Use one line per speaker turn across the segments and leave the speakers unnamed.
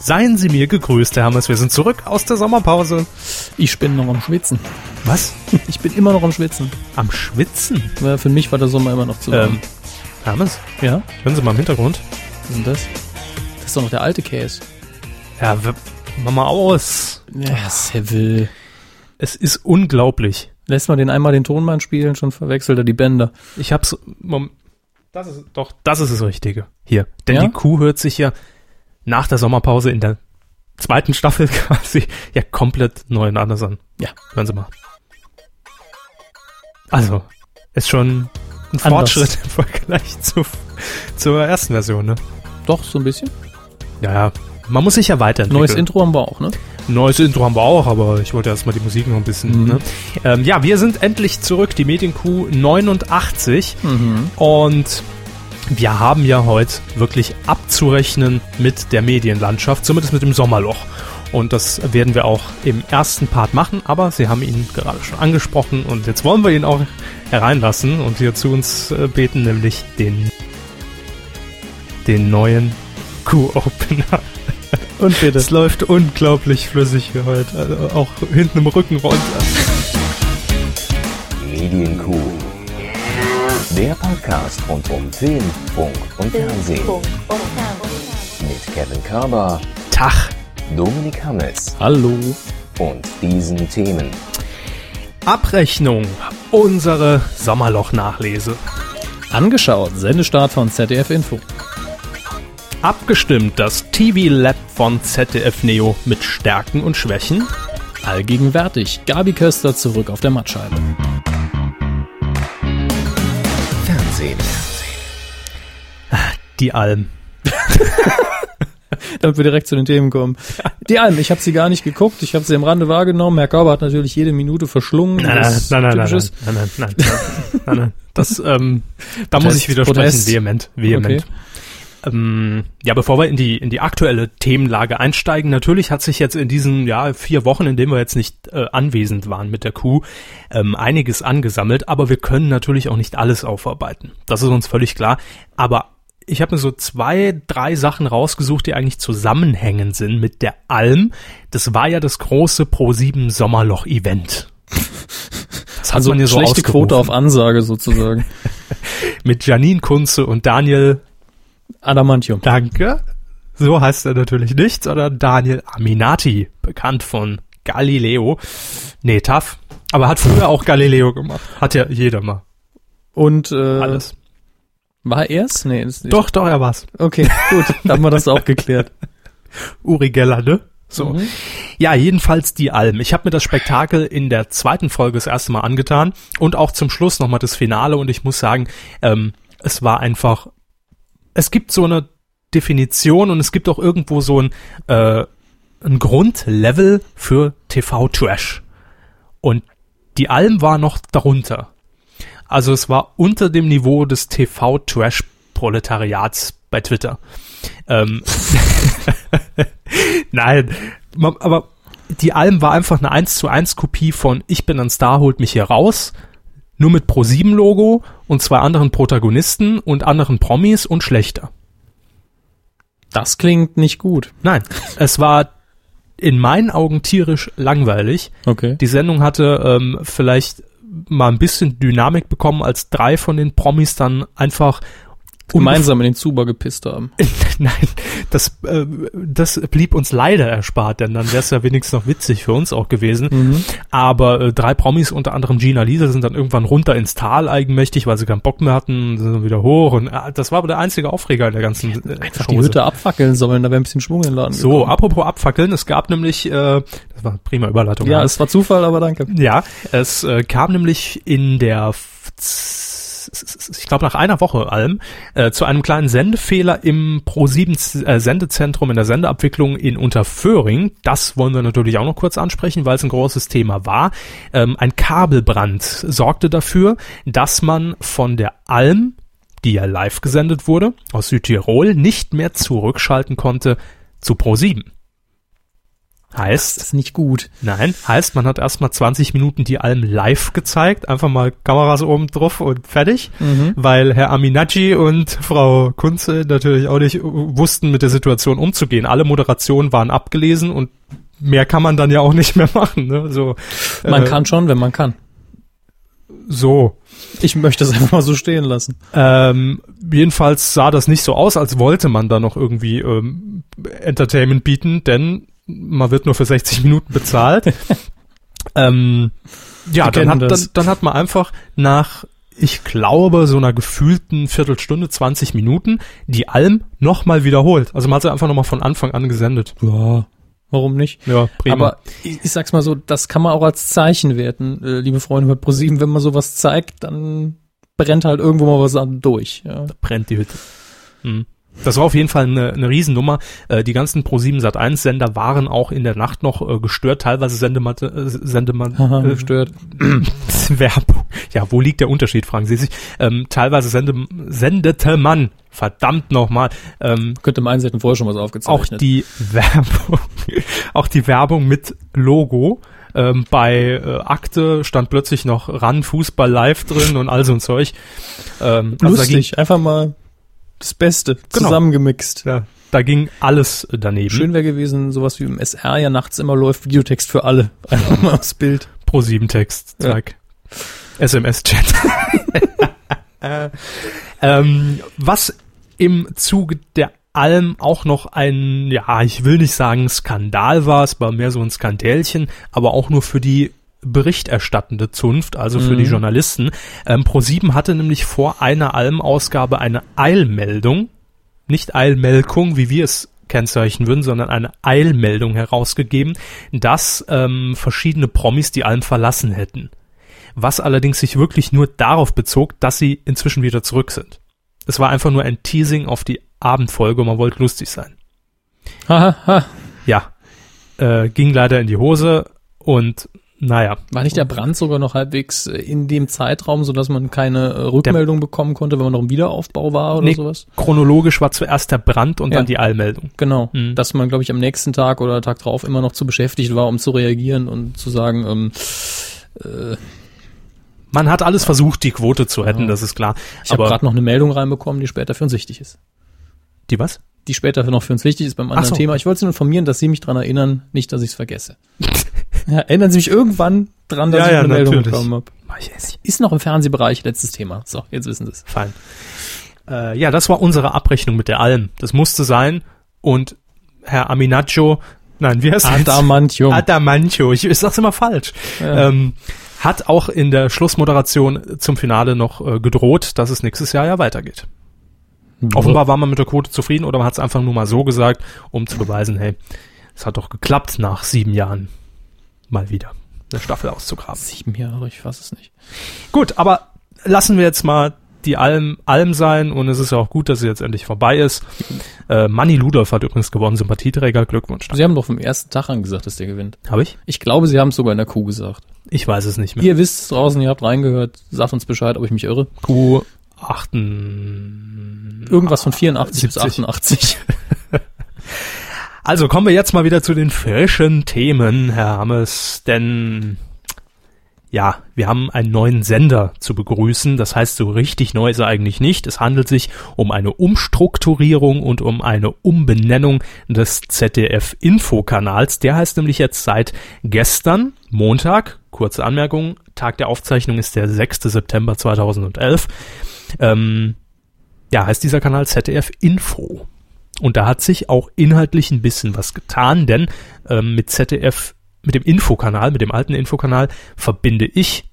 Seien Sie mir gegrüßt, Herr Hammers. Wir sind zurück aus der Sommerpause.
Ich bin noch am Schwitzen.
Was?
Ich bin immer noch am Schwitzen.
Am Schwitzen?
Weil Für mich war der Sommer immer noch zu warm.
Ähm, Herr Hammers,
ja,
hören Sie mal im Hintergrund.
was ist denn das? Das ist doch noch der alte Käse.
Ja, w- mach mal aus.
Ja, Ah, Seville.
Es ist unglaublich.
Lässt man den einmal den Tonmann spielen, schon verwechselt er die Bänder.
Ich hab's. Mom- Das ist doch, das ist das Richtige. Hier. Denn
Ja?
die Kuh hört sich ja nach der Sommerpause in der zweiten Staffel quasi ja komplett neu und anders an.
Ja.
Hören Sie mal. Also, ist schon ein
Anders.
Fortschritt im Vergleich zu, zur ersten Version, ne?
Doch, so ein bisschen.
Ja, ja. Man muss sich ja weiterentwickeln.
Neues Intro haben wir auch, ne?
Neues Intro haben wir auch, aber ich wollte erstmal die Musik noch ein bisschen.
Mhm.
Ne? Ähm, ja, wir sind endlich zurück, die Medienkuh 89.
Mhm.
Und wir haben ja heute wirklich abzurechnen mit der Medienlandschaft, zumindest mit dem Sommerloch. Und das werden wir auch im ersten Part machen, aber Sie haben ihn gerade schon angesprochen und jetzt wollen wir ihn auch hereinlassen und hier zu uns äh, beten, nämlich den, den neuen Q-Opener.
Und bitte.
Das läuft unglaublich flüssig hier heute, also auch hinten im Rücken runter.
Medienkuh. Der Podcast rund um Film, Funk und Fernsehen. Mit Kevin Körber,
Tach.
Dominik Hammes
Hallo.
und diesen Themen.
Abrechnung. Unsere Sommerloch-Nachlese.
Angeschaut, Sendestart von ZDF Info.
Abgestimmt das TV Lab von ZDF Neo mit Stärken und Schwächen.
Allgegenwärtig, Gabi Köster zurück auf der Mattscheibe.
Fernsehen.
Die Alm.
Damit wir direkt zu den Themen kommen. Die Alm, ich habe sie gar nicht geguckt, ich habe sie am Rande wahrgenommen. Herr Körber hat natürlich jede Minute verschlungen. was typisch ist.
nein, nein, nein, nein, nein, nein. Das, ähm, da muss ich widersprechen,
Protest.
vehement, vehement. Ähm, ja, bevor wir in die, in die aktuelle Themenlage einsteigen, natürlich hat sich jetzt in diesen ja, vier Wochen, in denen wir jetzt nicht äh, anwesend waren mit der Kuh, ähm, einiges angesammelt, aber wir können natürlich auch nicht alles aufarbeiten. Das ist uns völlig klar. Aber ich habe mir so zwei, drei Sachen rausgesucht, die eigentlich zusammenhängen sind mit der Alm. Das war ja das große Pro7 Sommerloch-Event. Das hat
Also
man ja so
schlechte Quote
ausgerufen.
auf Ansage sozusagen.
mit Janine Kunze und Daniel
Adamantium.
Danke. So heißt er natürlich nicht, sondern Daniel Aminati, bekannt von Galileo. Nee, TAF. Aber hat früher auch Galileo gemacht. Hat ja jeder mal.
Und äh,
Alles.
war er's? Nee, das ist
Doch, doch, er war's.
Okay, gut, dann haben wir das auch geklärt.
Uri Geller, ne? So.
Mhm.
Ja, jedenfalls die Alm. Ich habe mir das Spektakel in der zweiten Folge das erste Mal angetan und auch zum Schluss nochmal das Finale und ich muss sagen, ähm, es war einfach, es gibt so eine Definition und es gibt auch irgendwo so ein, äh, ein Grundlevel für TV-Trash. Und die Alm war noch darunter. Also es war unter dem Niveau des TV-Trash-Proletariats bei Twitter. Ähm, Nein, ma- aber die Alm war einfach eine 1 zu 1 Kopie von Ich bin ein Star, holt mich hier raus, nur mit Pro7 Logo und zwei anderen Protagonisten und anderen Promis und schlechter.
Das klingt nicht gut.
Nein, es war in meinen Augen tierisch langweilig.
Okay.
Die Sendung hatte ähm, vielleicht mal ein bisschen Dynamik bekommen, als drei von den Promis dann einfach
gemeinsam in den Zuber gepisst haben.
Nein, das, äh, das blieb uns leider erspart, denn dann wäre es ja wenigstens noch witzig für uns auch gewesen.
Mhm.
Aber äh, drei Promis, unter anderem Gina Lisa, sind dann irgendwann runter ins Tal eigenmächtig, weil sie keinen Bock mehr hatten, sind dann wieder hoch. Und äh, das war aber der einzige Aufreger in der ganzen äh,
Einfach die
Chose.
Hütte abfackeln sollen, da wäre ein bisschen Schwung in den Laden.
So, apropos abfackeln, es gab nämlich, äh, das war eine prima Überleitung.
gekommen. Ja,
Hannes.
es war Zufall, aber danke.
Ja, es äh, kam nämlich in der, f- z- z- ich glaube nach einer Woche allem, äh, zu einem kleinen Sendefehler im Pro7 äh, Sendezentrum in der Sendeabwicklung in Unterföhring. Das wollen wir natürlich auch noch kurz ansprechen, weil es ein großes Thema war. Ähm, ein Kabelbrand sorgte dafür, dass man von der Alm, die ja live gesendet wurde, aus Südtirol nicht mehr zurückschalten konnte zu Pro7. Heißt,
Das ist nicht gut.
Nein, heißt, man hat erstmal 20 Minuten die Alm live gezeigt, einfach mal Kameras oben drauf und fertig, weil Herr Aminacci und Frau Kunze natürlich auch nicht äh, wussten, mit der Situation umzugehen. Alle Moderationen waren abgelesen und mehr kann man dann ja auch nicht mehr machen. Ne? So,
Man
äh,
kann schon, wenn man kann.
So.
Ich möchte es einfach mal so stehen lassen.
Ähm, jedenfalls sah das nicht so aus, als wollte man da noch irgendwie ähm, Entertainment bieten, denn man wird nur für 60 Minuten bezahlt. ähm, ja,
Wir
dann
kennen
hat, dann,
das.
dann hat man einfach nach, ich glaube, so einer gefühlten Viertelstunde, 20 Minuten, die Alm nochmal wiederholt. Also man hat sie einfach nochmal von Anfang an gesendet.
Ja, warum nicht?
Ja,
Aber ich, ich sag's mal so, das kann man auch als Zeichen werten, äh, liebe Freunde bei ProSieben. Wenn man sowas zeigt, dann brennt halt irgendwo mal was an durch. Ja.
brennt die Hütte. Mhm. Das war auf jeden Fall eine, eine Riesennummer. Äh, die ganzen Pro7 Sat1 Sender waren auch in der Nacht noch äh, gestört, teilweise Sendematte, äh, Sendemann,
Haha,
äh,
gestört.
Werbung. Ja, wo liegt der Unterschied, fragen Sie sich. Ähm, teilweise sende, sendete man, verdammt nochmal, ähm,
Könnte meinen, sie hätten vorher schon was
auch
aufgezeichnet.
die Werbung, auch die Werbung mit Logo. Ähm, bei äh, Akte stand plötzlich noch ran, Fußball live drin und all so ein Zeug. Ähm, also da ging-
Lustig, einfach mal das Beste zusammengemixt.
Genau. Ja, da ging alles daneben.
Schön wäre gewesen, sowas wie im SR ja nachts immer läuft, Videotext für alle. Einfach mal aufs Bild.
Pro 7 Text.
Ja.
Zack. SMS-Chat. Äh, ähm, was im Zuge der Alm auch noch ein, ja, ich will nicht sagen Skandal war, es war mehr so ein Skandälchen, aber auch nur für die berichterstattende Zunft, also für die Journalisten. Ähm, Pro7 hatte nämlich vor einer Alm-Ausgabe eine Eilmeldung, nicht Eilmelkung, wie wir es kennzeichnen würden, sondern eine Eilmeldung herausgegeben, dass ähm, verschiedene Promis die Alm verlassen hätten. Was allerdings sich wirklich nur darauf bezog, dass sie inzwischen wieder zurück sind. Es war einfach nur ein Teasing auf die Abendfolge und man wollte lustig sein.
Haha, ha.
Ja, äh, ging leider in die Hose und naja,
war nicht der Brand sogar noch halbwegs äh, in dem Zeitraum, sodass man keine äh, Rückmeldung bekommen konnte, wenn man noch im Wiederaufbau war oder
Nee.
sowas?
chronologisch war zuerst der Brand und
Ja.
dann die Allmeldung.
Genau,
Mhm.
dass man, glaube ich, am nächsten Tag oder Tag drauf immer noch zu beschäftigt war, um zu reagieren und zu sagen, ähm,
Man hat alles versucht, die Quote zu retten, das ist klar.
ich habe gerade noch eine Meldung reinbekommen, die später für uns wichtig ist.
die was?
Die später noch für uns wichtig ist beim
Ach
anderen
so.
Thema. Ich wollte Sie nur informieren, dass Sie mich dran erinnern, nicht, dass ich es vergesse. ja, erinnern Sie mich irgendwann dran, dass
Ja,
ich
ja,
eine Meldung
natürlich.
bekommen habe.
Mach ich jetzt.
Ist noch im Fernsehbereich, letztes Thema. So, jetzt wissen Sie es.
Fein. Äh, ja, das war unsere Abrechnung mit der Alm. Das musste sein. Und Herr Aminaccio, nein, wie heißt er jetzt?
Adamantium.
Adamancio, ich, ich sag's immer falsch.
Ja.
Ähm, hat auch in der Schlussmoderation zum Finale noch äh, gedroht, dass es nächstes Jahr ja weitergeht.
Mhm.
Offenbar war man mit der Quote zufrieden oder man hat es einfach nur mal so gesagt, um zu beweisen, hey, es hat doch geklappt nach sieben Jahren mal wieder eine Staffel auszugraben.
Sieben Jahre, ich weiß es nicht.
Gut, aber lassen wir jetzt mal die Alm, Alm sein und es ist ja auch gut, dass sie jetzt endlich vorbei ist. Äh, Manny Ludolf hat übrigens gewonnen, Sympathieträger, Glückwunsch.
Sie haben doch vom ersten Tag an gesagt, dass der gewinnt.
Habe ich?
Ich glaube, Sie haben es sogar in der Kuh gesagt.
Ich weiß es nicht mehr.
Ihr wisst es draußen, ihr habt reingehört. Sagt uns Bescheid, ob ich mich irre.
Kuh 8.
Irgendwas
Ah,
von 84 bis
70.
88.
Also kommen wir jetzt mal wieder zu den frischen Themen, Herr Hammes, denn ja, wir haben einen neuen Sender zu begrüßen. Das heißt, so richtig neu ist er eigentlich nicht. Es handelt sich um eine Umstrukturierung und um eine Umbenennung des ZDF-Info-Kanals. Der heißt nämlich jetzt seit gestern, Montag, kurze Anmerkung, Tag der Aufzeichnung ist der 6. September 2011. Ähm, ja, heißt dieser Kanal ZDF-Info. Und da hat sich auch inhaltlich ein bisschen was getan, denn ähm, mit ZDF, mit dem Infokanal, mit dem alten Infokanal verbinde ich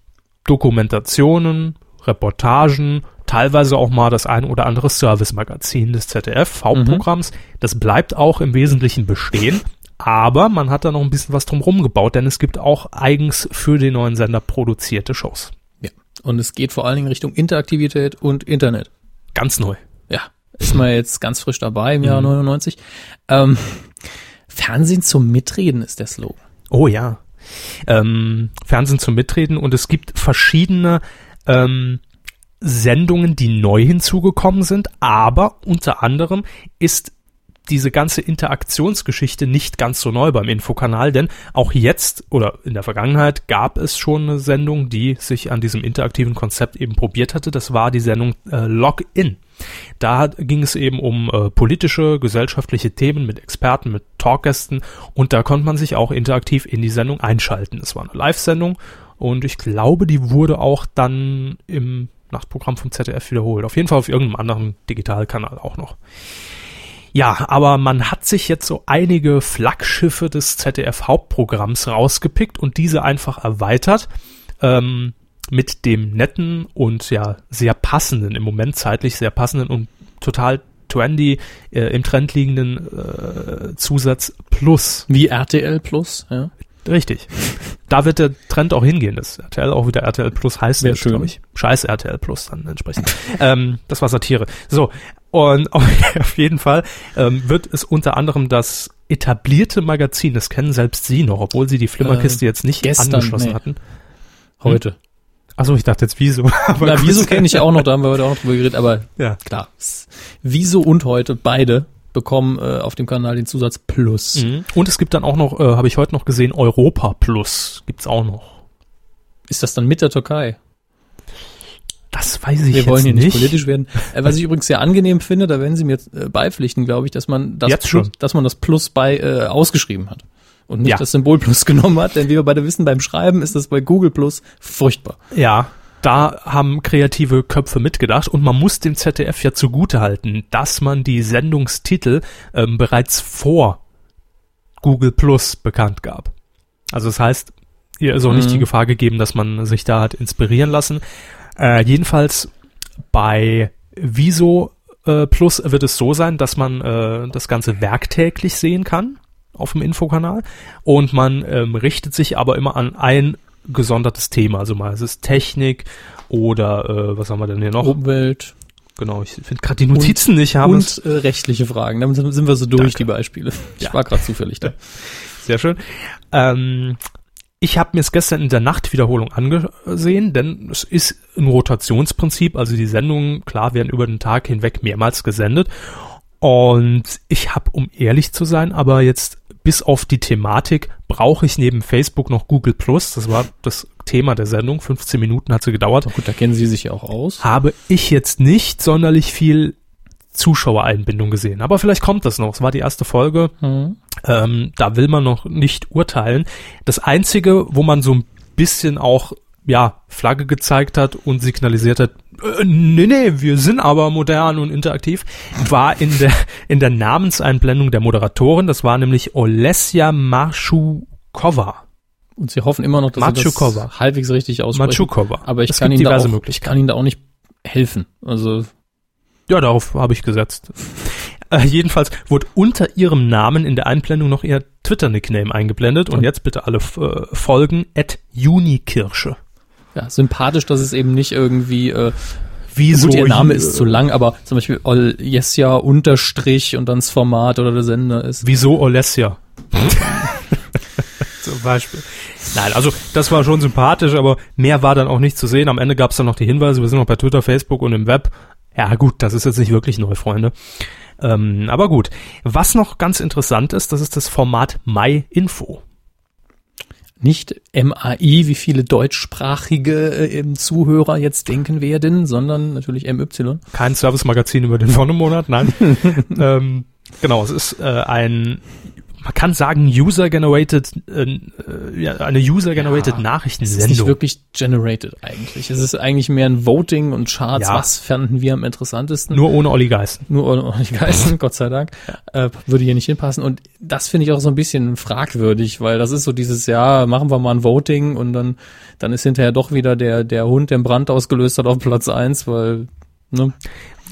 Dokumentationen, Reportagen, teilweise auch mal das ein oder andere Service-Magazin des ZDF, Hauptprogramms. Das bleibt auch im Wesentlichen bestehen. Aber man hat da noch ein bisschen was drumherum gebaut, denn es gibt auch eigens für den neuen Sender produzierte Shows.
ja. Und es geht vor allen Dingen Richtung Interaktivität und Internet.
Ganz neu.
Ja, ist mal jetzt ganz frisch dabei im Jahr
Mhm.
99. Ähm, Fernsehen zum Mitreden ist der Slogan.
Oh ja. Ähm, Fernsehen zum Mitreden und es gibt verschiedene ähm, Sendungen, die neu hinzugekommen sind, aber unter anderem ist diese ganze Interaktionsgeschichte nicht ganz so neu beim Infokanal, denn auch jetzt oder in der Vergangenheit gab es schon eine Sendung, die sich an diesem interaktiven Konzept eben probiert hatte. Das war die Sendung äh, Login. Da hat, ging es eben um äh, politische, gesellschaftliche Themen mit Experten, mit Talkgästen und da konnte man sich auch interaktiv in die Sendung einschalten. Es war eine Live-Sendung und ich glaube, die wurde auch dann im Nachtprogramm vom ZDF wiederholt. Auf jeden Fall auf irgendeinem anderen Digitalkanal auch noch. Ja, aber man hat sich jetzt so einige Flaggschiffe des ZDF-Hauptprogramms rausgepickt und diese einfach erweitert. Ähm, mit dem netten und ja sehr passenden, im Moment zeitlich sehr passenden und total trendy äh, im Trend liegenden äh, Zusatz Plus.
Wie RTL Plus,
Hm.
ja.
Richtig. Da wird der Trend auch hingehen, dass RTL auch wieder RTL Plus heißt,
glaube
ich. Scheiß RTL Plus dann entsprechend. ähm, das war Satire. So, und auf jeden Fall ähm, wird es unter anderem das etablierte Magazin, das kennen selbst Sie noch, obwohl Sie die Flimmerkiste
Äh,
jetzt nicht
gestern,
angeschlossen
nee.
hatten.
Heute.
Achso, ich dachte jetzt wieso. Aber
Na,
gut.
wieso kenne ich auch noch, da haben wir heute auch noch drüber geredet, aber
Ja.
klar. Wieso und heute, beide bekommen äh, auf dem Kanal den Zusatz Plus.
Mhm. Und es gibt dann auch noch, äh, habe ich heute noch gesehen, Europa Plus gibt's auch noch.
Ist das dann mit der Türkei?
Das weiß ich
Wir
jetzt
wollen hier nicht
nicht.
politisch werden. Äh, was ich übrigens sehr angenehm finde, da werden Sie mir äh, beipflichten, glaube ich, dass man das
Jetzt
Plus,
schon.
dass man das Plus bei äh, ausgeschrieben hat und nicht
Ja.
das Symbol Plus genommen hat, denn wie wir beide wissen, beim Schreiben ist das bei Google Plus furchtbar.
Ja, da haben kreative Köpfe mitgedacht und man muss dem ZDF ja zugutehalten, dass man die Sendungstitel ähm, bereits vor Google Plus bekannt gab. Also das heißt, hier ist auch
Mhm.
nicht die Gefahr gegeben, dass man sich da hat inspirieren lassen. Äh, jedenfalls bei Viso äh, Plus wird es so sein, dass man äh, das Ganze werktäglich sehen kann auf dem Infokanal und man ähm, richtet sich aber immer an ein gesondertes Thema. Also mal ist es Technik oder äh, was haben wir denn hier noch?
Umwelt
Genau, ich finde gerade die Notizen nicht haben. es-
Oh. und äh, rechtliche Fragen. Damit sind wir so durch,
Danke.
die Beispiele. Ich
Ja.
war gerade zufällig da.
Sehr schön. Ähm, ich habe mir es gestern in der Nachtwiederholung angesehen, denn es ist ein Rotationsprinzip. Also die Sendungen, klar, werden über den Tag hinweg mehrmals gesendet. Und ich habe, um ehrlich zu sein, aber jetzt bis auf die Thematik brauche ich neben Facebook noch Google Plus. Das war das Thema der Sendung. 15 Minuten hat sie gedauert.
Gut, da kennen Sie sich ja auch aus.
Habe ich jetzt nicht sonderlich viel Zuschauereinbindung gesehen. Aber vielleicht kommt das noch. Es war die erste Folge. Ähm, da will man noch nicht urteilen. Das Einzige, wo man so ein bisschen auch, ja, Flagge gezeigt hat und signalisiert hat, äh, nee, nee, wir sind aber modern und interaktiv, war in der, in der Namenseinblendung der Moderatorin. Das war nämlich Olesja Marschukova.
Und sie hoffen immer noch, dass sie
Matschukova.
das halbwegs richtig aussprechen.
Matschukova.
Aber ich
Es
kann,
gibt
ihnen da
diverse
auch, ich
Möglichkeiten.
kann ihnen da auch nicht helfen. Also
Ja, darauf habe ich gesetzt. Äh, jedenfalls wurde unter ihrem Namen in der Einblendung noch ihr Twitter-Nickname eingeblendet und jetzt bitte alle äh, folgen, at Junikirsche.
ja, sympathisch, dass es eben nicht irgendwie äh,
Wieso?
gut, ihr Name ist zu lang, aber zum Beispiel Oljesja unterstrich und dann das Format oder der Sender ist.
Wieso Olesja? Zum Beispiel. Nein, also das war schon sympathisch, aber mehr war dann auch nicht zu sehen. Am Ende gab es dann noch die Hinweise, wir sind noch bei Twitter, Facebook und im Web. Ja gut, das ist jetzt nicht wirklich neu, Freunde. Ähm, aber gut, was noch ganz interessant ist, das ist das Format My Info.
Nicht MAI, wie viele deutschsprachige äh, eben Zuhörer jetzt denken werden, sondern natürlich MY.
kein Service-Magazin über den Wonnemonat, nein. ähm, genau, es ist äh, ein, man kann sagen, user-generated, äh, äh, ja, eine user-generated
Ja, Es ist nicht
Nachrichtensendung.
wirklich generated eigentlich. Es ist eigentlich mehr ein Voting und Charts.
Ja.
Was fanden wir am interessantesten?
Nur ohne Olli Geißen.
nur ordentlich geißen, Gott sei Dank, äh, würde hier nicht hinpassen. Und das finde ich auch so ein bisschen fragwürdig, weil das ist so dieses Jahr, machen wir mal ein Voting und dann, dann ist hinterher doch wieder der, der Hund, der einen Brand ausgelöst hat, auf Platz eins, weil, ne?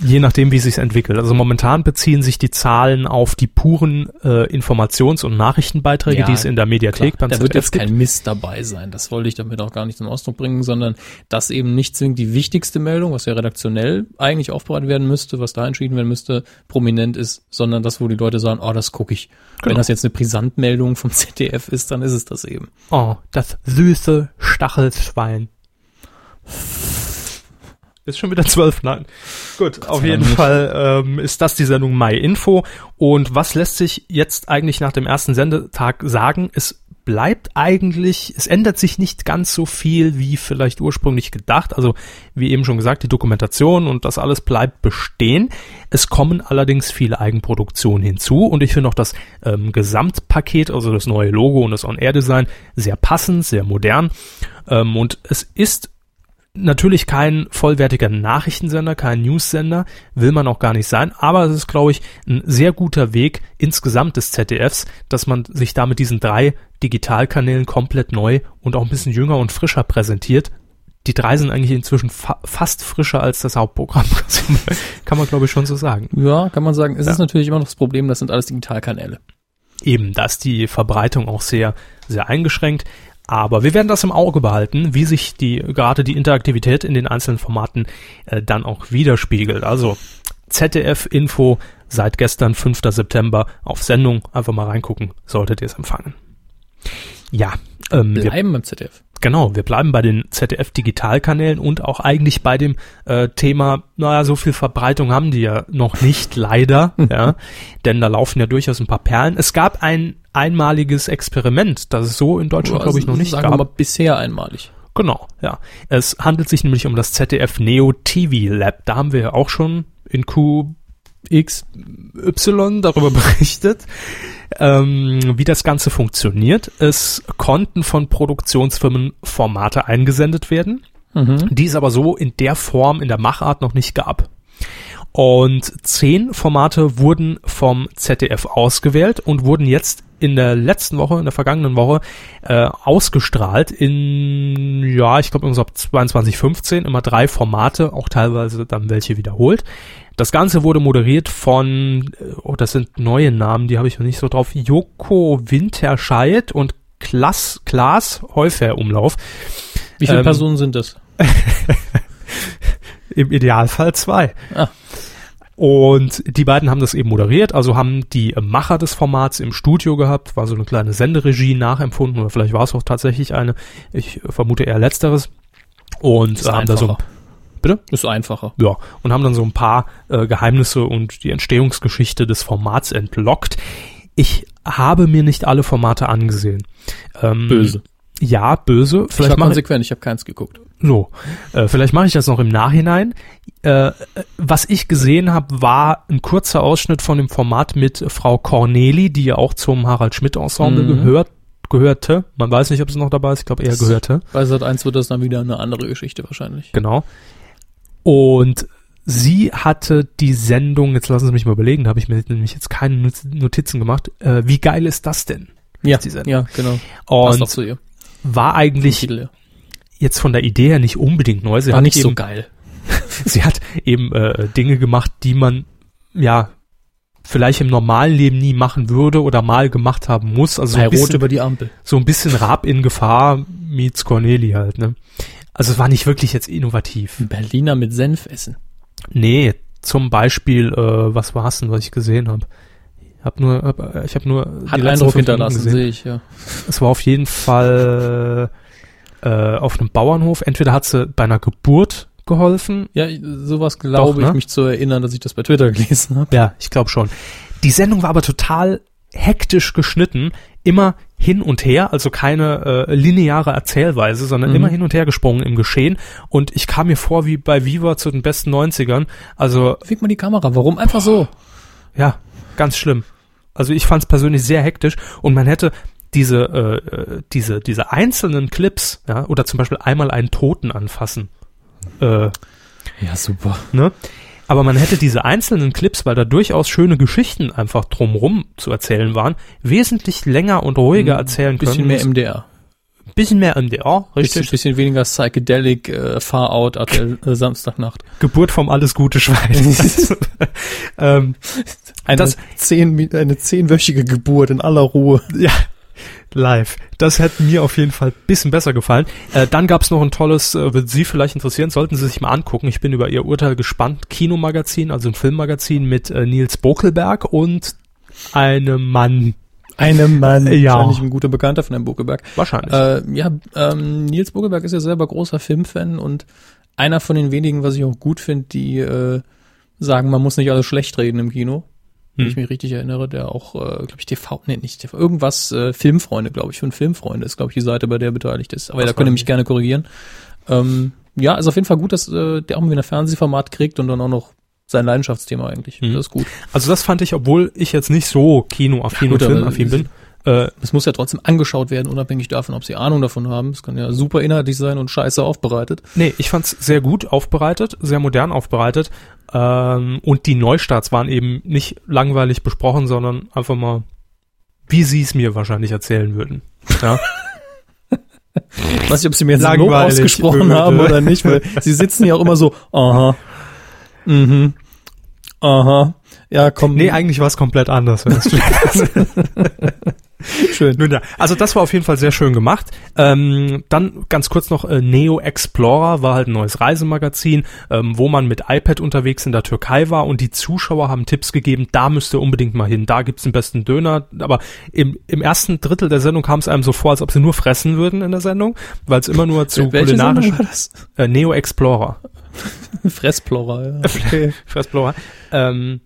Je nachdem, wie sich's entwickelt. Also momentan beziehen sich die Zahlen auf die puren äh, Informations- und Nachrichtenbeiträge,
Ja,
die es in der Mediathek
da wird
ZDF
jetzt
gibt.
kein Mist dabei sein. Das wollte ich damit auch gar nicht zum Ausdruck bringen, sondern dass eben nicht zwingend die wichtigste Meldung, was ja redaktionell eigentlich aufbereitet werden müsste, was da entschieden werden müsste, prominent ist, sondern das, wo die Leute sagen, oh, das gucke ich. Wenn
Genau.
das jetzt eine Brisantmeldung vom ZDF ist, dann ist es das eben.
Oh, das süße Stachelschwein. Ist schon wieder zwölf, nein. Gut, auf
sei
jeden
Dank.
Fall ähm, ist das die Sendung My Info. Und was lässt sich jetzt eigentlich nach dem ersten Sendetag sagen? Es bleibt eigentlich, es ändert sich nicht ganz so viel, wie vielleicht ursprünglich gedacht. Also, wie eben schon gesagt, die Dokumentation und das alles bleibt bestehen. Es kommen allerdings viele Eigenproduktionen hinzu und ich finde auch das ähm, Gesamtpaket, also das neue Logo und das On-Air-Design, sehr passend, sehr modern. Ähm, und es ist natürlich kein vollwertiger Nachrichtensender, kein Newssender, will man auch gar nicht sein, aber es ist, glaube ich, ein sehr guter Weg insgesamt des ZDFs, dass man sich da mit diesen drei Digitalkanälen komplett neu und auch ein bisschen jünger und frischer präsentiert. Die drei sind eigentlich inzwischen fa fast frischer als das Hauptprogramm. Kann man, glaube ich, schon so sagen.
Ja, kann man sagen. Es
Ja.
ist natürlich immer noch das Problem, das sind alles Digitalkanäle.
Eben, da ist die Verbreitung auch sehr, sehr eingeschränkt. Aber wir werden das im Auge behalten, wie sich die, gerade die Interaktivität in den einzelnen Formaten äh, dann auch widerspiegelt. Also ZDF-Info seit gestern, 5. September, auf Sendung. Einfach mal reingucken, solltet ihr es empfangen. Ja, ähm, wir
Bleiben beim ZDF.
Genau, wir bleiben bei den ZDF-Digitalkanälen und auch eigentlich bei dem äh, Thema, naja, so viel Verbreitung haben die ja noch nicht, leider, ja, denn da laufen ja durchaus ein paar Perlen. Es gab ein einmaliges Experiment, das es so in Deutschland, glaube ich, noch nicht
Oh, Also Sagen wir
gab.
mal bisher einmalig.
Genau, ja. Es handelt sich nämlich um das ZDF Neo TV Lab. Da haben wir ja auch schon in Q
X.
Y darüber berichtet, ähm, wie das Ganze funktioniert. Es konnten von Produktionsfirmen Formate eingesendet werden,
Mhm.
die es aber so in der Form, in der Machart noch nicht gab. Und zehn Formate wurden vom ZDF ausgewählt und wurden jetzt in der letzten Woche, in der vergangenen Woche, äh, ausgestrahlt in, ja, ich glaube, irgendwas ab 2215, immer drei Formate, auch teilweise dann welche wiederholt. Das Ganze wurde moderiert von, äh, oh, das sind neue Namen, die habe ich noch nicht so drauf, Joko Winterscheid und Klaas, Klaas Heufer-Umlauf.
Wie viele
Ähm,
Personen sind das?
Im Idealfall zwei.
Ah.
Und die beiden haben das eben moderiert, also haben die äh, Macher des Formats im Studio gehabt, war so eine kleine Senderegie nachempfunden oder vielleicht war es auch tatsächlich eine. Ich äh, vermute eher letzteres. Und äh, haben da so ein Bitte?
Ist einfacher.
Ja, und haben dann so ein paar äh, Geheimnisse und die Entstehungsgeschichte des Formats entlockt. Ich habe mir nicht alle Formate angesehen. Ähm,
Böse.
Ja, böse.
ich
Vielleicht
war
mache ich,
konsequent, ich habe keins geguckt.
so, äh, vielleicht mache ich das noch im Nachhinein. Äh, äh, was ich gesehen habe, war ein kurzer Ausschnitt von dem Format mit Frau Corneli, die ja auch zum Harald Schmidt Ensemble
Mhm.
gehört, gehörte. Man weiß nicht, ob sie noch dabei ist. Ich glaube, eher
Das-
gehörte.
Bei Sat 1 wird das dann wieder eine andere Geschichte wahrscheinlich.
Genau. Und sie hatte die Sendung, jetzt lassen Sie mich mal überlegen, da habe ich mir nämlich jetzt keine Not- Notizen gemacht. Äh, wie geil ist das denn?
Ja,
Die Sendung.
ja genau. Passt auch
Und
zu ihr.
war
Titel,
eigentlich
ja.
jetzt von der Idee her nicht unbedingt neu. Sie
War
hat
nicht so
eben,
geil.
sie hat eben äh, Dinge gemacht, die man ja vielleicht im normalen Leben nie machen würde oder mal gemacht haben muss. Also so
Bei
ein
Rot
bisschen,
über die Ampel.
so ein bisschen Raab in Gefahr meets Corneli halt. Ne? Also es war nicht wirklich jetzt innovativ.
Berliner mit Senf essen.
Nee, zum Beispiel, äh, was war's denn, was ich gesehen habe? Hab nur, hab, äh, ich habe nur
Hat
die letzten
Eindruck
fünf Minuten
hinterlassen, sehe ich, ja.
Es war auf jeden Fall äh, auf einem Bauernhof. Entweder hat sie bei einer Geburt geholfen.
Ja, ich- sowas glaube
ne?
ich mich zu erinnern, dass ich das bei Twitter gelesen habe.
Ja, ich glaube schon. Die Sendung war aber total hektisch geschnitten, immer hin und her, also keine äh, lineare Erzählweise, sondern
Mhm.
immer hin und her gesprungen im Geschehen. Und ich kam mir vor wie bei Viva zu den besten 90ern. Also
Fick mal die Kamera, warum? Einfach so.
Ja, ganz schlimm. Also ich fand es persönlich sehr hektisch und man hätte diese, äh, äh, diese, diese einzelnen Clips, ja, oder zum Beispiel einmal einen Toten anfassen. Äh,
Ja, super.
ne? Aber man hätte diese einzelnen Clips, weil da durchaus schöne Geschichten einfach drumrum zu erzählen waren, wesentlich länger und ruhiger erzählen können.
Bisschen mehr MDR.
bisschen mehr MDR,
Bisschen,
richtig.
bisschen weniger Psychedelic, äh, Far Out, RTL, äh, Samstagnacht.
Geburt vom Alles Gute Schwein. ähm,
Eine,
Das-
zehn, Mi- eine zehnwöchige Geburt in aller Ruhe.
Ja, live. Das hätte mir auf jeden Fall ein bisschen besser gefallen. Äh, dann gab's noch ein tolles, äh, wird Sie vielleicht interessieren, sollten Sie sich mal angucken. Ich bin über Ihr Urteil gespannt. Kinomagazin, also ein Filmmagazin mit äh, Nils Bokelberg und einem Mann.
Einem Mann.
Ja.
Ja. Wahrscheinlich ein guter Bekannter von Herrn Buckeberg.
Wahrscheinlich.
Äh, ja, ähm, Nils Bogelberg ist ja selber großer Filmfan und einer von den wenigen, was ich auch gut finde, die äh, sagen, man muss nicht alles schlecht reden im Kino. Wenn
Hm.
ich mich richtig erinnere, der auch, äh, glaube ich, TV, nee, nicht TV, irgendwas, äh, Filmfreunde, glaube ich, von Filmfreunde ist, glaube ich, die Seite, bei der beteiligt ist. Aber
Was
da könnt ihr
weiß
mich
ich.
gerne korrigieren. Ähm, ja, ist auf jeden Fall gut, dass äh, der auch mal wieder ein Fernsehformat kriegt und dann auch noch sein Leidenschaftsthema eigentlich.
Mhm.
Das ist gut.
Also das fand ich, obwohl ich jetzt nicht so kinoaffin
Ja, gut,
und
aber
filmaffin bin, äh,
Es muss ja trotzdem angeschaut werden, unabhängig davon, ob sie Ahnung davon haben. Es kann ja super inhaltlich sein und scheiße aufbereitet.
Nee, ich fand's sehr gut aufbereitet, sehr modern aufbereitet. Ähm, und die Neustarts waren eben nicht langweilig besprochen, sondern einfach mal, wie sie es mir wahrscheinlich erzählen würden. Ja.
weiß nicht, ob sie mir jetzt ein Lob
Langweilig,
ausgesprochen
öde.
haben oder nicht, weil sie sitzen ja auch immer so, aha, mhm, aha, ja, komm,
nee, eigentlich war's komplett anders. wenn du's-
schön.
Nun ja, also das war auf jeden Fall sehr schön gemacht. Ähm, dann ganz kurz noch äh, Neo Explorer war halt ein neues Reisemagazin, ähm, wo man mit iPad unterwegs in der Türkei war und die Zuschauer haben Tipps gegeben, da müsst ihr unbedingt mal hin, da gibt's den besten Döner. Aber im, im ersten Drittel der Sendung kam es einem so vor, als ob sie nur fressen würden in der Sendung, weil es immer nur zu
Welche Sendung
kulinarischen
war das?
äh, Neo Explorer.
Fressplora, ja. Okay.
Fressblower. Ähm,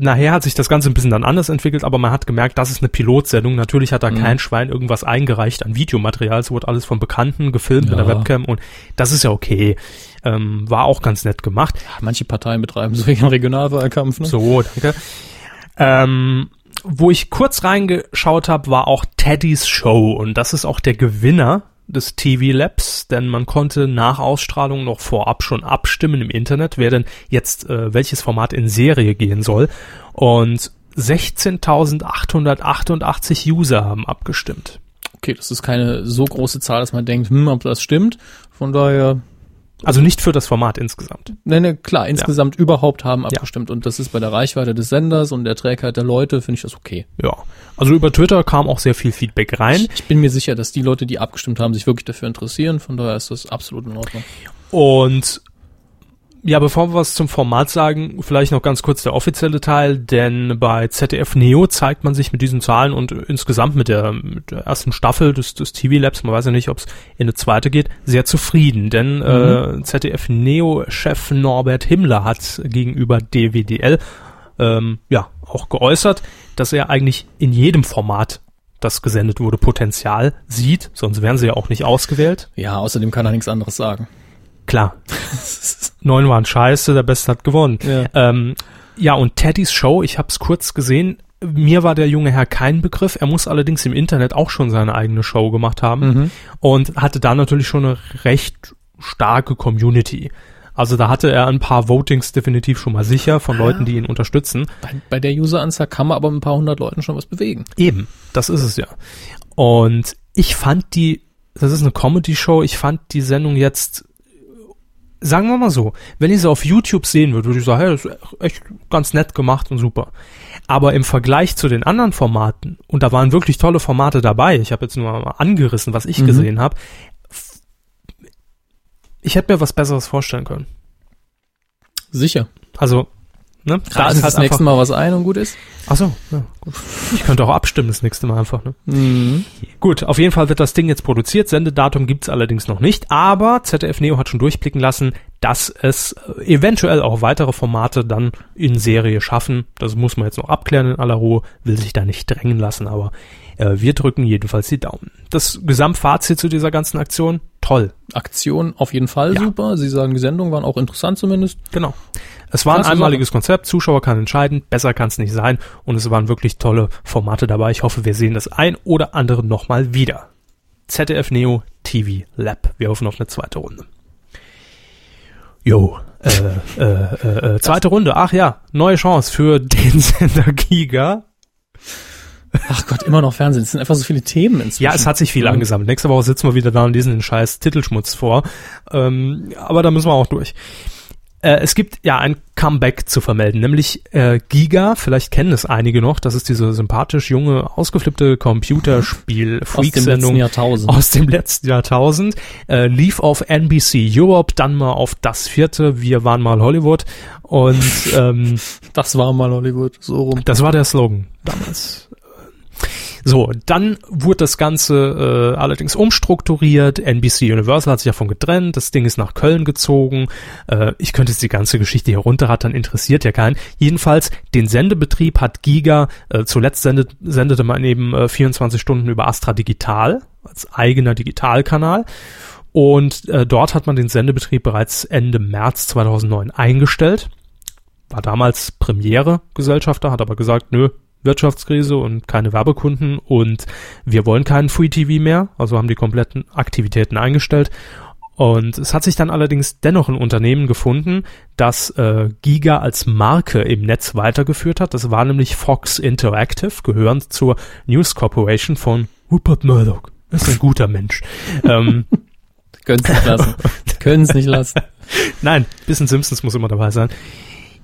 nachher hat sich das Ganze ein bisschen dann anders entwickelt, aber man hat gemerkt, das ist eine Pilotsendung. Natürlich hat da
Mhm.
kein Schwein irgendwas eingereicht an Videomaterial. Es wurde alles von Bekannten gefilmt mit der
Ja.
Webcam und das ist ja okay. Ähm, war auch ganz nett gemacht.
Manche Parteien betreiben so einen Regionalwahlkampf, ne?
So, oh, danke. Ähm, wo ich kurz reingeschaut habe, war auch Teddys Show und das ist auch der Gewinner des TV Labs, denn man konnte nach Ausstrahlung noch vorab schon abstimmen im Internet, wer denn jetzt äh, welches Format in Serie gehen soll und 16.888 User haben abgestimmt.
Okay, das ist keine so große Zahl, dass man denkt, hm, ob das stimmt. Von daher,
Also nicht für das Format insgesamt.
ne, ne, klar, insgesamt überhaupt haben abgestimmt. Und das ist bei der Reichweite des Senders und der Trägheit der Leute, finde ich das okay.
Ja. Also über Twitter kam auch sehr viel Feedback rein.
Ich bin mir sicher, dass die Leute, die abgestimmt haben, sich wirklich dafür interessieren. Von daher ist das absolut in Ordnung.
Und ja, bevor wir was zum Format sagen, vielleicht noch ganz kurz der offizielle Teil, denn bei ZDF Neo zeigt man sich mit diesen Zahlen und insgesamt mit der, mit der ersten Staffel des, des TV Labs, man weiß ja nicht, ob es in eine zweite geht, sehr zufrieden, denn äh, ZDF Neo-Chef Norbert Himmler hat gegenüber DWDL ähm, ja auch geäußert, dass er eigentlich in jedem Format, das gesendet wurde, Potenzial sieht, sonst wären sie ja auch nicht ausgewählt.
Ja, außerdem kann er nichts anderes sagen.
Klar, neun waren scheiße, der Beste hat gewonnen.
Ja.
Ähm, ja, und Teddys Show, ich habe es kurz gesehen, mir war der junge Herr kein Begriff. Er muss allerdings im Internet auch schon seine eigene Show gemacht
Mhm.
haben und hatte da natürlich schon eine recht starke Community. Also da hatte er ein paar Votings definitiv schon mal sicher von Leuten, die ihn unterstützen.
bei, bei der Useranzahl kann man aber mit ein paar hundert Leuten schon was bewegen.
Eben, das ist es ja. Und ich fand die, das ist eine Comedy-Show, ich fand die Sendung jetzt, sagen wir mal so, wenn ich sie auf YouTube sehen würde, würde ich sagen, hey, das ist echt ganz nett gemacht und super. Aber im Vergleich zu den anderen Formaten, und da waren wirklich tolle Formate dabei, ich habe jetzt nur mal angerissen, was ich
Mhm.
gesehen habe, f- ich hätte mir was Besseres vorstellen können.
Sicher.
Also, ne?
Da ist das nächste Mal was ein und gut ist.
Ach so, ja, gut. Ich könnte auch abstimmen das nächste Mal einfach, ne?
Mhm.
Gut, auf jeden Fall wird das Ding jetzt produziert. Sendedatum gibt's allerdings noch nicht, aber ZDF Neo hat schon durchblicken lassen, dass es äh, eventuell auch weitere Formate dann in Serie schaffen. Das muss man jetzt noch abklären in aller Ruhe, will sich da nicht drängen lassen, aber äh, wir drücken jedenfalls die Daumen. Das Gesamtfazit zu dieser ganzen Aktion, toll.
Aktion auf jeden Fall
Ja.
super. Sie sagen, die Sendungen waren auch interessant zumindest.
Genau. Es war ein
Klasse
einmaliges Konzept, Zuschauer kann entscheiden, besser kann's nicht sein und es waren wirklich tolle Formate dabei. Ich hoffe, wir sehen das ein oder andere nochmal wieder. ZDF Neo TV Lab. Wir hoffen auf eine zweite Runde. Jo, äh, äh, äh, äh, zweite Runde. Ach ja, neue Chance für den Sender Giga.
Ach Gott, immer noch Fernsehen. Es sind einfach so viele Themen inzwischen.
Ja, es hat sich viel
Ja.
angesammelt. Nächste Woche sitzen wir wieder da und lesen den scheiß Titelschmutz vor. Ähm, aber da müssen wir auch durch. Äh, es gibt ja ein Comeback zu vermelden, nämlich äh, Giga, vielleicht kennen es einige noch, das ist diese sympathisch junge, ausgeflippte
aus dem letzten
Computerspiel-Freak-Sendung
Jahrtausend.
aus dem letzten Jahrtausend. Äh, lief auf NBC Europe, dann mal auf das vierte, wir waren mal Hollywood und ähm,
Das war mal Hollywood. So rum.
das war der Slogan damals. So, dann wurde das Ganze äh, allerdings umstrukturiert. NBC Universal hat sich davon getrennt. Das Ding ist nach Köln gezogen. Äh, ich könnte jetzt die ganze Geschichte hier runterrattern, interessiert ja keinen. Jedenfalls, den Sendebetrieb hat Giga, äh, zuletzt sendet, sendete man eben äh, 24 Stunden über Astra Digital als eigener Digitalkanal. Und äh, dort hat man den Sendebetrieb bereits Ende März 2009 eingestellt. War damals Premiere-Gesellschafter, hat aber gesagt, nö, Wirtschaftskrise und keine Werbekunden und wir wollen keinen Free TV mehr, also haben die kompletten Aktivitäten eingestellt. Und es hat sich dann allerdings dennoch ein Unternehmen gefunden, das äh, Giga als Marke im Netz weitergeführt hat. Das war nämlich Fox Interactive, gehörend zur News Corporation von Rupert Murdoch. Ist ein guter Mensch. ähm,
Können es nicht lassen. Können es nicht lassen.
Nein, bisschen Simpsons muss immer dabei sein.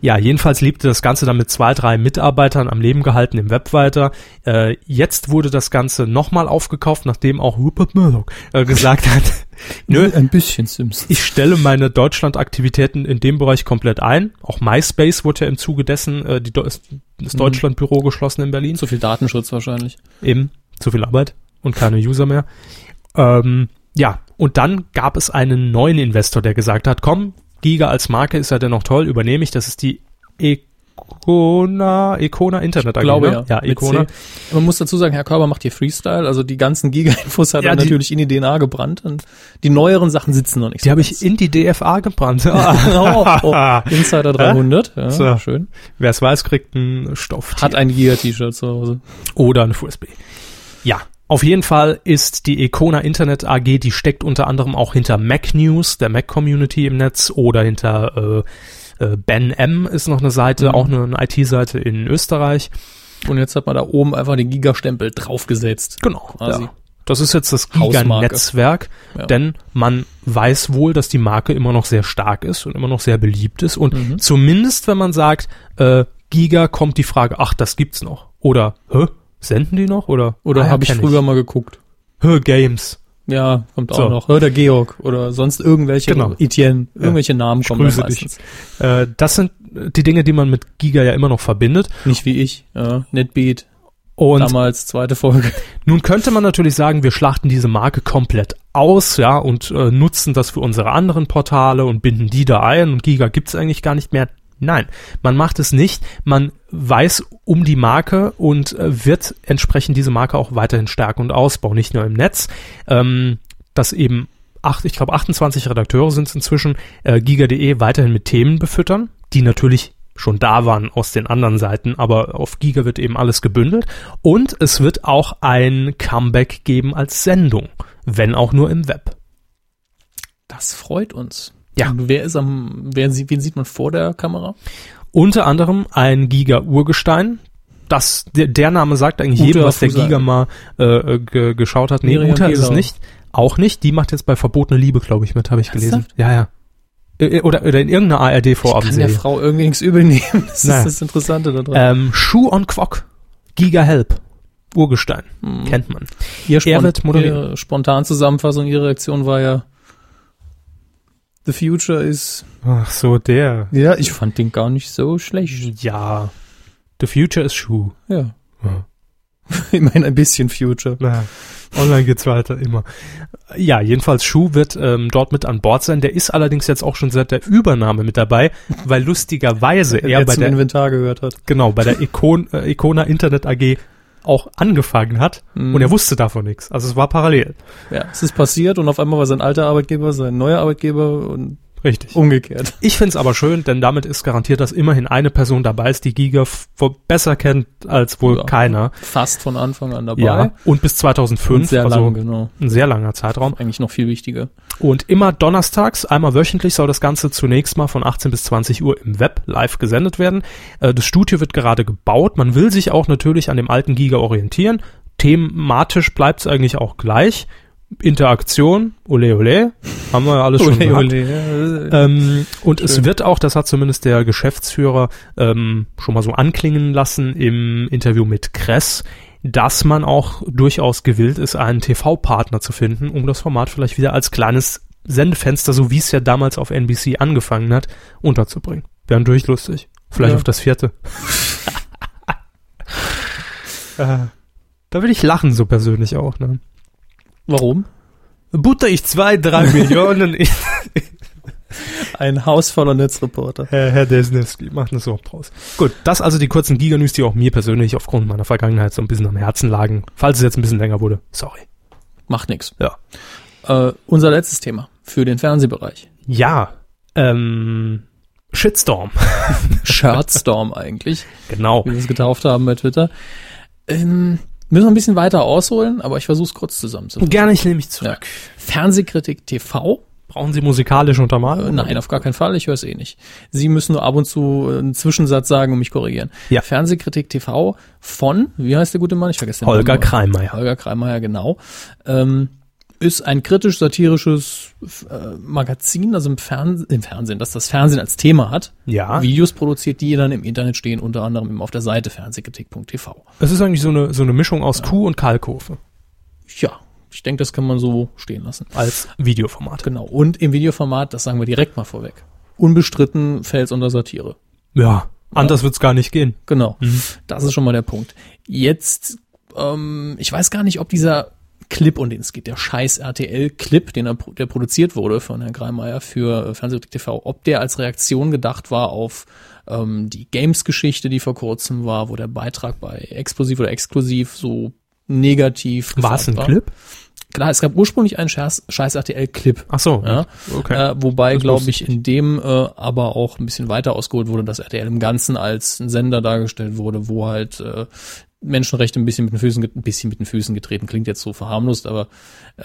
Ja, jedenfalls lebte das Ganze dann mit zwei, drei Mitarbeitern am Leben gehalten im Web weiter. Äh, jetzt wurde das Ganze nochmal aufgekauft, nachdem auch Rupert Murdoch äh, gesagt hat, nö,
Ein bisschen Sims.
ich stelle meine Deutschland-Aktivitäten in dem Bereich komplett ein. Auch MySpace wurde ja im Zuge dessen äh, die, Deu- das Deutschlandbüro geschlossen in Berlin.
Zu viel Datenschutz wahrscheinlich.
Eben, zu viel Arbeit und keine User mehr. Ähm, ja, und dann gab es einen neuen Investor, der gesagt hat, komm, Giga als Marke ist ja dennoch toll, übernehme ich, das ist die Econa, Econa Internet AG,
Glaube
ne?
ja.
Ja,
Mit
Econa.
C. Man muss dazu sagen, Herr Körber macht hier Freestyle, also die ganzen Giga-Infos hat
Ja,
er
die-
natürlich in die DNA gebrannt und die neueren Sachen sitzen noch nicht.
Die habe ich in die DFA gebrannt. Ah,
oh, oh, Insider 300, ja,
So.
schön.
Wer es weiß, kriegt einen Stoff.
Hat ein Giga-T-Shirt zu Hause.
oder eine FUSB. Ja, auf jeden Fall ist die Econa Internet AG, die steckt unter anderem auch hinter Mac News, der Mac Community im Netz oder hinter äh, äh, Ben M ist noch eine Seite,
Mhm.
auch eine, eine IT-Seite in Österreich.
Und jetzt hat man da oben einfach den Giga-Stempel draufgesetzt.
Genau.
Quasi.
Ja. Das ist jetzt das
Hausmarke.
Giga-Netzwerk,
Ja.
denn man weiß wohl, dass die Marke immer noch sehr stark ist und immer noch sehr beliebt ist. Und
Mhm.
zumindest, wenn man sagt, äh, Giga, kommt die Frage, ach, das gibt's noch. Oder, hä, senden die noch? Oder,
Oder
ah, ja,
habe ich
kenn
früher mal geguckt.
Hä, Games.
Ja, kommt auch
So.
noch. Oder Georg oder sonst irgendwelche
Genau.
Etienne, irgendwelche Namen kommen
grüße
da meistens.
Äh, das sind die Dinge, die man mit Giga ja immer noch verbindet.
Nicht wie ich. Ja, Netbeat,
Und
damals zweite Folge.
nun könnte man natürlich sagen, wir schlachten diese Marke komplett aus, ja, und äh, nutzen das für unsere anderen Portale und binden die da ein und Giga gibt's eigentlich gar nicht mehr. Nein, man macht es nicht. Man weiß um die Marke und äh, wird entsprechend diese Marke auch weiterhin stärken und ausbauen, nicht nur im Netz. Ähm, dass eben acht, ich glaube 28 Redakteure sind es inzwischen, äh, giga.de weiterhin mit Themen befüttern, die natürlich schon da waren aus den anderen Seiten, aber auf Giga wird eben alles gebündelt und es wird auch ein Comeback geben als Sendung, wenn auch nur im Web.
Das freut uns.
Ja.
Und wer ist am, wer, sie- wen sieht man vor der Kamera?
Unter anderem ein Giga-Urgestein, das, der, der Name sagt eigentlich
Ute
jedem, was der
Fusal.
Giga mal äh, ge, geschaut hat. Nee,
Miriam
Uta ist es
Gilau.
nicht, auch nicht, die macht jetzt bei Verbotene Liebe, glaube ich, mit, habe ich gelesen.
Ernsthaft?
Ja, ja. Äh, Oder, oder in irgendeiner
Kann der
ARD-Vorabendserie.
Frau irgendwie nichts übel nehmen? Das
Naja.
ist das Interessante daran.
Ähm, Schuh on Quock. Giga Help. Urgestein.
Mhm.
Kennt man.
ihr
er wird moderieren.
ihre spontan Zusammenfassung, ihre Reaktion war ja The Future ist.
Ach so, der.
Ja, ich fand den gar nicht so schlecht.
Mhm. Ja. The future is Schuh.
Ja.
Ja.
Immerhin ein bisschen Future.
Naja, online geht's weiter, immer. Ja, jedenfalls Schuh wird ähm, dort mit an Bord sein. Der ist allerdings jetzt auch schon seit der Übernahme mit dabei, weil lustigerweise
Wer
er bei
zum
der,
Inventar gehört hat.
genau, bei der Icon, äh, Icona Internet AG auch angefangen hat
Mhm.
und er wusste davon nichts. Also es war parallel.
Ja, es ist passiert und auf einmal war sein alter Arbeitgeber sein neuer Arbeitgeber und
Richtig.
umgekehrt.
Ich find's aber schön, denn damit ist garantiert, dass immerhin eine Person dabei ist, die Giga f- wohl besser kennt als wohl
Ja.
keiner.
Fast von Anfang an dabei.
Und bis
Und
2005,
sehr
also
lang, genau.
ein sehr langer Zeitraum.
Eigentlich noch viel wichtiger.
Und immer donnerstags, einmal wöchentlich, soll das Ganze zunächst mal von 18 bis 20 Uhr im Web live gesendet werden. Äh, Das Studio wird gerade gebaut. Man will sich auch natürlich an dem alten Giga orientieren. Thematisch bleibt's eigentlich auch gleich. Interaktion, ole ole, haben wir ja alles schon gehabt.
ole. äh,
Ähm, und es
Schön.
wird auch, das hat zumindest der Geschäftsführer ähm, schon mal so anklingen lassen im Interview mit Kress, dass man auch durchaus gewillt ist, einen TV-Partner zu finden, um das Format vielleicht wieder als kleines Sendefenster, so wie es ja damals auf NBC angefangen hat, unterzubringen. Wäre natürlich lustig. Vielleicht
Ja.
auf das vierte. Äh, Da will ich lachen, so persönlich auch. Ne?
Warum?
Butter ich zwei, drei Millionen. in-
Ein Haus voller Netzreporter.
Herr, Herr Desneski, macht eine Sorge draus. Gut, das also die kurzen Giganews, die auch mir persönlich aufgrund meiner Vergangenheit so ein bisschen am Herzen lagen. Falls es jetzt ein bisschen länger wurde, sorry.
Macht nix.
Ja.
Äh, unser letztes Thema für den Fernsehbereich.
Ja, ähm, Shitstorm.
Shirtstorm eigentlich,
Genau.
wie wir es getauft haben bei Twitter. Ähm, müssen wir ein bisschen weiter ausholen, aber ich versuche es kurz zusammenzufassen.
Gerne, ich nehme mich
Ja. Fernsehkritik TV
Brauchen Sie musikalische
Äh,
Untermalung?
Nein, auf gar keinen Fall. Ich höre es eh nicht. Sie müssen nur ab und zu äh, einen Zwischensatz sagen und mich korrigieren.
Ja.
Fernsehkritik TV von, wie heißt der gute Mann? Ich vergesse den
Holger
Namen.
Kreimeier.
Holger Kreimeier, genau. Ähm, ist ein kritisch-satirisches äh, Magazin, das im, Fern im Fernsehen, das das Fernsehen als Thema hat.
Ja.
Videos produziert, die dann im Internet stehen, unter anderem eben auf der Seite fernsehkritik.tv.
Es ist eigentlich so eine, so eine Mischung aus Kuh und Kalkofe
Ja, ich denke, das kann man so stehen lassen.
als Videoformat.
Genau. Und im Videoformat, das sagen wir direkt mal vorweg. Unbestritten fällt es unter Satire.
Ja, anders wird's gar nicht gehen.
Genau.
Mhm.
Das ist schon mal der Punkt. Jetzt, ähm, ich weiß gar nicht, ob dieser Clip, um den es geht, der scheiß RTL-Clip, den er, pro- der produziert wurde von Herrn Greimeier für äh, Fernsehkritik TV, ob der als Reaktion gedacht war auf ähm, die Games-Geschichte, die vor kurzem war, wo der Beitrag bei Explosiv oder Exklusiv so negativ
War es ein
gefärbt
Clip?
Klar, es gab ursprünglich einen scheiß, scheiß RTL-Clip.
Ach so.
Ja.
Okay.
Äh, wobei,
Das
glaube
wusste
ich, in dem äh, aber auch ein bisschen weiter ausgeholt wurde, dass RTL im Ganzen als ein Sender dargestellt wurde, wo halt äh, Menschenrechte ein bisschen mit den Füßen, get- ein bisschen mit den Füßen getreten. Klingt jetzt so verharmlost, aber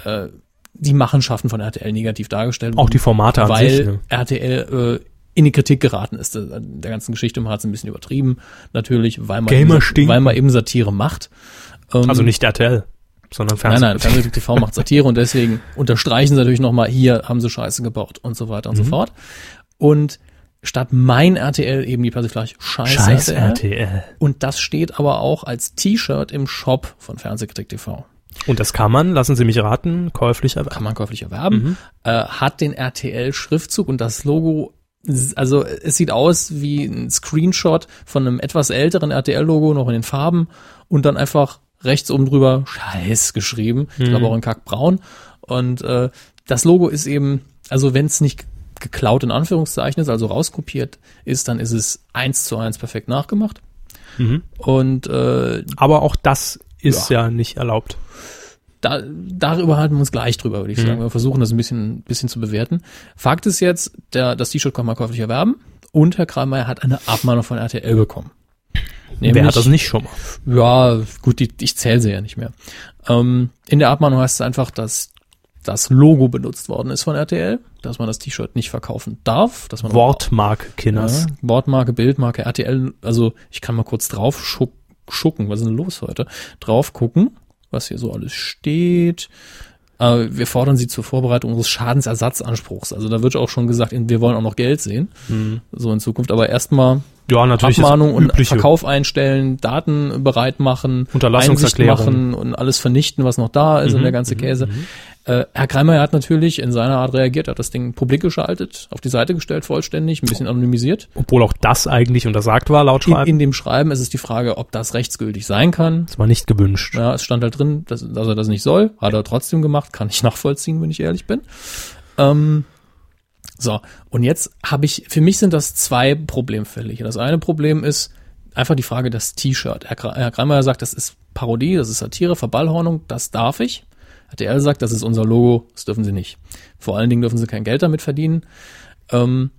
äh, die Machenschaften von RTL negativ dargestellt
Auch die Formate an
weil
sich. Ne?
RTL äh, in die Kritik geraten ist. äh, Der ganzen Geschichte man hat es ein bisschen übertrieben, natürlich, weil man,
Gamer
eben,
stinken.
weil man eben Satire macht. Ähm,
Also nicht RTL, sondern
Nein,
Fernsehen.
nein, Fernsehkritik TV macht Satire und deswegen unterstreichen sie natürlich nochmal, hier haben sie Scheiße gebaut und so weiter und so fort. Und statt mein RTL eben die Persiflage Scheiß,
Scheiß
RTL.
RTL.
Und das steht aber auch als T-Shirt im Shop von Fernsehkritik TV.
Und das kann man, lassen Sie mich raten, käuflich erwerben.
Kann man käuflich erwerben. Äh, hat den RTL-Schriftzug und das Logo, s- also es sieht aus wie ein Screenshot von einem etwas älteren RTL-Logo, noch in den Farben und dann einfach rechts oben drüber Scheiß geschrieben. Ich glaube auch in Kackbraun. Und äh, das Logo ist eben, also wenn es nicht geklaut in Anführungszeichen ist, also rauskopiert ist, dann ist es eins zu eins perfekt nachgemacht. Mhm. Und äh,
Aber auch das ist ja, nicht erlaubt.
da, darüber halten wir uns gleich drüber,
Mhm.
würde ich sagen. Wir versuchen das ein bisschen, bisschen zu bewerten. Fakt ist jetzt, der, das T-Shirt kann man käuflich erwerben und Herr Kramer hat eine Abmahnung von RTL bekommen.
Wer hat das nicht schon mal?
Ja, gut, die, ich zähle sie ja nicht mehr. Ähm, in der Abmahnung heißt es einfach, dass das Logo benutzt worden ist von RTL, dass man das T-Shirt nicht verkaufen darf, dass man
Wortmark
ja,
Kinners.
Wortmarke, Bildmarke, RTL, also ich kann mal kurz drauf schuck, schucken, was ist denn los heute? Drauf gucken, was hier so alles steht. Äh, wir fordern sie zur Vorbereitung unseres Schadensersatzanspruchs. Also da wird auch schon gesagt, in- wir wollen auch noch Geld sehen, so in Zukunft. Aber erstmal
Ja, Hm. natürlich. das
Abmahnung und
übliche.
Verkauf einstellen, Daten bereit machen, Einsicht
Unterlassungserklärung. Mhm.
machen und alles vernichten, was noch da ist und der ganze Käse. Äh, Herr Kreimer hat natürlich in seiner Art reagiert, hat das Ding publik geschaltet, auf die Seite gestellt vollständig, ein bisschen anonymisiert.
Obwohl auch das eigentlich untersagt war, laut
In,
Schreiben.
in dem Schreiben ist es die Frage, ob das rechtsgültig sein kann.
das war nicht gewünscht.
Ja, es stand halt drin, dass, dass er das nicht soll. Hat er trotzdem gemacht, kann ich nachvollziehen, wenn ich ehrlich bin. Ähm, so, und jetzt habe ich, für mich sind das zwei Problemfälle hier. Das eine Problem ist einfach die Frage, das T-Shirt. Herr, Gra- Herr Kramer sagt, das ist Parodie, das ist Satire, Verballhornung, das darf ich. RTL sagt, das ist unser Logo, das dürfen sie nicht. Vor allen Dingen dürfen sie kein Geld damit verdienen. Ähm,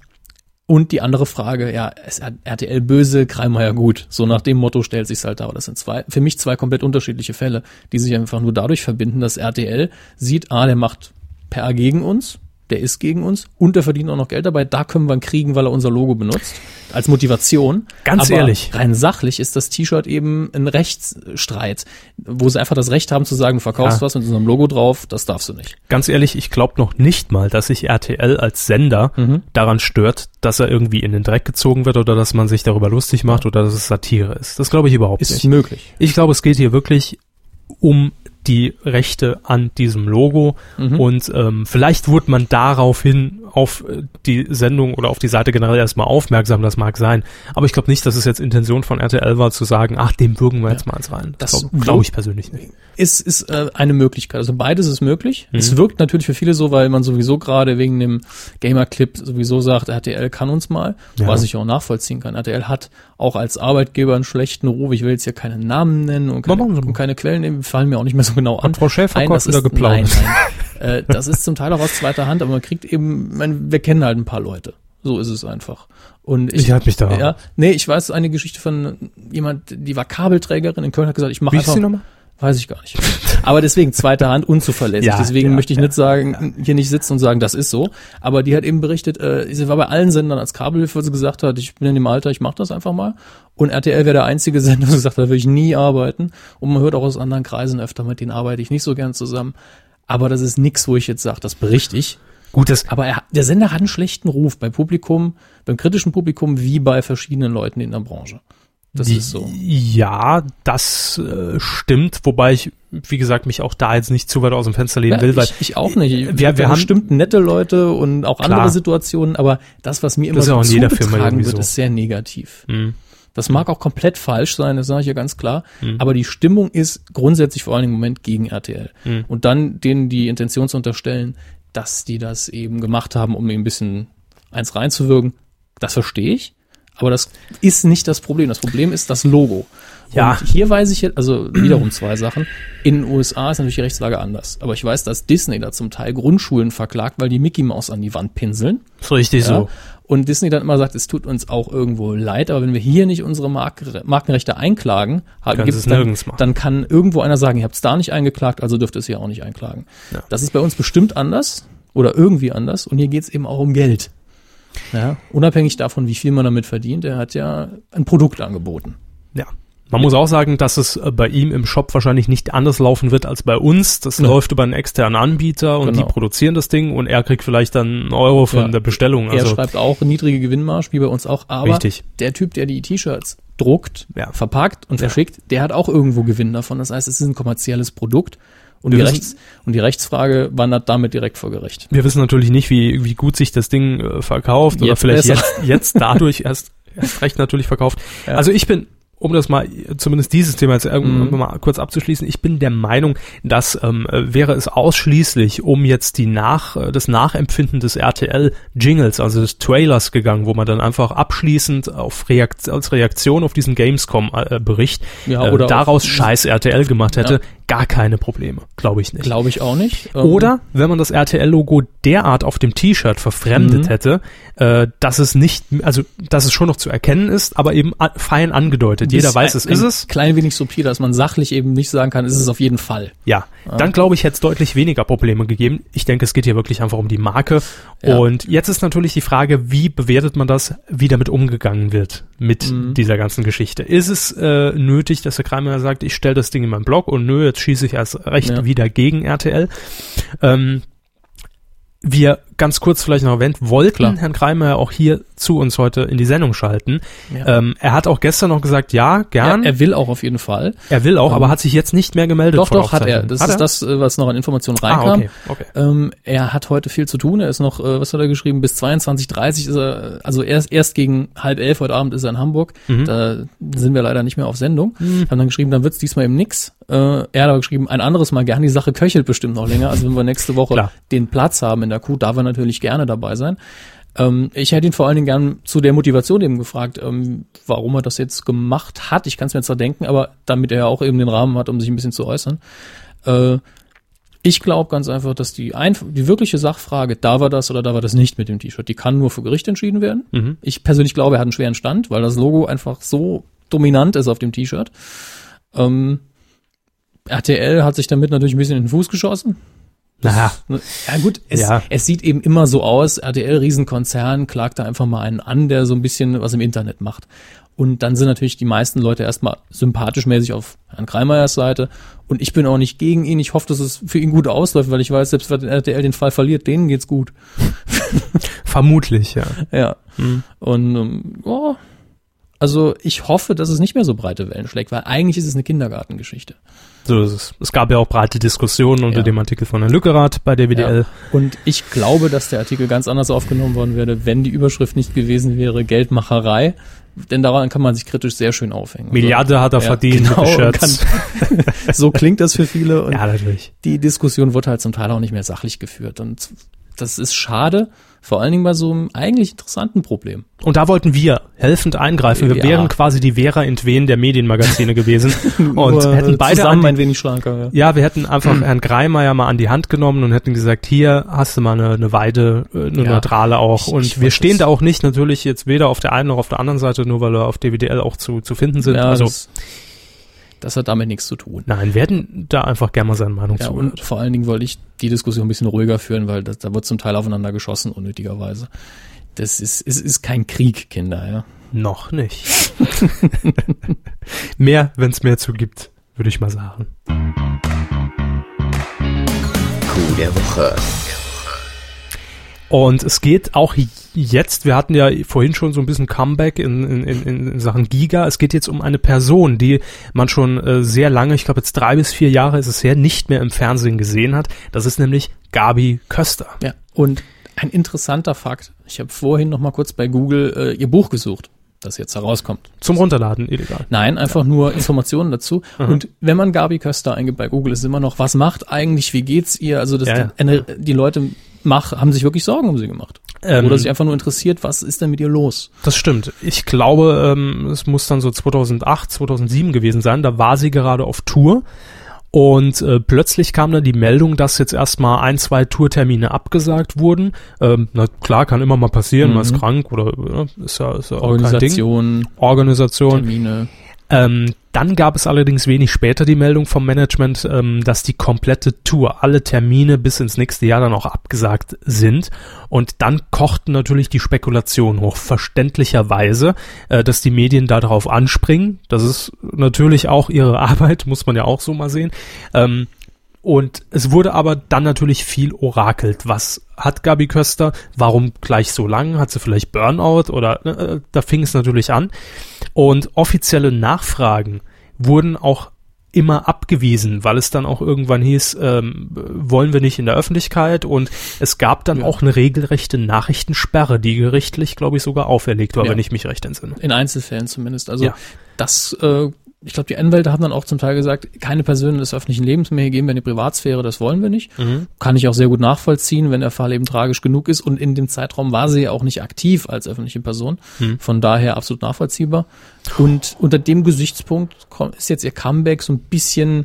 und die andere Frage, ja, ist RTL böse, Kreimeier gut. So nach dem Motto stellt sich's halt dar. Das sind zwei, für mich zwei komplett unterschiedliche Fälle, die sich einfach nur dadurch verbinden, dass RTL sieht, ah, der macht PR gegen uns, der ist gegen uns und der verdient auch noch Geld dabei. Da können wir ihn kriegen, weil er unser Logo benutzt. Als Motivation.
Ganz
Aber
ehrlich.
Rein sachlich ist das T-Shirt eben ein Rechtsstreit, wo sie einfach das Recht haben zu sagen, du verkaufst
Ja.
was mit unserem Logo drauf, das darfst du nicht.
Ganz ehrlich, ich glaube noch nicht mal, dass sich RTL als Sender
Mhm.
daran stört, dass er irgendwie in den Dreck gezogen wird oder dass man sich darüber lustig macht oder dass es Satire ist. Das glaube ich überhaupt nicht.
möglich.
Ich glaube, es geht hier wirklich um die Rechte an diesem Logo mhm. und ähm, vielleicht wurde man daraufhin auf die Sendung oder auf die Seite generell erstmal aufmerksam, das mag sein, aber ich glaube nicht, dass es jetzt Intention von RTL war zu sagen, ach, dem würgen wir ja. jetzt mal eins rein.
Das glaube glaub ich persönlich nicht. Ist, ist äh, eine Möglichkeit, also beides ist möglich. Mhm. Es wirkt natürlich für viele so, weil man sowieso gerade wegen dem Gamer-Clip sowieso sagt, RTL kann uns mal, ja. was ich auch nachvollziehen kann. RTL hat auch als Arbeitgeber einen schlechten Ruf, ich will jetzt hier keinen Namen nennen und keine, und keine Quellen nehmen, fallen mir auch nicht mehr so genau an.
Hat Frau Schäferkopf wieder geplaudert?
Nein, nein. äh, das ist zum Teil auch aus zweiter Hand, aber man kriegt eben, man, wir kennen halt ein paar Leute. So ist es einfach. Und ich,
ich halte mich da.
Ja, nee, ich weiß eine Geschichte von jemand, die war Kabelträgerin in Köln, hat gesagt, ich mache einfach.
Sie nochmal?
Weiß ich gar nicht. Aber deswegen zweiter Hand unzuverlässig. Ja, deswegen ja, möchte ich ja, nicht sagen, hier nicht sitzen und sagen, das ist so. Aber die hat eben berichtet, äh, sie war bei allen Sendern als Kabelhilfe, wo sie gesagt hat, ich bin in dem Alter, ich mache das einfach mal. Und RTL wäre der einzige Sender, der gesagt hat, da will ich nie arbeiten. Und man hört auch aus anderen Kreisen öfter, mit denen arbeite ich nicht so gern zusammen. Aber das ist nix, wo ich jetzt sage, das berichte ich.
Gutes.
Aber er, der Sender hat einen schlechten Ruf beim Publikum, beim kritischen Publikum wie bei verschiedenen Leuten in der Branche.
Das Die, ist so. Ja, das äh, stimmt, wobei ich, wie gesagt, mich auch da jetzt nicht zu weit aus dem Fenster lehnen ja, will, weil
ich, ich auch nicht. Ich,
wir, wir haben
bestimmt nette Leute und auch klar. andere Situationen, aber das, was mir immer
das so
zugetragen wird, so. ist sehr negativ. Mhm. Das mag auch komplett falsch sein, das sage ich ja ganz klar. Mhm. Aber die Stimmung ist grundsätzlich vor allen Dingen im Moment gegen RTL. Mhm. Und dann denen die Intention zu unterstellen, dass die das eben gemacht haben, um ihm ein bisschen eins reinzuwirken, das verstehe ich. Aber das ist nicht das Problem. Das Problem ist das Logo.
Ja.
Und hier weiß ich jetzt, also wiederum zwei Sachen. In den USA ist natürlich die Rechtslage anders. Aber ich weiß, dass Disney da zum Teil Grundschulen verklagt, weil die Mickey Mouse an die Wand pinseln.
Das richtig ja. so.
Und Disney dann immer sagt, es tut uns auch irgendwo leid, aber wenn wir hier nicht unsere Mark Markenrechte einklagen,
haben,
gibt's dann, dann kann irgendwo einer sagen, ihr habt es da nicht eingeklagt, also dürft ihr es hier auch nicht einklagen. Ja. Das ist bei uns bestimmt anders oder irgendwie anders. Und hier geht's eben auch um Geld. Ja, unabhängig davon, wie viel man damit verdient, er hat ja ein Produkt angeboten.
Ja. Man muss auch sagen, dass es äh, bei ihm im Shop wahrscheinlich nicht anders laufen wird als bei uns. Das ja. läuft über einen externen Anbieter und genau. die produzieren das Ding und er kriegt vielleicht dann einen Euro von ja. der Bestellung.
Also er schreibt auch niedrige Gewinnmarge, wie bei uns auch. Aber
Ne, richtig.
der Typ, der die T-Shirts druckt, ja. verpackt und verschickt, der hat auch irgendwo Gewinn davon. Das heißt, es ist ein kommerzielles Produkt. Und die, Rechts, und die, Rechtsfrage wandert damit direkt vor Gericht.
Wir wissen natürlich nicht, wie, wie gut sich das Ding äh, verkauft jetzt oder vielleicht besser. jetzt, jetzt dadurch erst, erst recht natürlich verkauft. Ja. Also ich bin, um das mal, zumindest dieses Thema jetzt mhm. Um mal kurz abzuschließen, ich bin der Meinung, dass ähm, wäre es ausschließlich um jetzt die nach, das Nachempfinden des RTL-Jingles, also des Trailers gegangen, wo man dann einfach abschließend auf Reakt, als Reaktion auf diesen Gamescom-Bericht äh, ja, äh, daraus scheiß RTL gemacht hätte, ja gar keine Probleme. Glaube ich nicht.
Glaube ich auch nicht. Ähm,
Oder wenn man das RTL-Logo derart auf dem T-Shirt verfremdet mhm. hätte, äh, dass es nicht, also dass es schon noch zu erkennen ist, aber eben fein angedeutet. Jeder weiß, es
ein,
ist es.
Klein wenig subtil, dass man sachlich eben nicht sagen kann, ist es auf jeden Fall.
Ja,
Ah.
ja. dann glaube ich, hätte es deutlich weniger Probleme gegeben. Ich denke, es geht hier wirklich einfach um die Marke. Ja. Und jetzt ist natürlich die Frage, wie bewertet man das, wie damit umgegangen wird mit mhm. dieser ganzen Geschichte. Ist es äh, nötig, dass der Kramer sagt, ich stelle das Ding in meinen Blog und nö, jetzt schieße ich erst recht ja. wieder gegen RTL. Ähm, wir ganz kurz vielleicht noch erwähnt, wollten Klar. Herrn Kreimer auch hier zu uns heute in die Sendung schalten. Ja. Äh, Ähm, er hat auch gestern noch gesagt, ja, gern.
Er, er will auch auf jeden Fall.
Er will auch, ähm, aber hat sich jetzt nicht mehr gemeldet.
Doch, doch, hat er. Das hat ist er? das, äh, was noch an Informationen reinkam. Ah, okay, okay. Ähm, er hat heute viel zu tun. Er ist noch, äh, was hat er geschrieben, bis 22.30 ist er, also erst, erst gegen halb elf heute Abend ist er in Hamburg. Mhm. Da sind wir leider nicht mehr auf Sendung. Mhm. Haben dann geschrieben, dann wird's diesmal eben nix. Äh, er hat aber geschrieben, ein anderes Mal gern. Die Sache köchelt bestimmt noch länger. Also wenn wir nächste Woche den Platz haben in der Kuh, da wir natürlich gerne dabei sein. Ähm, ich hätte ihn vor allen Dingen gern zu der Motivation eben gefragt, ähm, warum er das jetzt gemacht hat. Ich kann es mir zwar denken, aber damit er auch eben den Rahmen hat, um sich ein bisschen zu äußern. Äh, ich glaube ganz einfach, dass die, einf die wirkliche Sachfrage, da war das oder da war das nicht mit dem T-Shirt, die kann nur vor Gericht entschieden werden. Mhm. Ich persönlich glaube, er hat einen schweren Stand, weil das Logo einfach so dominant ist auf dem T-Shirt. Ähm, RTL hat sich damit natürlich ein bisschen in den Fuß geschossen.
Naja.
Ja gut, es, ja. es sieht eben immer so aus, RTL-Riesenkonzern klagt da einfach mal einen an, der so ein bisschen was im Internet macht. Und dann sind natürlich die meisten Leute erstmal sympathisch mäßig auf Herrn Kreimeyers Seite. Und ich bin auch nicht gegen ihn. Ich hoffe, dass es für ihn gut ausläuft, weil ich weiß, selbst wenn RTL den Fall verliert, denen geht's gut.
Vermutlich, ja.
Ja. Hm. Und ähm, oh, Also ich hoffe, dass es nicht mehr so breite Wellen schlägt, weil eigentlich ist es eine Kindergartengeschichte.
So ist es. Es gab ja auch breite Diskussionen unter
Ja.
dem Artikel von Herrn Lückerath bei der WDL.
Und ich glaube, dass der Artikel ganz anders aufgenommen worden wäre, wenn die Überschrift nicht gewesen wäre Geldmacherei. Denn daran kann man sich kritisch sehr schön aufhängen.
Milliarde hat er
Ja,
verdient
genau,
mit
und
Shirts.
Also, so klingt das für viele. Und
Ja, natürlich.
die Diskussion wird halt zum Teil auch nicht mehr sachlich geführt. Und das ist schade, vor allen Dingen bei so einem eigentlich interessanten Problem.
Und da wollten wir helfend eingreifen. Wir
Ja.
wären quasi die Vera Entwen der Medienmagazine gewesen und
Nur
hätten beide an
zusammen Mhm.
die
ein wenig schlanker. Ja.
Ja, wir hätten einfach Herrn Greimeier mal an die Hand genommen und hätten gesagt, hier hast du mal eine, eine Weide, äh, eine
Ja.
Neutrale auch.
Ich-
und
ich
wir
weiß
stehen
es.
da auch nicht natürlich jetzt weder auf der einen noch auf der anderen Seite, nur weil wir auf DWDL auch zu, zu finden sind.
Ja,
also
das, das hat damit nichts zu tun.
nein, wir hätten da einfach gerne mal seine Meinung
Ja,
zu.
und vor allen Dingen wollte ich die Diskussion ein bisschen ruhiger führen, weil das, da wird zum Teil aufeinander geschossen, unnötigerweise. Das ist, es ist kein Krieg, Kinder, ja.
Noch nicht. mehr, wenn es mehr zu gibt, würde ich mal sagen.
Coup der Woche.
Und es geht auch jetzt, wir hatten ja vorhin schon so ein bisschen Comeback in, in, in, in Sachen Giga, es geht jetzt um eine Person, die man schon äh, sehr lange, ich glaube jetzt drei bis vier Jahre ist es her, nicht mehr im Fernsehen gesehen hat. Das ist nämlich Gabi Köster.
Ja. Und ein interessanter Fakt, ich habe vorhin noch mal kurz bei Google äh, ihr Buch gesucht, das jetzt herauskommt.
Zum Runterladen, illegal.
Nein, einfach nur Informationen dazu. Und wenn man Gabi Köster eingibt bei Google, ist immer noch, was macht eigentlich, wie geht's ihr? Also das,
Ja,
Die, die Leute mach, haben sich wirklich Sorgen um sie gemacht.
Ähm,
Oder sich einfach nur interessiert, was ist denn mit ihr los?
Das stimmt. Ich glaube, ähm, es muss dann so 2008, 2007 gewesen sein. Da war sie gerade auf Tour. Und äh, plötzlich kam dann die Meldung, dass jetzt erstmal ein, zwei Tourtermine abgesagt wurden. Ähm, na klar, kann immer mal passieren, man ist krank oder ne, ist ja, ist ja auch kein Ding.
Organisation,
Organisation.
Termine.
Ähm, dann gab es allerdings wenig später die Meldung vom Management, ähm, dass die komplette Tour, alle Termine bis ins nächste Jahr dann auch abgesagt sind. Und dann kochten natürlich die Spekulationen hoch, verständlicherweise, äh, dass die Medien darauf anspringen. Das ist natürlich auch ihre Arbeit, muss man ja auch so mal sehen. Ähm, und es wurde aber dann natürlich viel orakelt. Was hat Gabi Köster? Warum gleich so lang? Hat sie vielleicht Burnout? Oder äh, da fing es natürlich an. Und offizielle Nachfragen wurden auch immer abgewiesen, weil es dann auch irgendwann hieß, ähm, wollen wir nicht in der Öffentlichkeit. Und es gab dann
Ja.
auch eine regelrechte Nachrichtensperre, die gerichtlich, glaube ich, sogar auferlegt war,
Ja.
wenn ich mich recht entsinne.
In Einzelfällen zumindest. Also
Ja.
das, äh, ich glaube, die Anwälte haben dann auch zum Teil gesagt, keine Personen des öffentlichen Lebens mehr hier geben wir in die Privatsphäre, das wollen wir nicht.
Mhm.
Kann ich auch sehr gut nachvollziehen, wenn der Fall eben tragisch genug ist. Und in dem Zeitraum war sie ja auch nicht aktiv als öffentliche Person.
Mhm.
Von daher absolut nachvollziehbar. Und unter dem Gesichtspunkt komm- ist jetzt ihr Comeback so ein bisschen,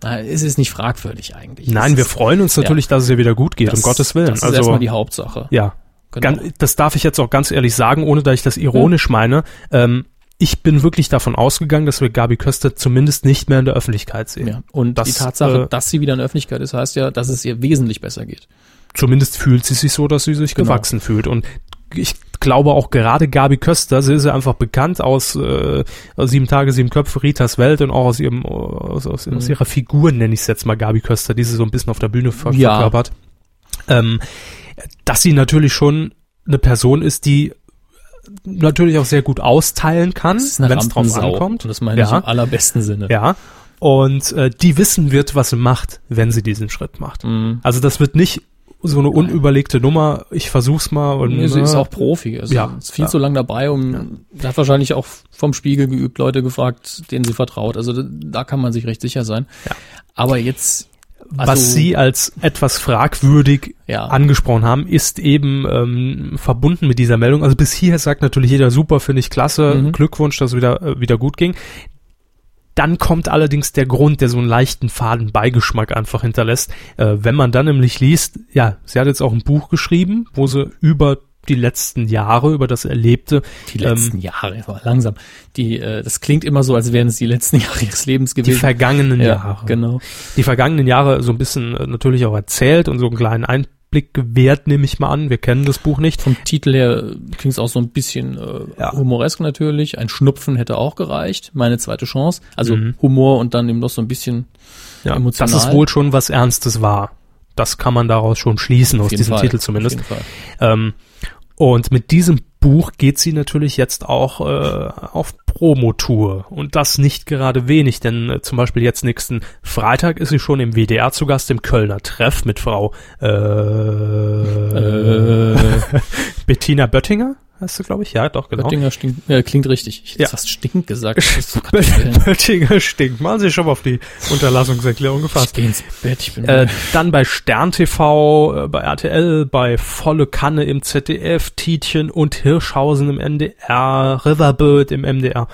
na, es ist nicht fragwürdig eigentlich.
Nein,
Es
wir
ist-
freuen uns natürlich, dass es ihr wieder gut geht,
das-
um Gottes Willen.
Das ist
also,
erstmal die Hauptsache.
ja.
Genau.
Ganz, das darf ich jetzt auch ganz ehrlich sagen, ohne dass ich das ironisch meine. Ähm, ich bin wirklich davon ausgegangen, dass wir Gabi Köster zumindest nicht mehr in der Öffentlichkeit sehen.
Genau. Ja, und
Das,
die Tatsache,
äh,
dass sie wieder in der Öffentlichkeit ist, heißt ja, dass es ihr wesentlich besser geht.
Zumindest fühlt sie sich so, dass sie sich
Genau.
gewachsen fühlt. Und ich glaube auch gerade Gabi Köster, sie ist ja einfach bekannt aus, äh, aus Sieben Tage, Sieben Köpfe, Ritas Welt und auch aus, ihrem, aus, aus, aus
Mhm.
ihrer Figur, nenne ich es jetzt mal Gabi Köster, die sie so ein bisschen auf der Bühne ver
Ja.
verkörpert. Ähm, dass sie natürlich schon eine Person ist, die natürlich auch sehr gut austeilen kann,
Das ist
wenn
eine
es drauf
Rampensau.
ankommt.
Und das meine ich
ja,
im allerbesten Sinne.
ja. Und äh, die wissen wird, was sie macht, wenn sie diesen Schritt macht.
Mhm.
Also das wird nicht so eine unüberlegte Nummer, ich versuch's mal und
Nee, sie ist
äh,
auch Profi. Also
Ja,
ist viel
ja.
zu lang dabei. Um, Hat wahrscheinlich auch vom Spiegel geübt, Leute gefragt, denen sie vertraut. Also da- da kann man sich recht sicher sein. Aber jetzt, also,
was sie als etwas fragwürdig
Ja.
angesprochen haben, ist eben ähm, verbunden mit dieser Meldung. Also bis hierher sagt natürlich jeder super, finde ich klasse,
Mhm.
Glückwunsch, dass es wieder, äh, wieder gut ging. Dann kommt allerdings der Grund, der so einen leichten faden Beigeschmack einfach hinterlässt. Äh, wenn man dann nämlich liest, ja, sie hat jetzt auch ein Buch geschrieben, wo sie über die letzten Jahre, über das Erlebte, ähm,
die letzten Jahre, jetzt mal langsam. Die, äh, das klingt immer so, als wären es die letzten Jahre ihres Lebens
die
gewesen.
vergangenen
ja,
Jahre.
genau.
die vergangenen Jahre so ein bisschen äh, natürlich auch erzählt und so einen kleinen Einblick gewährt, nehme ich mal an. Wir kennen das Buch nicht.
Vom Titel her klingt es auch so ein bisschen äh,
Ja.
humoresk natürlich. Ein Schnupfen hätte auch gereicht. Meine zweite Chance. Also
Mhm.
Humor und dann eben noch so ein bisschen
Ja,
emotional.
Dass es wohl schon was Ernstes war. Das kann man daraus schon schließen, aus
jeden
diesem
Fall,
Titel
auf
zumindest.
jeden Fall.
Ähm, und mit diesem Buch geht sie natürlich jetzt auch äh, auf Promotour und das nicht gerade wenig, denn äh, zum Beispiel jetzt nächsten Freitag ist sie schon im WDR zu Gast im Kölner Treff mit Frau äh,
Äh,
Bettina Böttinger, heißt du, glaube ich? Ja, doch, genau.
Oettinger stinkt, äh, klingt richtig. Ich
Ja.
hast stink gesagt. Das ist so- Gott, ich
Böttinger stinkt. Machen Sie schon mal auf die Unterlassungserklärung gefasst.
geh ins Bett, ich bin
Äh, dann bei Stern TV, äh, bei RTL, bei Volle Kanne im ZDF, Tietjen und Hirschhausen im NDR, Riverbird im MDR.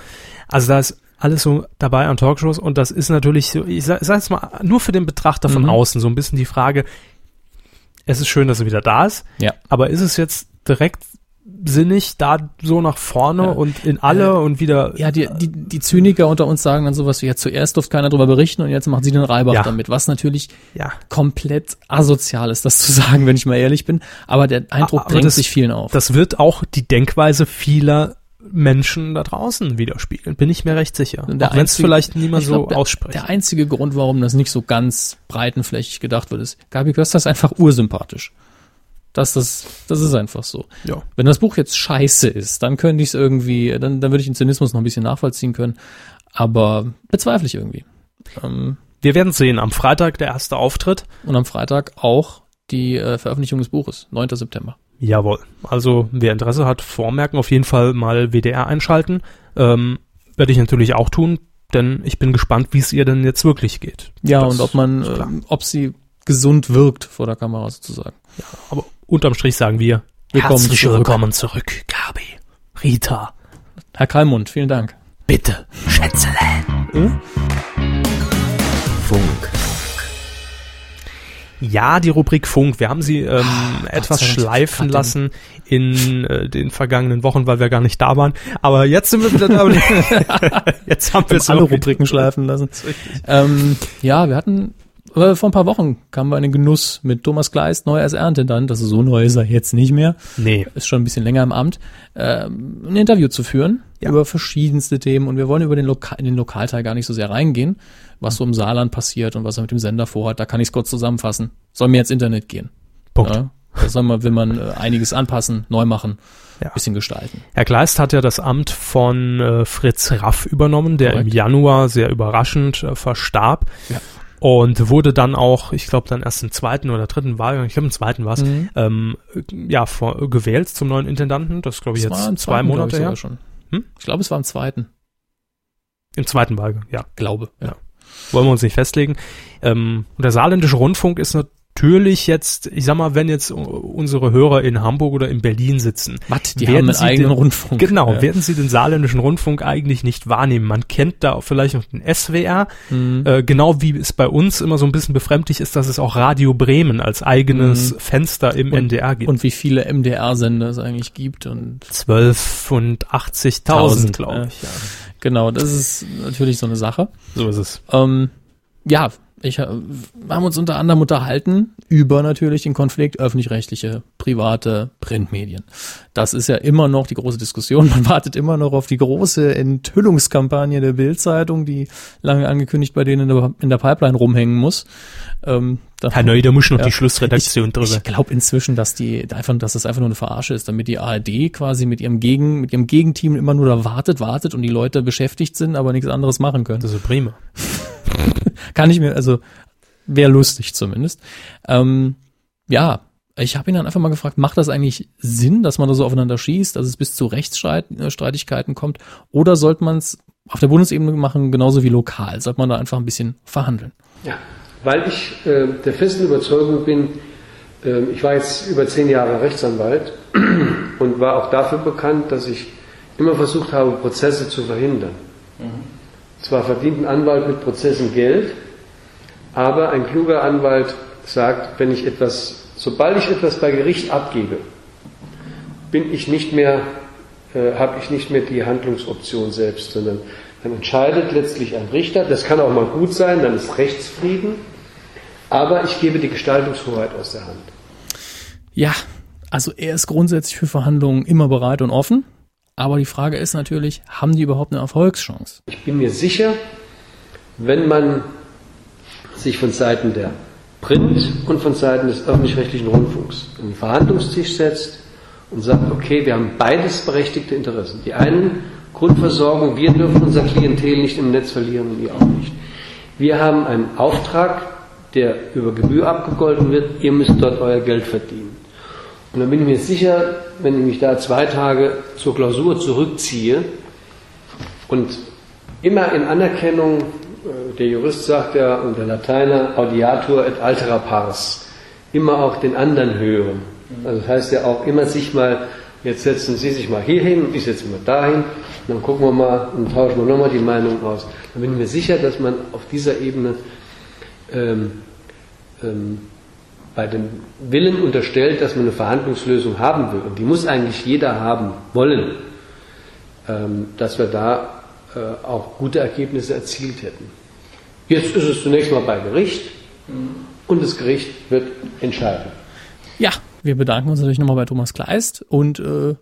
Also da ist alles so dabei an Talkshows und das ist natürlich so, ich sag, ich sag's mal, nur für den Betrachter von
Mhm.
außen so ein bisschen die Frage, es ist schön, dass sie wieder da ist,
Ja.
aber ist es jetzt direkt sinnig da so nach vorne
Ja.
und in alle
Äh,
und wieder
Ja, die, die, die Zyniker unter uns sagen dann sowas wie, ja, zuerst durfte keiner drüber berichten und jetzt machen sie den Reibach
Ja.
damit, was natürlich
ja.
komplett asozial ist, das zu sagen, wenn ich mal ehrlich bin. Aber der Eindruck
Aber
drängt
das-
sich vielen auf.
Das wird auch die Denkweise vieler Menschen da draußen widerspiegeln, bin ich mir recht sicher.
Und der
Auch wenn es
einzige-
vielleicht niemand
ich glaub,
so
der,
ausspricht.
Der einzige Grund, warum das nicht so ganz breitenflächig gedacht wird, ist, Gabi Köster ist einfach ursympathisch. Das, das, das ist einfach so.
Ja.
Wenn das Buch jetzt scheiße ist, dann könnte ich es irgendwie, dann, dann würde ich den Zynismus noch ein bisschen nachvollziehen können. Aber bezweifle ich irgendwie. Ähm,
Wir werden sehen. Am Freitag der erste Auftritt.
und am Freitag auch die äh, Veröffentlichung des Buches, 9. September.
Jawohl. Also wer Interesse hat, vormerken, auf jeden Fall mal WDR einschalten. Ähm, Werde ich natürlich auch tun, denn ich bin gespannt, wie es ihr denn jetzt wirklich geht.
Ja,
Das
und ob man,
ist klar.
äh, ob sie gesund wirkt vor der Kamera sozusagen.
Aber unterm Strich sagen wir,
Willkommen
herzlich
zurück.
willkommen zurück, Gabi, Rita,
Herr Kalmund, vielen Dank.
bitte, Schätzelein.
Funk,
Ja, die Rubrik Funk. Wir haben sie ähm, etwas
Ah, sei Dank,
schleifen
ich
lassen in äh, den vergangenen Wochen, weil wir gar nicht da waren. Aber jetzt sind wir wieder da. jetzt haben wir
Wir haben alle Rubriken schleifen lassen. Ähm, ja, wir hatten äh, vor ein paar Wochen kamen wir in den Genuss mit Thomas Kleist, neu als Erntendant, also so neu ist er jetzt nicht mehr,
Nee.
ist schon ein bisschen länger im Amt, ähm, ein Interview zu führen
Ja.
über verschiedenste Themen und wir wollen über den, Loka in den Lokalteil gar nicht so sehr reingehen, was so im Saarland passiert und was er mit dem Sender vorhat, da kann ich es kurz zusammenfassen. Soll mir jetzt Internet gehen.
Punkt.
Ja? Da soll man, will man äh, einiges anpassen, neu machen,
Ja.
bisschen gestalten.
Herr Kleist hat ja das Amt von äh, Fritz Raff übernommen, der im
Korrekt.
Januar sehr überraschend äh, verstarb.
Ja.
Und wurde dann auch, ich glaube, dann erst im zweiten oder dritten Wahlgang, ich glaube im zweiten war es,
Mhm.
ähm, ja, vor, gewählt zum neuen Intendanten. Das glaube ich
Das war im
jetzt zwei
zweiten, glaub
Monate
ich, sogar
her.
Schon.
Hm?
Ich glaube, es war im zweiten.
Im zweiten Wahlgang, ja.
Glaube. Ja.
wollen wir uns nicht festlegen. Ähm, und der saarländische Rundfunk ist natürlich jetzt, ich sag mal, wenn jetzt u- unsere Hörer in Hamburg oder in Berlin sitzen,
Was? Die
Werden
haben einen
Sie
eigenen
den-
Rundfunk.
genau,
Ja.
werden sie den saarländischen Rundfunk eigentlich nicht wahrnehmen. Man kennt da vielleicht noch den SWR,
Mhm.
äh, genau wie es bei uns immer so ein bisschen befremdlich ist, dass es auch Radio Bremen als eigenes Fenster im
Und-
NDR gibt.
Und wie viele MDR-Sender es eigentlich gibt. Und
12 und 80.000,
Tausend,
glaube
ja.
ich. äh, Ja.
genau, das ist natürlich so eine Sache.
So ist es.
Ähm, ja, ich, äh, wir haben uns unter anderem unterhalten über natürlich den Konflikt öffentlich-rechtliche, private Printmedien. Das ist ja immer noch die große Diskussion. Man wartet immer noch auf die große Enthüllungskampagne der Bild-Zeitung, die lange angekündigt bei denen in der, in der Pipeline rumhängen muss. Ähm, dann-
Herr Neu, da muss noch
Ja.
die Schlussredaktion drüber.
ich glaube inzwischen, dass die einfach, dass das einfach nur eine Verarsche ist, damit die ARD quasi mit ihrem Gegen, mit ihrem Gegenteam immer nur da wartet, wartet und die Leute beschäftigt sind, aber nichts anderes machen können.
Das ist prima.
Kann ich mir, also wäre lustig zumindest. Ähm, ja, ich habe ihn dann einfach mal gefragt, macht das eigentlich Sinn, dass man da so aufeinander schießt, dass es bis zu Rechtsstreitigkeiten kommt, oder sollte man es auf der Bundesebene machen, genauso wie lokal, sollte man da einfach ein bisschen verhandeln?
Ja, weil ich äh, der festen Überzeugung bin, äh, ich war jetzt über zehn Jahre Rechtsanwalt und war auch dafür bekannt, dass ich immer versucht habe, Prozesse zu verhindern. Zwar verdient ein Anwalt mit Prozessen Geld, aber ein kluger Anwalt sagt, wenn ich etwas, sobald ich etwas bei Gericht abgebe, bin ich nicht mehr, äh, habe ich nicht mehr die Handlungsoption selbst, sondern dann entscheidet letztlich ein Richter. Das kann auch mal gut sein, dann ist Rechtsfrieden, aber ich gebe die Gestaltungshoheit aus der Hand.
Ja, also er ist grundsätzlich für Verhandlungen immer bereit und offen. Aber die Frage ist natürlich, haben die überhaupt eine Erfolgschance?
Ich bin mir sicher, wenn man sich von Seiten der Print und von Seiten des öffentlich-rechtlichen Rundfunks an den Verhandlungstisch setzt und sagt, okay, wir haben beides berechtigte Interessen. Die einen Grundversorgung, wir dürfen unser Klientel nicht im Netz verlieren und ihr auch nicht. Wir haben einen Auftrag, der über Gebühr abgegolten wird, ihr müsst dort euer Geld verdienen. Und dann bin ich mir sicher, wenn ich mich da zwei Tage zur Klausur zurückziehe und immer in Anerkennung, äh, der Jurist sagt ja und der Lateiner, audiatur et altera pars, immer auch den anderen hören. Also das heißt ja auch immer sich mal, jetzt setzen Sie sich mal hier hin, ich setze mal dahin, und dann gucken wir mal und tauschen wir nochmal die Meinung aus. Dann bin ich mir sicher, dass man auf dieser Ebene ähm, ähm, bei dem Willen unterstellt, dass man eine Verhandlungslösung haben will. Und die muss eigentlich jeder haben wollen, ähm, dass wir da äh, auch gute Ergebnisse erzielt hätten. Jetzt ist es zunächst mal bei Gericht und das Gericht wird entscheiden.
Ja, wir bedanken uns natürlich nochmal bei Thomas Kleist und äh,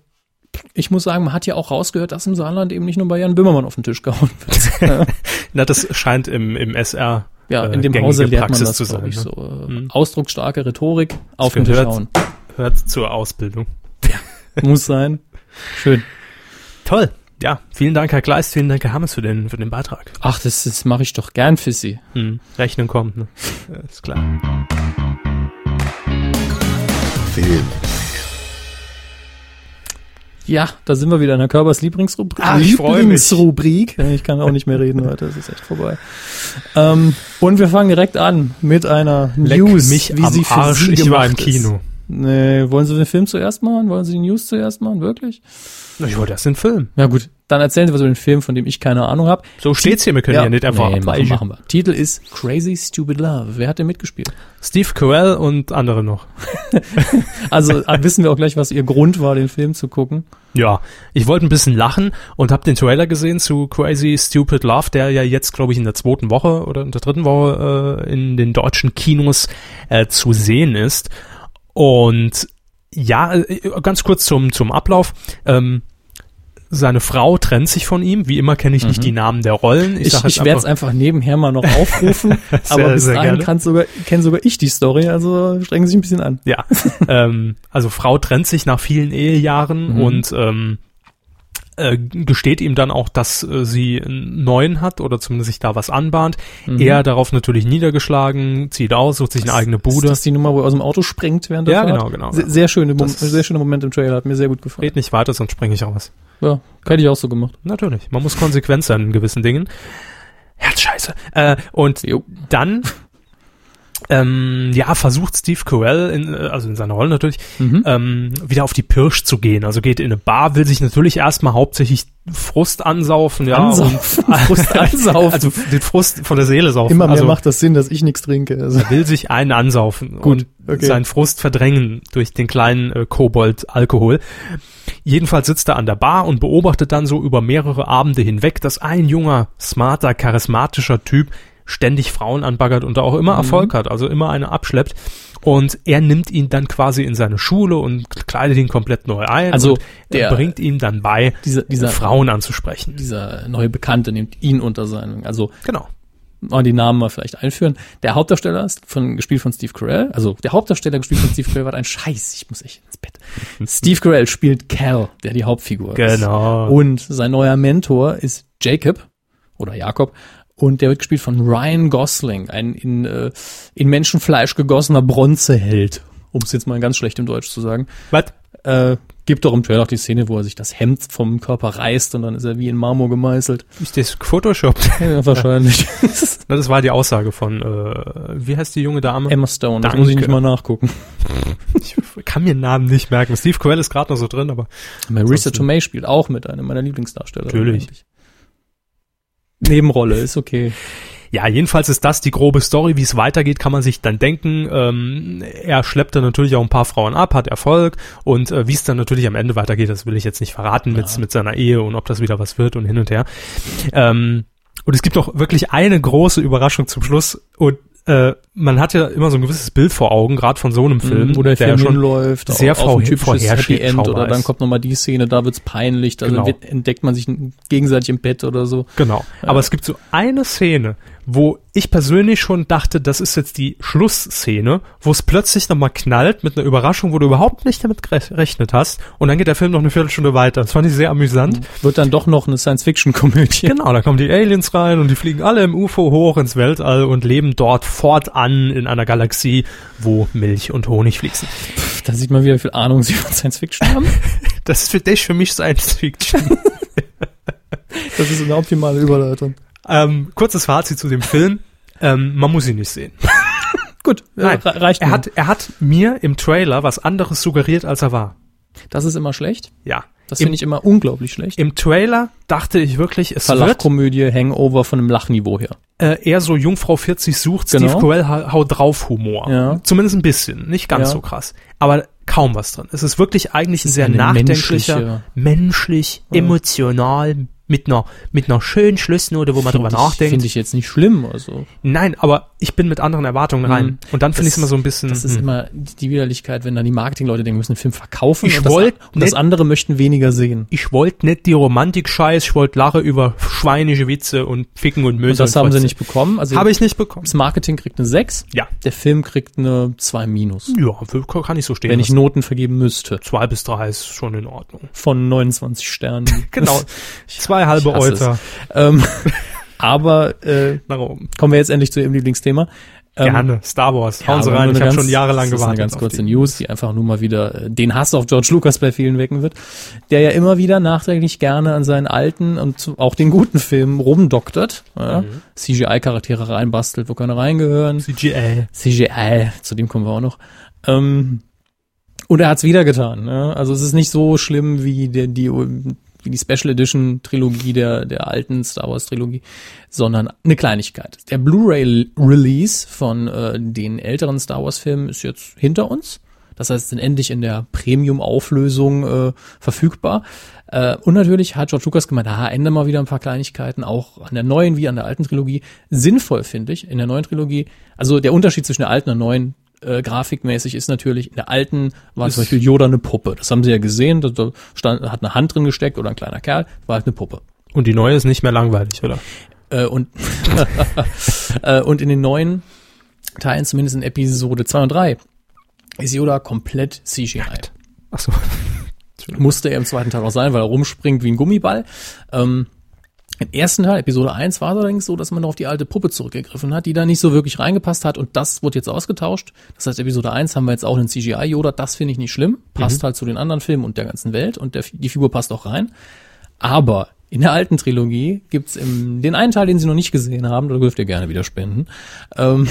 ich muss sagen, man hat ja auch rausgehört, dass im Saarland eben nicht nur bei Jan Böhmermann auf den Tisch gehauen wird. Ja.
Na, das scheint im, im SR
ja, in
äh,
dem
gängige
Hause lernt man
Praxis
das,
zu sein,
glaube ich,
ne?
so. Äh, Ausdrucksstarke Rhetorik auf den Tisch
gehört.
hauen.
hört zur Ausbildung.
Muss sein. Schön.
Toll. Ja, vielen Dank, Herr Kleist, vielen Dank, Herr Hammes, für den, für den Beitrag.
Ach, das, das mache ich doch gern für Sie.
Hm. Rechnen kommt, ne? Ja, ist klar.
Film.
Ja, da sind wir wieder in der Körpers Lieblingsrubrik.
Ah, ich freu mich.
Lieblingsrubrik. Ich kann auch nicht mehr reden heute, das ist echt vorbei. Ähm, und wir fangen direkt an mit einer
Leck
News,
mich am Arsch, ich war im
gemacht ist.
Kino.
Nee, wollen Sie den Film zuerst machen? Wollen Sie die News zuerst machen? Wirklich?
Na Ja, das ist ein Film.
Na gut, dann erzählen Sie was über den Film, von dem ich keine Ahnung habe.
So steht's hier, wir können ja, nicht einfach
nee, machen,
abweichen.
machen wir. Titel ist Crazy Stupid Love. Wer hat denn mitgespielt?
Steve Carell und andere noch.
Also ah, wissen wir auch gleich, was Ihr Grund war, den Film zu gucken.
Ja, ich wollte ein bisschen lachen und habe den Trailer gesehen zu Crazy Stupid Love, der ja jetzt, glaube ich, in der zweiten Woche oder in der dritten Woche äh, in den deutschen Kinos äh, zu sehen ist. Und ja, äh, ganz kurz zum, zum Ablauf. Ähm, seine Frau trennt sich von ihm. Wie immer kenne ich nicht die Namen der Rollen.
Mhm. Ich, ich,
sag jetzt
werde es einfach nebenher mal noch aufrufen, aber bis
sehr
dahin
gerne.
kann sogar, kenne sogar ich die Story, also strengen Sie sich ein bisschen an.
Ja, ähm, also Frau trennt sich nach vielen Ehejahren
Mhm.
und ähm, äh, gesteht ihm dann auch, dass äh, sie einen neuen hat oder zumindest sich da was anbahnt. Er darauf natürlich niedergeschlagen, zieht aus, sucht sich eine eigene
Ist
Bude.
Mhm. das die Nummer, wo er aus dem Auto springt während
Ja,
der Fahrt?
genau, genau,
Sehr,
genau.
sehr, schöne, Mom
Das-
sehr schöner Moment im Trailer, hat mir sehr gut gefallen.
Red nicht weiter, sonst springe ich raus.
Ja, hätte ich auch so gemacht.
Natürlich, man muss konsequent sein in gewissen Dingen. Herzscheiße. Äh, und
Jo.
dann ähm, ja, versucht Steve Carell, in, äh, also in seiner Rolle natürlich,
Mhm.
ähm, wieder auf die Pirsch zu gehen. Also geht in eine Bar, will sich natürlich erstmal hauptsächlich Frust ansaufen. Ja,
Ansaufen,
Und,
Frust ansaufen.
Also den Frust von der Seele saufen.
Immer mehr
also,
macht das Sinn, dass ich nichts trinke. Also,
Will sich einen ansaufen
Gut,
und
okay.
seinen Frust verdrängen durch den kleinen äh, Kobold Alkohol. Jedenfalls sitzt er an der Bar und beobachtet dann so über mehrere Abende hinweg, dass ein junger, smarter, charismatischer Typ ständig Frauen anbaggert und da auch
Mhm.
immer Erfolg hat, also immer eine abschleppt. Und er nimmt ihn dann quasi in seine Schule und kleidet ihn komplett neu ein
Also
und
der-
der, bringt ihm dann bei,
Dieser- dieser-
Frauen anzusprechen.
dieser neue Bekannte nimmt ihn unter seinen, also
Genau.
mal die Namen mal vielleicht einführen. Der Hauptdarsteller ist von, gespielt von Steve Carell. Also der Hauptdarsteller gespielt von Steve Carell war ein Scheiß. Ich muss echt ins Bett. Steve Carell spielt Cal, der die Hauptfigur ist.
Genau.
Und sein neuer Mentor ist Jacob oder Jakob. Und der wird gespielt von Ryan Gosling, ein in, äh, in Menschenfleisch gegossener Bronzeheld. Um es jetzt mal ganz schlecht im Deutsch zu sagen.
Was?
Äh, gibt doch im Trailer auch die Szene, wo er sich das Hemd vom Körper reißt und dann ist er wie in Marmor gemeißelt.
Ist das Photoshop?
Ja, wahrscheinlich.
Na, Das war die Aussage von, äh, wie heißt die junge Dame?
Emma Stone, das
Danke.
muss ich nicht mal nachgucken.
Ich kann mir den Namen nicht merken. Steve Carell ist gerade noch so drin, aber
Marisa Tomei spielt auch mit, einem meiner Lieblingsdarsteller.
Natürlich.
Nebenrolle, ist okay.
ja, jedenfalls ist das die grobe Story. Wie es weitergeht, kann man sich dann denken. Ähm, er schleppt dann natürlich auch ein paar Frauen ab, hat Erfolg und äh, wie es dann natürlich am Ende weitergeht, das will ich jetzt nicht verraten mit, mit seiner Ehe und ob das wieder was wird und hin und her. Ähm, und es gibt noch wirklich eine große Überraschung zum Schluss und äh, man hat ja immer so ein gewisses Bild vor Augen, gerade von so einem Film,
Wo der Mhm. Film
ja schon
hinläuft,
sehr
auf- auf ein
vorher-
typisches Happy End
vorherschaubar
oder dann
ist.
kommt nochmal die Szene, da wird's peinlich, da
Genau.
wird, entdeckt man sich gegenseitig im Bett oder so.
Genau. Aber es gibt so eine Szene, wo ich persönlich schon dachte, das ist jetzt die Schlussszene, wo es plötzlich nochmal knallt mit einer Überraschung, wo du überhaupt nicht damit gerechnet hast. Und dann geht der Film noch eine Viertelstunde weiter. Das fand ich sehr amüsant.
Wird dann doch noch eine Science-Fiction-Komödie.
Genau, da kommen die Aliens rein und die fliegen alle im UFO hoch ins Weltall und leben dort fortan in einer Galaxie, wo Milch und Honig fließen.
Da sieht man wieder, wie viel Ahnung sie von Science-Fiction haben.
Das ist für dich, für mich Science-Fiction.
Das ist eine optimale Überleitung.
ähm, kurzes Fazit zu dem Film. Ähm, man muss ihn nicht sehen.
Gut,
Nein,
Äh, re- reicht
Er
mir.
hat, er hat mir im Trailer was anderes suggeriert, als er war.
Das ist immer schlecht.
Ja.
Das
Im-
finde ich immer unglaublich schlecht.
Im Trailer dachte ich wirklich, es wird
Verlachkomödie, Hangover von einem Lachniveau her.
äh, eher so Jungfrau 40 sucht, Steve
Genau.
Carell hau, hau drauf Humor.
Ja.
Zumindest ein bisschen, nicht ganz
Ja.
so krass. Aber kaum was drin. Es ist wirklich eigentlich ein sehr
eine
nachdenklicher,
menschliche-
menschlich, emotional, mit einer, mit einer schönen Schlussnote, wo man drüber
Finde ich-
nachdenkt.
Finde ich jetzt nicht schlimm. Also,
Nein, aber ich bin mit anderen Erwartungen rein.
Mhm.
Und dann finde ich
Das-
es immer so ein bisschen.
das ist
hm.
immer die die Widerlichkeit, wenn dann die Marketingleute denken, wir müssen den Film verkaufen
Ich
und, das,
wollt
und das
nicht-
andere möchten weniger sehen.
ich wollte nicht die Romantik scheiß, ich wollte lache über schweinische Witze und Ficken und Müll.
Und das haben sie nicht bekommen. Also
Habe ich nicht bekommen.
das Marketing kriegt eine 6,
Ja.
der Film kriegt eine 2 minus.
Ja, kann ich so stehen.
Wenn ich
lassen.
Noten vergeben müsste.
zwei bis drei ist schon in Ordnung.
Von 29 Sternen.
Genau. Zwei halbe
hasse es.
Euter
ähm, aber äh,
nach oben.
kommen wir jetzt endlich zu ihrem Lieblingsthema. Ähm,
Gerne. Star Wars. Hauen Sie
aber
rein.
nur
Ich
eine
habe
ganz-
schon jahrelang
das ist
gewartet.
Eine ganz
auf
kurze
die.
News, die einfach nur mal wieder äh, den Hass auf George Lucas bei vielen wecken wird, der ja immer wieder nachträglich gerne an seinen alten und zu- auch den guten Filmen rumdoktert, ja,
Mhm.
CGI-Charaktere reinbastelt, wo keine reingehören,
CGI.
CGI, zu dem kommen wir auch noch. Ähm, und er hat's wieder getan. Ne? Also es ist nicht so schlimm wie der, die, wie die Special Edition Trilogie der, der alten Star Wars Trilogie, sondern eine Kleinigkeit. Der Blu-ray Release von äh, den älteren Star Wars Filmen ist jetzt hinter uns. Das heißt, sind endlich in der Premium-Auflösung äh, verfügbar. Äh, und natürlich hat George Lucas gemeint, ah, ändern mal wieder ein paar Kleinigkeiten, auch an der neuen wie an der alten Trilogie. Sinnvoll, finde ich, in der neuen Trilogie. Also der Unterschied zwischen der alten und der neuen äh, grafikmäßig ist natürlich, in der alten war zum Beispiel Yoda eine Puppe. Das haben sie ja gesehen, da, da stand, hat eine Hand drin gesteckt oder ein kleiner Kerl, war halt eine Puppe.
Und die neue ist nicht mehr langweilig, oder?
Äh, und, äh, und in den neuen Teilen, zumindest in Episode 2 und 3, ist Yoda komplett CGI.
Ach so.
Musste er im zweiten Teil auch sein, weil er rumspringt wie ein Gummiball. Ähm, Im ersten Teil, Episode 1, war es allerdings so, dass man noch auf die alte Puppe zurückgegriffen hat, die da nicht so wirklich reingepasst hat und das wurde jetzt ausgetauscht. Das heißt, Episode 1 haben wir jetzt auch einen CGI-Yoda, das finde ich nicht schlimm, passt halt zu den anderen Filmen und der ganzen Welt und der, die Figur passt auch rein. Aber in der alten Trilogie gibt's im den einen Teil, den Sie noch nicht gesehen haben, da dürft ihr gerne wieder spenden, ähm,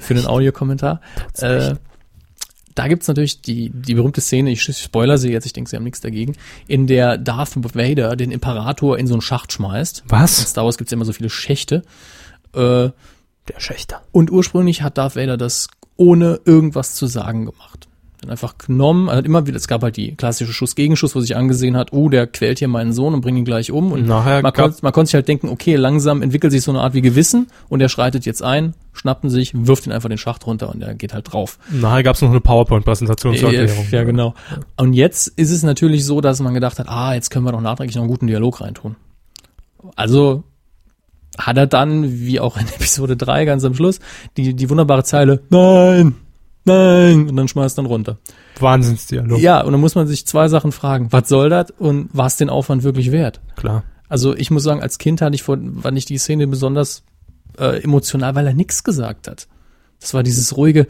für den Audiokommentar. Äh, da gibt's natürlich die, die berühmte Szene, ich spoiler sie jetzt, ich denke, Sie haben nichts dagegen, in der Darth Vader den Imperator in so einen Schacht schmeißt. In
Was?
Star Wars gibt's ja immer so viele Schächte. Äh,
Der Schächter.
und ursprünglich hat Darth Vader das ohne irgendwas zu sagen gemacht. Dann einfach genommen, also immer wieder, es gab halt die klassische Schuss-Gegenschuss, wo sich angesehen hat, oh, der quält hier meinen Sohn und bringt ihn gleich um. Und
Nachher
man,
gab-
konnte, man konnte sich halt denken, okay, langsam entwickelt sich so eine Art wie Gewissen und er schreitet jetzt ein, schnappen sich, wirft ihn einfach den Schacht runter und er geht halt drauf.
Nachher gab es noch eine PowerPoint-Präsentation zur
Äh,
Erklärung.
Ja, genau. Und jetzt ist es natürlich so, dass man gedacht hat, ah, jetzt können wir doch nachträglich noch einen guten Dialog reintun. Also hat er dann, wie auch in Episode 3 ganz am Schluss, die, die wunderbare Zeile, nein, nein, und dann schmeißt dann runter.
Wahnsinnsdialog.
Ja, und dann muss man sich zwei Sachen fragen. Was soll das und war es den Aufwand wirklich wert?
Klar.
Also ich muss sagen, als Kind hatte ich vor, fand ich die Szene besonders äh, emotional, weil er nichts gesagt hat. Das war dieses ruhige,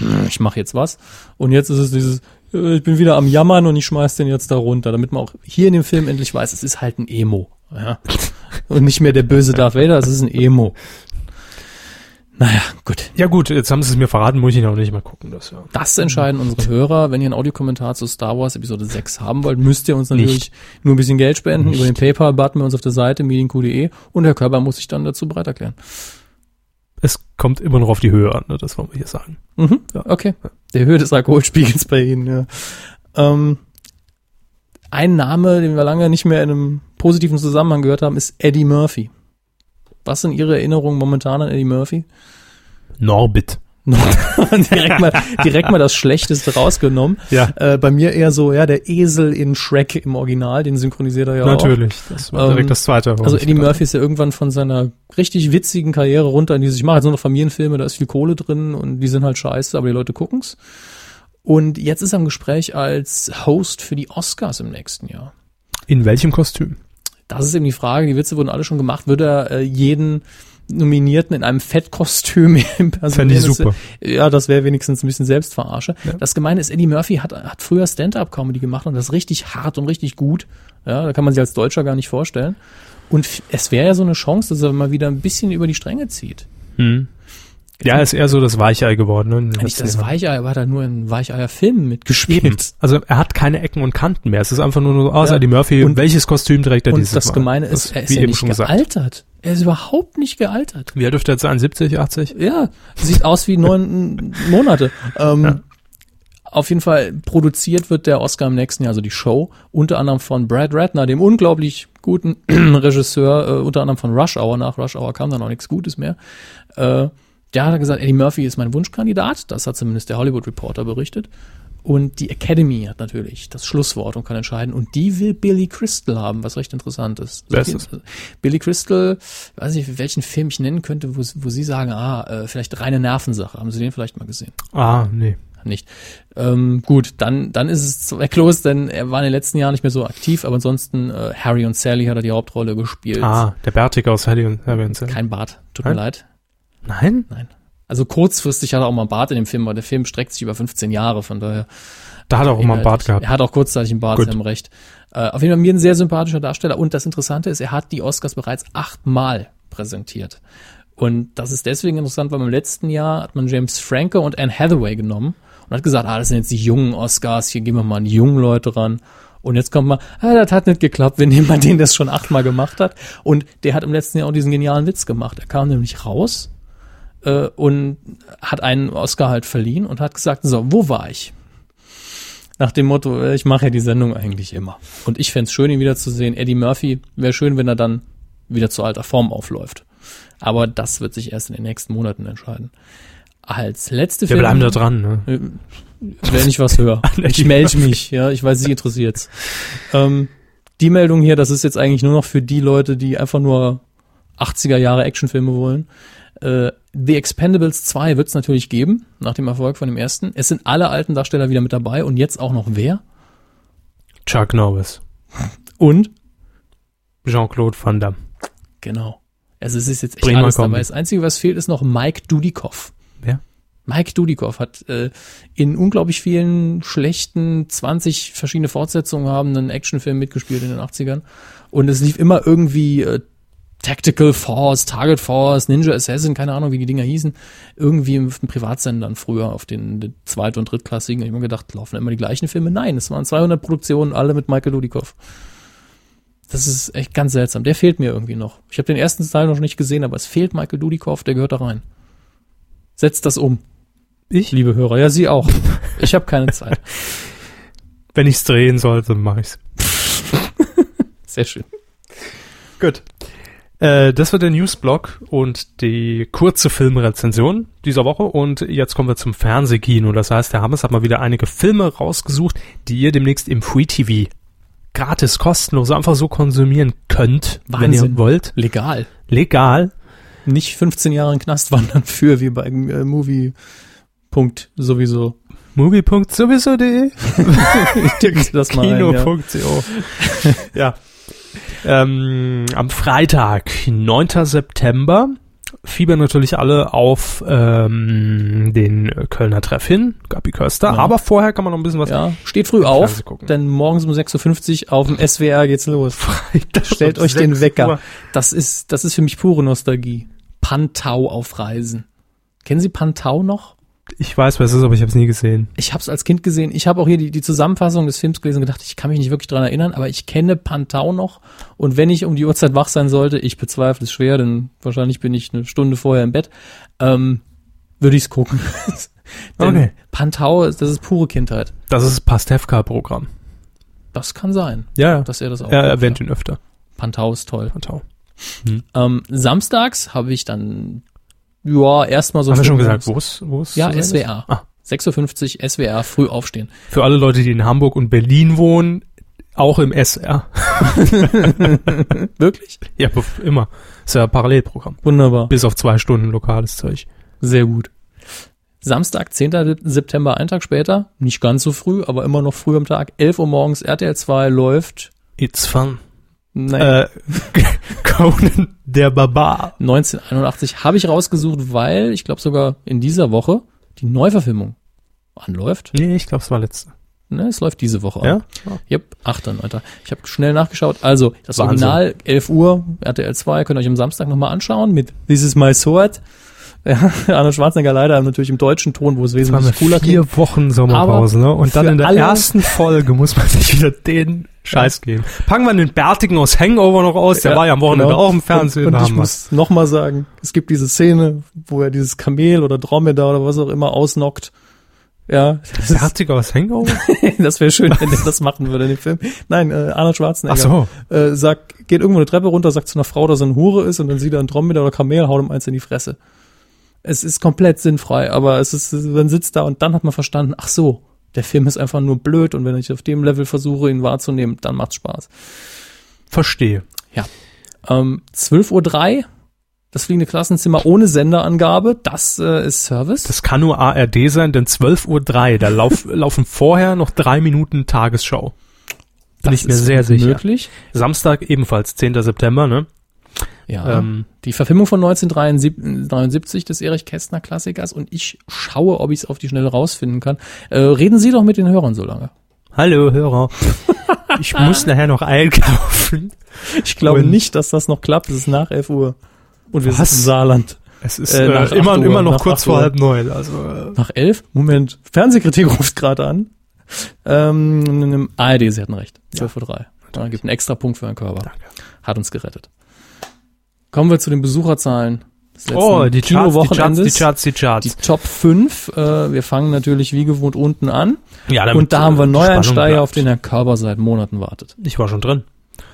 "Hm, ich mache jetzt was. Und jetzt ist es dieses, äh, ich bin wieder am Jammern und ich schmeiß den jetzt da runter, damit man auch hier in dem Film endlich weiß, es ist halt ein Emo. Ja? Und nicht mehr der böse Darth Vader, es ist ein Emo. Naja, gut.
Ja gut, jetzt haben sie es mir verraten, muss ich ihn auch nicht mal gucken. Das, ja.
Das entscheiden unsere Hörer. Wenn ihr einen Audiokommentar zu Star Wars Episode 6 haben wollt, müsst ihr uns natürlich
Nicht.
nur ein bisschen Geld spenden über den PayPal-Button bei uns auf der Seite medienq.de und Herr Körber muss sich dann dazu bereit erklären.
Es kommt immer noch auf die Höhe an, ne? das wollen wir hier sagen.
Mhm, okay. Der Höhe des Alkoholspiegels bei Ihnen, ja. Ähm, ein Name, den wir lange nicht mehr in einem positiven Zusammenhang gehört haben, ist Eddie Murphy. Was sind Ihre Erinnerungen momentan an Eddie Murphy?
Norbit.
direkt, mal, direkt mal das Schlechteste rausgenommen.
Ja.
Äh, bei mir eher so, ja, der Esel in Shrek im Original, den synchronisiert er ja auch.
Natürlich, das war direkt
Ähm,
das Zweite. woran
Also
ich
Eddie
gedacht
Murphy ist ja irgendwann von seiner richtig witzigen Karriere runter in diese, ich mache jetzt nur noch Familienfilme, da ist viel Kohle drin und die sind halt scheiße, aber die Leute gucken's. Und jetzt ist er im Gespräch als Host für die Oscars im nächsten Jahr.
habe. In welchem Kostüm?
Das ist eben die Frage, die Witze wurden alle schon gemacht, würde er äh, jeden Nominierten in einem Fettkostüm impersonieren?
Fände ich
Das wär-
super.
Ja, das wäre wenigstens ein bisschen Selbstverarsche.
Ja.
Das Gemeine ist, Eddie Murphy hat, hat früher Stand-Up-Comedy gemacht und das richtig hart und richtig gut. Ja, da kann man sich als Deutscher gar nicht vorstellen. Und f- es wäre ja so eine Chance, dass er mal wieder ein bisschen über die Stränge zieht.
Hm. Ja, er ist eher so das Weichei geworden. Ne? in den
Eigentlich
letzten
das
Jahren.
Weichei, aber hat er nur in Weicheier-Filmen
Eben.
mitgespielt.
Also er hat keine Ecken und Kanten mehr. Es ist einfach nur so, oh,
Ja.
ja. Eddie Murphy,
Und-
und welches Kostüm trägt er dieses
Und das
Mal?
Gemeine
Das
ist, er ist
wie
ja
eben
nicht
schon gesagt.
gealtert. Er ist überhaupt nicht gealtert.
Wie alt dürfte er jetzt sein? 70, 80?
Ja, sieht aus wie neun Monate. Ähm, Auf jeden Fall produziert wird der Oscar im nächsten Jahr, also die Show, unter anderem von Brad Ratner, dem unglaublich guten Regisseur, äh, unter anderem von Rush Hour. Nach Rush Hour kam dann auch nichts Gutes mehr. Äh, der hat gesagt, Eddie Murphy ist mein Wunschkandidat. Das hat zumindest der Hollywood Reporter berichtet. Und die Academy hat natürlich das Schlusswort und kann entscheiden. Und die will Billy Crystal haben, was recht interessant ist.
Wer ist das?
Billy Crystal, ich weiß nicht, welchen Film ich nennen könnte, wo, wo Sie sagen, ah, äh, vielleicht reine Nervensache. Haben Sie den vielleicht mal gesehen?
Ah, nee.
Nicht. Ähm, gut, dann, dann ist es zwecklos, denn er war in den letzten Jahren nicht mehr so aktiv, aber ansonsten äh, Harry und Sally hat er die Hauptrolle gespielt.
Ah, der Bärtige aus Harry und Harry und Sally.
Kein Bart, tut
Nein?
mir leid.
Nein?
Also kurzfristig hat er auch mal einen Bart in dem Film, aber der Film streckt sich über 15 Jahre, von daher.
Da hat er auch mal einen Bart
Inhaltlich.
gehabt.
Er hat auch kurzzeitig einen Bart,
Gut.
Sie haben recht. Äh, auf jeden Fall mir ein sehr sympathischer Darsteller. Und das Interessante ist, er hat die Oscars bereits achtmal präsentiert. Und das ist deswegen interessant, weil im letzten Jahr hat man James Franco und Anne Hathaway genommen und hat gesagt, ah, das sind jetzt die jungen Oscars, hier gehen wir mal an die jungen Leute ran. Und jetzt kommt mal, ah, das hat nicht geklappt, wenn jemand den das schon achtmal gemacht hat. Und der hat im letzten Jahr auch diesen genialen Witz gemacht. Er kam nämlich raus äh, und hat einen Oscar halt verliehen und hat gesagt, so, wo war ich? Nach dem Motto, äh, ich mache ja die Sendung eigentlich immer. Und ich fänd's schön, ihn wiederzusehen. Eddie Murphy wäre schön, wenn er dann wieder zu alter Form aufläuft. Aber das wird sich erst in den nächsten Monaten entscheiden. Als letzte
Wir bleiben da dran. Ne?
äh, Wenn ich was höre. ich melde mich, ja. Ich weiß, sie interessiert's. Ähm, die Meldung hier, das ist jetzt eigentlich nur noch für die Leute, die einfach nur 80er Jahre Actionfilme wollen. Äh, The Expendables 2 wird's natürlich geben, nach dem Erfolg von dem ersten. Es sind alle alten Darsteller wieder mit dabei und jetzt auch noch wer?
Chuck Norris.
Und?
Jean-Claude Van Damme.
Genau. Also es ist jetzt echt
Bremer
alles dabei.
Kombi.
Das Einzige, was fehlt, ist noch Mike Dudikoff.
Wer?
Mike Dudikoff hat äh, in unglaublich vielen schlechten 20 verschiedene Fortsetzungen haben einen Actionfilm mitgespielt in den 80ern. Und es lief immer irgendwie äh, Tactical Force, Target Force, Ninja Assassin, keine Ahnung, wie die Dinger hießen. Irgendwie im Privatsendern früher auf den, den zweit- und drittklassigen. Ich habe mir gedacht, laufen immer die gleichen Filme? Nein, es waren 200 Produktionen, alle mit Michael Dudikoff. Das ist echt ganz seltsam. Der fehlt mir irgendwie noch. Ich habe den ersten Teil noch nicht gesehen, aber es fehlt Michael Dudikoff, der gehört da rein. Setzt das um.
Ich?
Liebe Hörer, ja, Sie auch. Ich habe keine Zeit.
Wenn ich's drehen sollte, mache ich's.
Sehr schön.
Gut. Äh, das war der Newsblog und die kurze Filmrezension dieser Woche. Und jetzt kommen wir zum Fernsehkino. Das heißt, der Hammes hat mal wieder einige Filme rausgesucht, die ihr demnächst im Free TV gratis, kostenlos, einfach so konsumieren könnt, wenn
Wahnsinn.
ihr wollt.
Legal.
Legal.
Nicht 15 Jahre in den Knast wandern für, wie bei äh, Movie. Punkt sowieso.
Movie.sowieso.de
Tickst das mal ein, ja.
Kino.co. ja. Ähm, am Freitag, 9. September, fiebern natürlich alle auf ähm, den Kölner Treff hin, Gabi Köster.
Ja.
Aber vorher kann man noch ein bisschen was
Ja, steht früh auf,
Fernseh also gucken.
denn morgens um 6.50 Uhr auf dem SWR geht's los. Stellt euch den
6
Wecker.
Uhr.
Das ist, das ist für mich pure Nostalgie. Pantau auf Reisen. Kennen Sie Pantau noch?
Ich weiß, wer es ist, aber ich habe es nie gesehen.
Ich habe es als Kind gesehen. Ich habe auch hier die, die Zusammenfassung des Films gelesen und gedacht, ich kann mich nicht wirklich dran erinnern, aber ich kenne Pantau noch. Und wenn ich um die Uhrzeit wach sein sollte, ich bezweifle es schwer, denn wahrscheinlich bin ich eine Stunde vorher im Bett, ähm, würde ich's gucken. Denn
Okay.
Pantau, das ist pure Kindheit.
Das ist Pastewka-Programm.
Das kann sein,
Ja, ja.
dass er das auch
er
guckt,
erwähnt
ja.
ihn öfter.
Pantau ist toll.
Pantau.
Ähm, samstags habe ich dann ja, erstmal so.
Haben wir schon gesagt,
wo?
wo es wo es
Ja,
zu sehen ist?
SWR.
Ah,
6.50 Uhr, SWR, früh aufstehen.
für alle Leute, die in Hamburg und Berlin wohnen, auch im SR.
Wirklich?
Ja, bef- immer. Ist ja ein Parallelprogramm.
Wunderbar.
Bis auf zwei Stunden lokales Zeug.
Sehr gut. Samstag, 10. September, einen Tag später, nicht ganz so früh, aber immer noch früh am Tag, 11 Uhr morgens, RTL 2 läuft,
It's fun.
naja,
Äh, Conan der Barbar.
1981 habe ich rausgesucht, weil ich glaube sogar in dieser Woche die Neuverfilmung anläuft.
Nee, ich glaube, es war letzte.
Ne, es läuft diese Woche
Ja?
Yep, 8.9. Ich habe schnell nachgeschaut. Also, das
Wahnsinn.
Original, 11 Uhr, RTL 2, könnt ihr euch am Samstag nochmal anschauen mit This is my sword. Ja, Arnold Schwarzenegger leider natürlich im deutschen Ton, wo es
Es waren
wesentlich cooler
vier
klingt.
Wochen Sommerpause, ne? Und dann
für
in der
alle-
ersten Folge muss man sich wieder den Scheiß geben. Packen wir den Bärtigen aus Hangover noch aus, der
Ja,
war ja am Wochenende
genau.
auch im Fernsehen.
Und,
da
und ich
haben wir's.
muss nochmal sagen, es gibt diese Szene, wo er dieses Kamel oder Dromedar oder was auch immer ausnockt. Ja, das, ist-
Bärtiger aus Hangover?
das wäre schön, wenn er das machen würde in dem Film. Nein, äh, Arnold Schwarzenegger
Ach so.
äh, sagt, geht irgendwo eine Treppe runter, sagt zu einer Frau, dass er eine Hure ist und dann sieht er einen Dromedar oder Kamel, haut ihm eins in die Fresse. Es ist komplett sinnfrei, aber es ist, man sitzt da und dann hat man verstanden, ach so, der Film ist einfach nur blöd und wenn ich auf dem Level versuche, ihn wahrzunehmen, dann macht's Spaß.
Verstehe.
Ähm, 12.03 Uhr, das fliegende Klassenzimmer ohne Senderangabe, das äh, ist Service.
Das kann nur ARD sein, denn 12.03 Uhr, da lauf, laufen vorher noch drei Minuten Tagesschau. Bin ich mir sehr sicher.
möglich.
Samstag ebenfalls, 10. September, ne?
Ja.
Ähm,
die Verfilmung von 1973 des Erich Kästner Klassikers und ich schaue, ob ich es auf die Schnelle rausfinden kann. Äh, reden Sie doch mit den Hörern so lange.
Hallo, Hörer. Ich muss nachher noch einkaufen.
Ich glaube
Und-
nicht, dass das noch klappt. Es ist nach 11 Uhr. Und wir
Was?
sind im Saarland.
Es ist
Äh, nach
äh, immer,
acht Uhr,
immer
nach
noch kurz
acht Uhr.
vor halb neun. Also, äh,
Nach 11? Moment. Fernsehkritik ruft gerade an. Ähm, ARD, Sie hatten recht. 12.03 Uhr. Da gibt einen extra Punkt für Herrn Körber.
Danke.
Hat uns gerettet. Kommen wir zu den Besucherzahlen des letzten
oh, die Charts, die Charts, die
Kinowochenendes.
Charts, die
Die
Charts.
Top 5. Äh, wir fangen natürlich wie gewohnt unten an.
ja, damit,
Und da haben
äh,
wir
die
einen
Spannung
Neueinsteiger,
bleibt.
auf den Herr Körber seit Monaten wartet.
Ich war schon drin.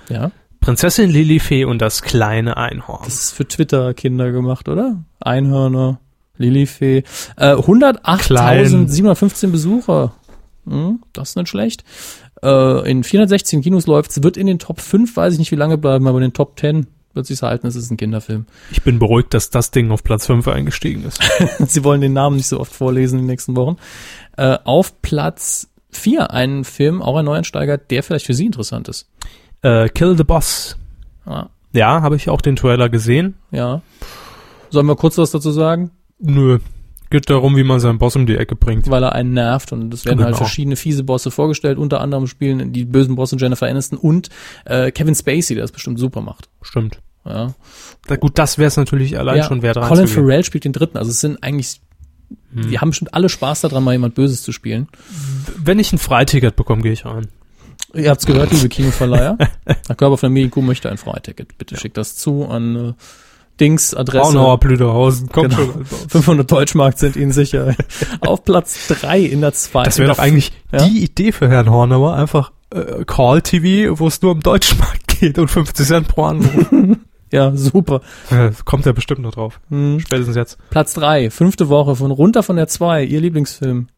Ja.
Prinzessin Lilifee und das kleine Einhorn.
Das ist für Twitter-Kinder gemacht, oder? Einhörner, Lilifee. Äh, 108.715 Besucher. Hm, das ist nicht schlecht. Äh, in 416 Kinos läuft's. wird in den Top 5, weiß ich nicht wie lange bleiben, aber in den Top 10 wird sich's halten, es ist ein Kinderfilm.
Ich bin beruhigt, dass das Ding auf Platz 5 eingestiegen ist.
Sie wollen den Namen nicht so oft vorlesen in den nächsten Wochen. Äh, auf Platz 4 einen Film, auch ein Neuansteiger, der vielleicht für Sie interessant ist.
äh, Kill the Boss.
Ah,
Ja, habe ich auch den Trailer gesehen.
ja. Sollen wir kurz was dazu sagen?
Nö. Geht darum, wie man seinen Boss um die Ecke bringt.
weil er einen nervt und es werden
Genau.
halt verschiedene fiese Bosse vorgestellt, unter anderem spielen die bösen Bosse Jennifer Aniston und äh, Kevin Spacey, der das bestimmt super macht.
Stimmt.
Ja.
Da, gut, das wäre es natürlich allein
ja.
schon wert
Colin
reinzugehen.
Farrell spielt den dritten, also es sind eigentlich,
Hm.
die haben bestimmt alle Spaß daran, mal jemand Böses zu spielen.
Wenn ich ein Freiticket bekomme, gehe ich rein.
Ihr habt's gehört, liebe Kinoverleiher. Der Körper von der Medienkuh möchte ein Freiticket. Bitte schickt das zu an äh, Dings, Adresse.
Braunauer Blüderhausen, komm
Genau.
schon.
500 Deutschmark sind Ihnen sicher. Auf Platz drei in der zweiten.
Das wäre doch eigentlich
Ja.
die Idee für Herrn Hornauer, einfach äh, Call TV, wo es nur um Deutschmarkt geht und 50 Cent pro Anruf.
Ja, super.
Äh, Kommt er bestimmt noch drauf.
Hm.
Spätestens jetzt.
Platz drei, fünfte Woche von runter von der zwei, Ihr Lieblingsfilm.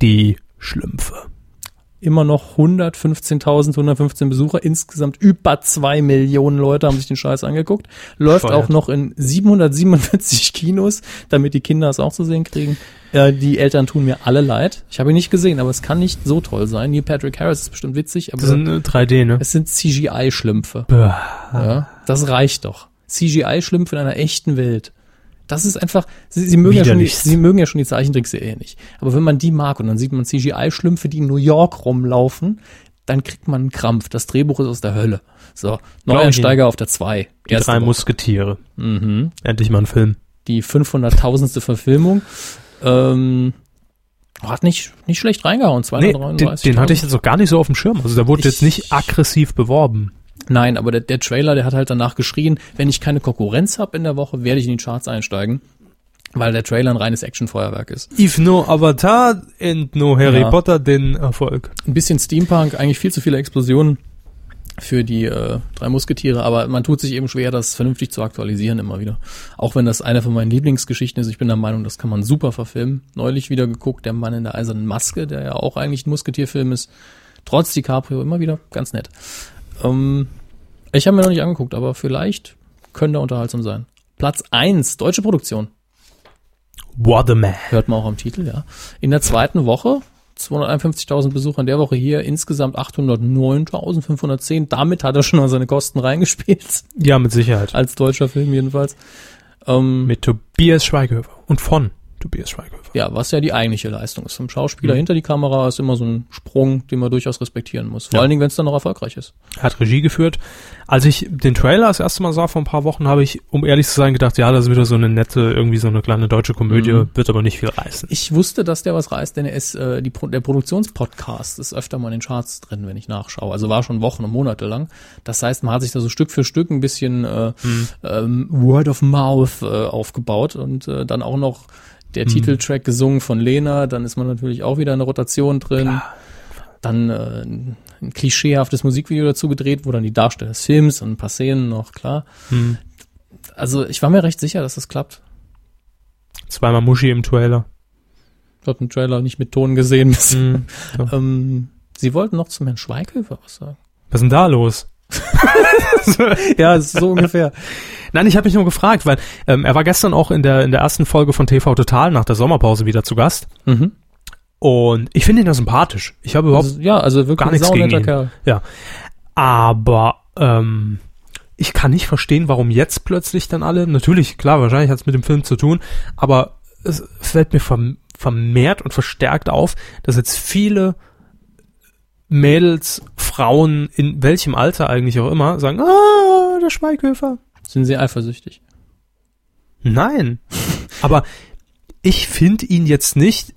Die Schlümpfe.
Immer noch 115.115 Besucher, insgesamt über zwei Millionen Leute haben sich den Scheiß angeguckt. Läuft
Bescheuert.
auch noch in 747 Kinos, damit die Kinder es auch zu sehen kriegen. Äh, die Eltern tun mir alle leid. Ich habe ihn nicht gesehen, aber es kann nicht so toll sein. Neil Patrick Harris ist bestimmt witzig, aber
Das sind äh, 3D, ne?
es sind CGI-Schlümpfe.
Bäh.
Ja, das reicht doch. CGI-Schlümpfe in einer echten Welt. Das ist einfach, sie, sie, mögen ja
Wieder
schon die,
nichts.
sie mögen ja schon die Zeichentrickserie eh nicht. Aber wenn man die mag und dann sieht man CGI-Schlümpfe, die in New York rumlaufen, dann kriegt man einen Krampf. Das Drehbuch ist aus der Hölle. So, Neuansteiger auf der 2.
Die drei Musketiere.
Mhm.
Endlich mal ein Film.
Die 500.000. Verfilmung. Ähm, hat nicht, nicht schlecht reingehauen,
Nee, den,
233.
den hatte ich jetzt auch gar nicht so auf dem Schirm. Also der wurde
Ich-
jetzt nicht aggressiv beworben.
Nein, aber der, der Trailer, der hat halt danach geschrien, wenn ich keine Konkurrenz habe in der Woche, werde ich in die Charts einsteigen, weil der Trailer ein reines Actionfeuerwerk ist.
If no Avatar and no Harry
Ja.
Potter, den Erfolg.
Ein bisschen Steampunk, eigentlich viel zu viele Explosionen, für die äh, drei Musketiere, aber man tut sich eben schwer, das vernünftig zu aktualisieren immer wieder. Auch wenn das eine von meinen Lieblingsgeschichten ist, ich bin der Meinung, das kann man super verfilmen. Neulich wieder geguckt, der Mann in der eisernen Maske, der ja auch eigentlich ein Musketierfilm ist, trotz DiCaprio immer wieder ganz nett. Ähm, ich habe mir noch nicht angeguckt, aber vielleicht könnte er unterhaltsam sein. Platz eins, deutsche Produktion.
Waterman.
Hört man auch am Titel, ja. In der zweiten Woche 251.000 Besucher in der Woche hier, insgesamt 809.510. Damit hat er schon mal seine Kosten reingespielt,
Ja, mit Sicherheit.
als deutscher Film jedenfalls. Ähm,
Mit Tobias Schweighöfer und von Tobias Schweighöfer.
ja, was ja die eigentliche Leistung ist. Vom Schauspieler hinter die Kamera ist immer so ein Sprung, den man durchaus respektieren muss. Vor allen Dingen, wenn es dann noch erfolgreich ist.
Hat Regie geführt. Als ich den Trailer das erste Mal sah vor ein paar Wochen, habe ich, um ehrlich zu sein, gedacht, ja, das ist wieder so eine nette, irgendwie so eine kleine deutsche Komödie, wird aber nicht viel reißen.
Ich wusste, dass der was reißt, denn er ist, äh, die Pro der Produktionspodcast ist öfter mal in den Charts drin, wenn ich nachschaue. Also war schon Wochen und Monate lang. Das heißt, man hat sich da so Stück für Stück ein bisschen äh, ähm, Word of Mouth äh, aufgebaut und äh, dann auch noch der Titeltrack gesungen von Lena. Dann ist man natürlich auch wieder in der Rotation drin. Dann äh, ein klischeehaftes Musikvideo dazu gedreht, wo dann die Darsteller des Films und ein paar Szenen noch, klar. Also ich war mir recht sicher, dass das klappt.
Zweimal Muschi im Trailer.
Ich habe den Trailer nicht mit Ton gesehen bis
Hm.
Ähm, Sie wollten noch zum Herrn Schweighöfer was sagen.
Was ist denn da los?
Ja, so ungefähr.
Nein, ich habe mich nur gefragt, weil ähm, er war gestern auch in der, in der ersten Folge von TV Total nach der Sommerpause wieder zu Gast.
Mhm.
Und ich finde ihn ja sympathisch. Ich habe überhaupt
Also, ja, also wirklich
gar
ein
nichts gegen
saunetter
ihn.
Kerl.
Ja. Aber ähm, ich kann nicht verstehen, warum jetzt plötzlich dann alle, natürlich, klar, wahrscheinlich hat es mit dem Film zu tun, aber es fällt mir verm- vermehrt und verstärkt auf, dass jetzt viele Mädels, Frauen, in welchem Alter eigentlich auch immer, sagen, ah, der Schweighöfer.
Sind Sie eifersüchtig?
Nein. aber ich finde ihn jetzt nicht,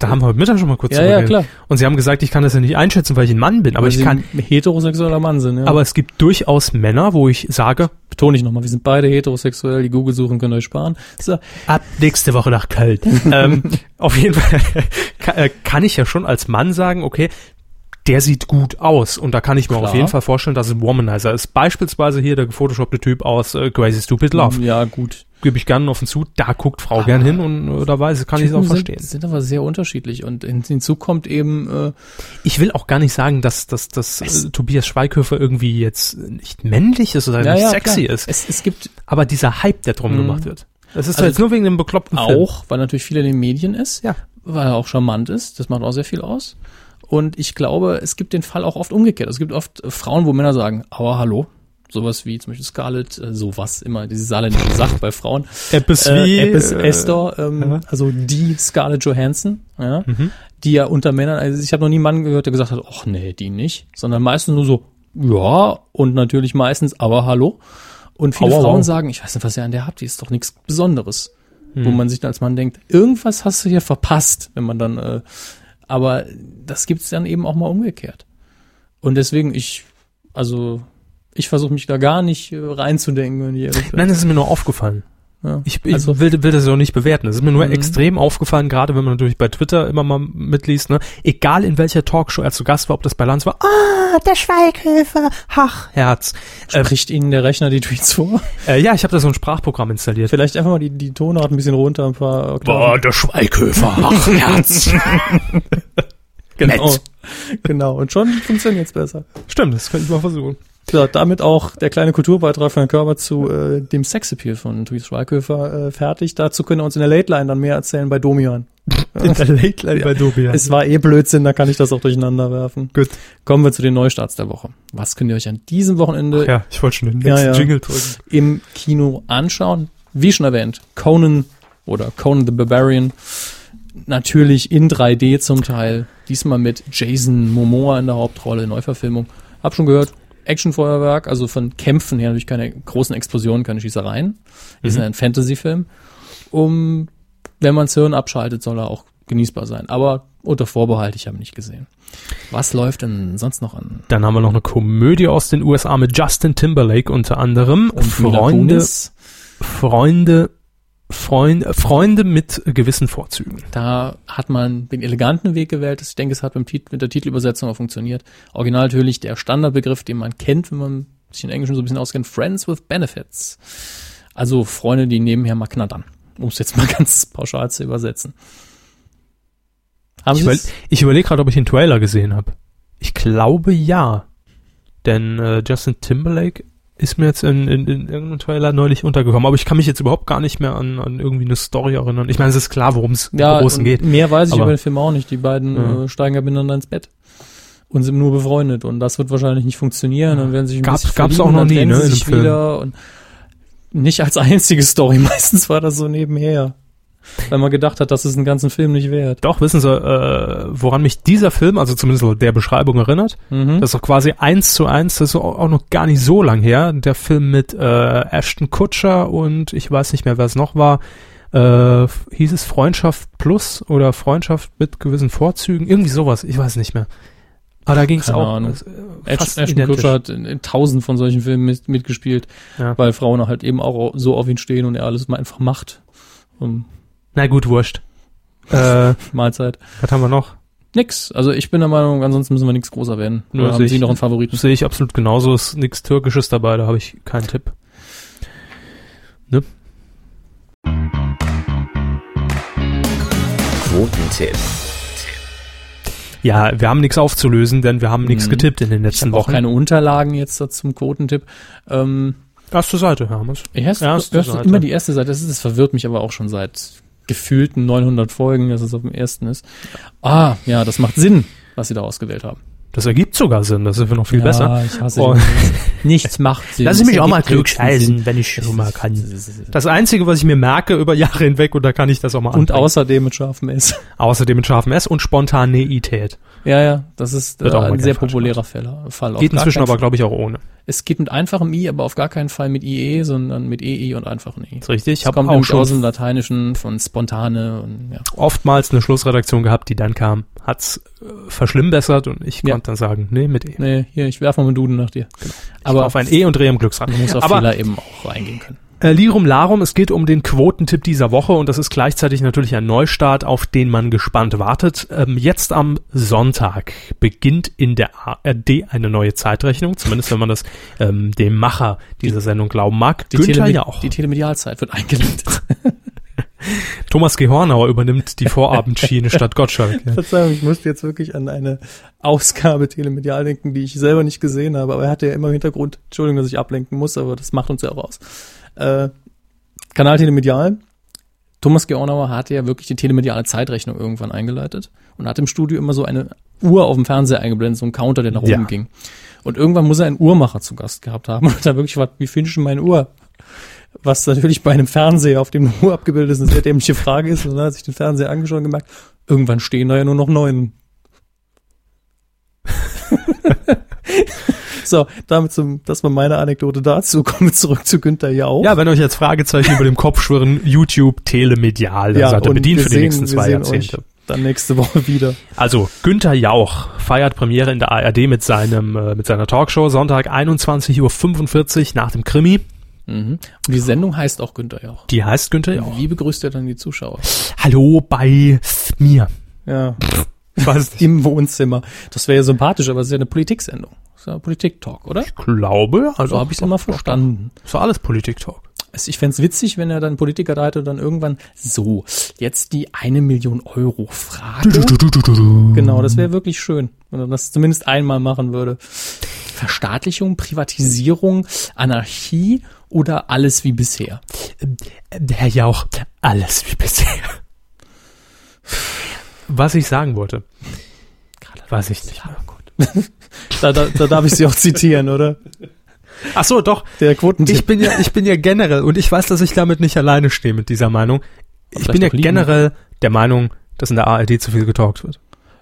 da haben wir heute Mittag schon mal kurz
Ja,
drüber
ja,
geredet.
klar.
Und sie haben gesagt, ich kann das ja nicht einschätzen, weil ich ein Mann bin, aber
Weil
ich
Sie
kann,
ein heterosexueller Mann sind, ja.
aber es gibt durchaus Männer, wo ich sage,
betone ich nochmal, wir sind beide heterosexuell, die Google-Suchen können euch sparen. So,
ab nächste Woche nach Köln. ähm, auf jeden Fall kann, äh, kann ich ja schon als Mann sagen, okay, der sieht gut aus. Und da kann ich mir
Klar.
auf jeden Fall vorstellen, dass es ein Womanizer ist. Beispielsweise hier der gefotoshoppte Typ aus äh, Crazy Stupid Love.
ja, gut.
Gebe ich gerne offen zu, da guckt Frau gern hin und äh, da weiß, kann ich es auch verstehen.
Ah. Sind, sind aber sehr unterschiedlich und hin- hinzu kommt eben, äh,
Ich will auch gar nicht sagen, dass, dass, dass äh, Tobias Schweighöfer irgendwie jetzt nicht männlich ist oder
ja,
nicht
ja,
sexy
klar.
ist,
Es, es gibt
aber dieser Hype, der drum
Mhm.
gemacht wird. Das ist
Also
jetzt nur wegen dem bekloppten Film.
auch, weil natürlich viel in den Medien ist,
Ja.
weil er auch charmant ist, das macht auch sehr viel aus. Und ich glaube, es gibt den Fall auch oft umgekehrt. Es gibt oft äh, Frauen, wo Männer sagen, aua, hallo. Sowas wie zum Beispiel Scarlett, äh, sowas immer, diese saarländische Sache bei Frauen.
Eppes
Äh, Eppes
äh,
Esther, ähm,
ja.
also die Scarlett Johansson, ja,
Mhm.
die ja unter Männern, also ich habe noch nie einen Mann gehört, der gesagt hat, ach nee, die nicht, sondern meistens nur so, ja, und natürlich meistens, aber hallo. Und viele
Aua,
Frauen
wow.
sagen, ich weiß nicht, was ihr an der habt, die ist doch nichts Besonderes.
Hm.
Wo man sich dann als Mann denkt, irgendwas hast du hier verpasst, wenn man dann, äh, aber das gibt's dann eben auch mal umgekehrt. Und deswegen, ich, also, ich versuche mich da gar nicht äh, reinzudenken, wenn ich ehrlich bin.
Nein, das ist mir nur aufgefallen.
Ja.
Ich, ich
Also-
will, will das ja auch nicht bewerten. Es ist mir nur
Mhm.
extrem aufgefallen, gerade wenn man natürlich bei Twitter immer mal mitliest, ne? Egal in welcher Talkshow er zu Gast war, ob das bei Lanz war, ah, der Schweighöfer, hach, Herz. Äh,
Spricht Ihnen der Rechner die Tweets vor?
äh, ja, ich habe da so ein Sprachprogramm installiert.
Vielleicht einfach mal die, die Tonart ein bisschen runter, ein paar Oktaven.
der Schweighöfer, hach, Herz. genau.
genau. Und schon funktioniert's besser.
Stimmt, das könnte ich mal versuchen.
So, damit auch der kleine Kulturbeitrag von Herrn Körber zu äh, dem Sexappeal von Tobias Schweighöfer äh, fertig. Dazu können wir uns in der Late Line dann mehr erzählen bei Domian.
In der Late Line bei Dobian.
Es war eh Blödsinn, da kann ich das auch durcheinander werfen.
Gut.
Kommen wir zu den Neustarts der Woche. Was könnt ihr euch an diesem Wochenende
äh, Ja, ich wollte schon den
Ja,
nächsten
ja.
Jingle drücken.
im Kino anschauen. Wie schon erwähnt, Conan oder Conan the Barbarian natürlich in 3D zum Teil. Diesmal mit Jason Momoa in der Hauptrolle, Neuverfilmung. Hab schon gehört, Actionfeuerwerk, also von Kämpfen her natürlich keine großen Explosionen, keine Schießereien. Ist ja ein Fantasy-Film. Um, wenn man's Hirn abschaltet, soll er auch genießbar sein. Aber unter Vorbehalt, ich habe ihn nicht gesehen. Was läuft denn sonst noch an?
Dann haben wir noch eine Komödie aus den USA mit Justin Timberlake unter anderem.
Mila Kunis?
Freunde Freund, Freunde mit gewissen Vorzügen.
Da hat man den eleganten Weg gewählt. Ich denke, es hat mit, mit der Titelübersetzung auch funktioniert. Original natürlich der Standardbegriff, den man kennt, wenn man sich in Englisch so ein bisschen auskennt. Friends with Benefits. Also Freunde, die nebenher mal knattern. Um es jetzt mal ganz pauschal zu übersetzen. Haben
Ich,
Sie
überle ich überlege gerade, ob ich den Trailer gesehen habe. Ich glaube ja. Denn äh, Justin Timberlake ist mir jetzt in, in, in irgendeinem Trailer neulich untergekommen. Aber ich kann mich jetzt überhaupt gar nicht mehr an, an irgendwie eine Story erinnern. Ich meine, es ist klar, worum es im Großen
und
geht.
Mehr weiß ich
Aber-
über den Film auch nicht. Die beiden
Ja.
äh, steigen ja miteinander ins Bett und sind nur befreundet und das wird wahrscheinlich nicht funktionieren. Dann werden sie sich ein
Gab's-
bisschen
gab's
verlieben,
auch noch
dann
nie,
trennen
ne,
sie
in
sich
einem Film.
wieder und nicht als einzige Story. Meistens war das so nebenher, weil man gedacht hat, das ist einen ganzen Film nicht wert.
Doch, wissen Sie, äh, woran mich dieser Film, also zumindest laut der Beschreibung erinnert?
Mhm.
Das ist doch quasi eins zu eins, das ist auch auch noch gar nicht so lang her. Der Film mit äh, Ashton Kutcher und ich weiß nicht mehr, wer es noch war. Äh, f- hieß es Freundschaft Plus oder Freundschaft mit gewissen Vorzügen? Irgendwie sowas, ich weiß nicht mehr. Aber da ging es
Keine
auch
Ahnung.
äh, fast
Ashton Ashton
identisch.
Kutcher hat in, in tausend von solchen Filmen mit, mitgespielt,
Ja.
weil Frauen halt eben auch so auf ihn stehen und er alles mal einfach macht. Um
Na gut, wurscht. äh,
Mahlzeit.
was haben wir noch?
Nix. Also ich bin der Meinung, ansonsten müssen wir nichts großer werden.
Nö,
Oder
sehe
haben Sie
ich-
noch einen Favoriten?
Sehe ich absolut genauso, ist nichts Türkisches dabei, da habe ich keinen Tipp.
Quotentipp.
Ja, wir haben nichts aufzulösen, denn wir haben nichts
Mhm.
getippt in den
Ich
letzten
habe auch
Wochen.
keine Unterlagen jetzt dazu zum Quotentipp. Ähm,
Erste Seite, Hermes.
erst,
Erste
erst
Seite.
immer die erste Seite. Das, ist, das verwirrt mich aber auch schon seit gefühlten 900 Folgen, dass es auf dem ersten ist. Ah, ja, das macht Sinn, was sie da ausgewählt haben.
Das ergibt sogar Sinn, das ist noch viel
ja,
besser.
ich hasse
Oh.
oh. Nichts macht Sinn.
Lass
Es
mich auch mal
ergibt
klugscheißen,
höchsten
wenn ich
Sinn.
schon mal kann. Das Einzige, was ich mir merke über Jahre hinweg, und da kann ich das auch mal
Und
anbringen.
außerdem mit scharfem S.
Außerdem mit scharfem S und Spontaneität.
Ja, ja, das ist äh,
Wird auch mal
ein
gern
sehr
falsch
populärer Fälle, Fall. auf
Geht
gar
inzwischen
keinen
aber,
Fall.
glaube ich, auch ohne.
Es geht mit einfachem I, aber auf gar keinen Fall mit IE, sondern mit EE und einfachem I.
Ist richtig. Ich
Das
habe
kommt
auch
nämlich aus
schon
dem Lateinischen von spontane und ja.
oftmals eine Schlussredaktion gehabt, die dann kam, hat's äh, verschlimmbessert und ich
Ja.
konnte dann sagen, nee, mit E. Ich
Nee, hier, ich werfe mal einen Duden nach dir. Genau.
war
Aber
auf ein E und Dreh im Glücksrad.
man muss auf
Aber
Fehler eben auch eingehen können.
äh, Lirum Larum, es geht um den Quotentipp dieser Woche und das ist gleichzeitig natürlich ein Neustart, auf den man gespannt wartet. Ähm, jetzt am Sonntag beginnt in der ARD eine neue Zeitrechnung, zumindest wenn man das ähm, dem Macher dieser Sendung glauben mag.
Telemi-
Jauch.
die Telemedialzeit wird eingeleitet.
Thomas G. Hornauer übernimmt die Vorabendschiene statt Gottschalk. Ja.
Verzeihung, ich musste jetzt wirklich an eine Ausgabe Telemedial denken, die ich selber nicht gesehen habe, aber er hatte ja immer im Hintergrund, Entschuldigung, dass ich ablenken muss, aber das macht uns ja auch aus. Äh, Kanal Telemedial. Thomas Geornauer hatte ja wirklich die telemediale Zeitrechnung irgendwann eingeleitet und hat im Studio immer so eine Uhr auf dem Fernseher eingeblendet, so einen Counter, der nach oben
Ja.
ging. Und irgendwann muss er einen Uhrmacher zu Gast gehabt haben und da wirklich war, wie finde ich denn meine Uhr? Was natürlich bei einem Fernseher, auf dem eine Uhr abgebildet ist, eine sehr dämliche Frage ist. Und dann hat sich den Fernseher angeschaut und gemerkt, irgendwann stehen da ja nur noch neun. so, damit zum, das war meine Anekdote dazu. Kommen wir zurück zu Günther Jauch.
ja, wenn euch jetzt Fragezeichen über dem Kopf schwirren, YouTube, Telemedial, dann seid ihr
und
bedient
wir
für die
sehen-
nächsten
wir
zwei
sehen euch
Jahrzehnte.
Dann nächste Woche wieder.
Also, Günther Jauch feiert Premiere in der ARD mit seinem, äh, mit seiner Talkshow. Sonntag 21.45 Uhr nach dem Krimi.
Und die Sendung heißt auch Günther Jauch.
Die heißt Günther Jauch.
Wie begrüßt er dann die Zuschauer?
Hallo bei mir.
Ja.
Ich weiß nicht.
Im Wohnzimmer. Das wäre ja sympathisch, aber es ist ja eine Politiksendung. Das ist ja Politik-Talk, oder?
Ich glaube, also
So habe ich es immer verstanden.
ist doch alles Politik-Talk.
Also ich fänd's witzig, wenn er dann Politiker da hätte und dann irgendwann so, jetzt die eine Million Euro Frage. Genau, das wäre wirklich schön, wenn er das zumindest einmal machen würde. Verstaatlichung, Privatisierung, Anarchie oder alles wie bisher?
Herr Jauch, alles wie bisher. Was ich sagen wollte, weiß ich nicht mehr.
Da, da, da darf ich sie auch zitieren, oder?
Ach so, doch.
Der Quotentipp.
Ich bin ja, ich bin ja generell, und ich weiß, dass ich damit nicht alleine stehe mit dieser Meinung. Ich
vielleicht
bin ja
auch liegen.
generell der Meinung, dass in der ARD zu viel getalkt wird.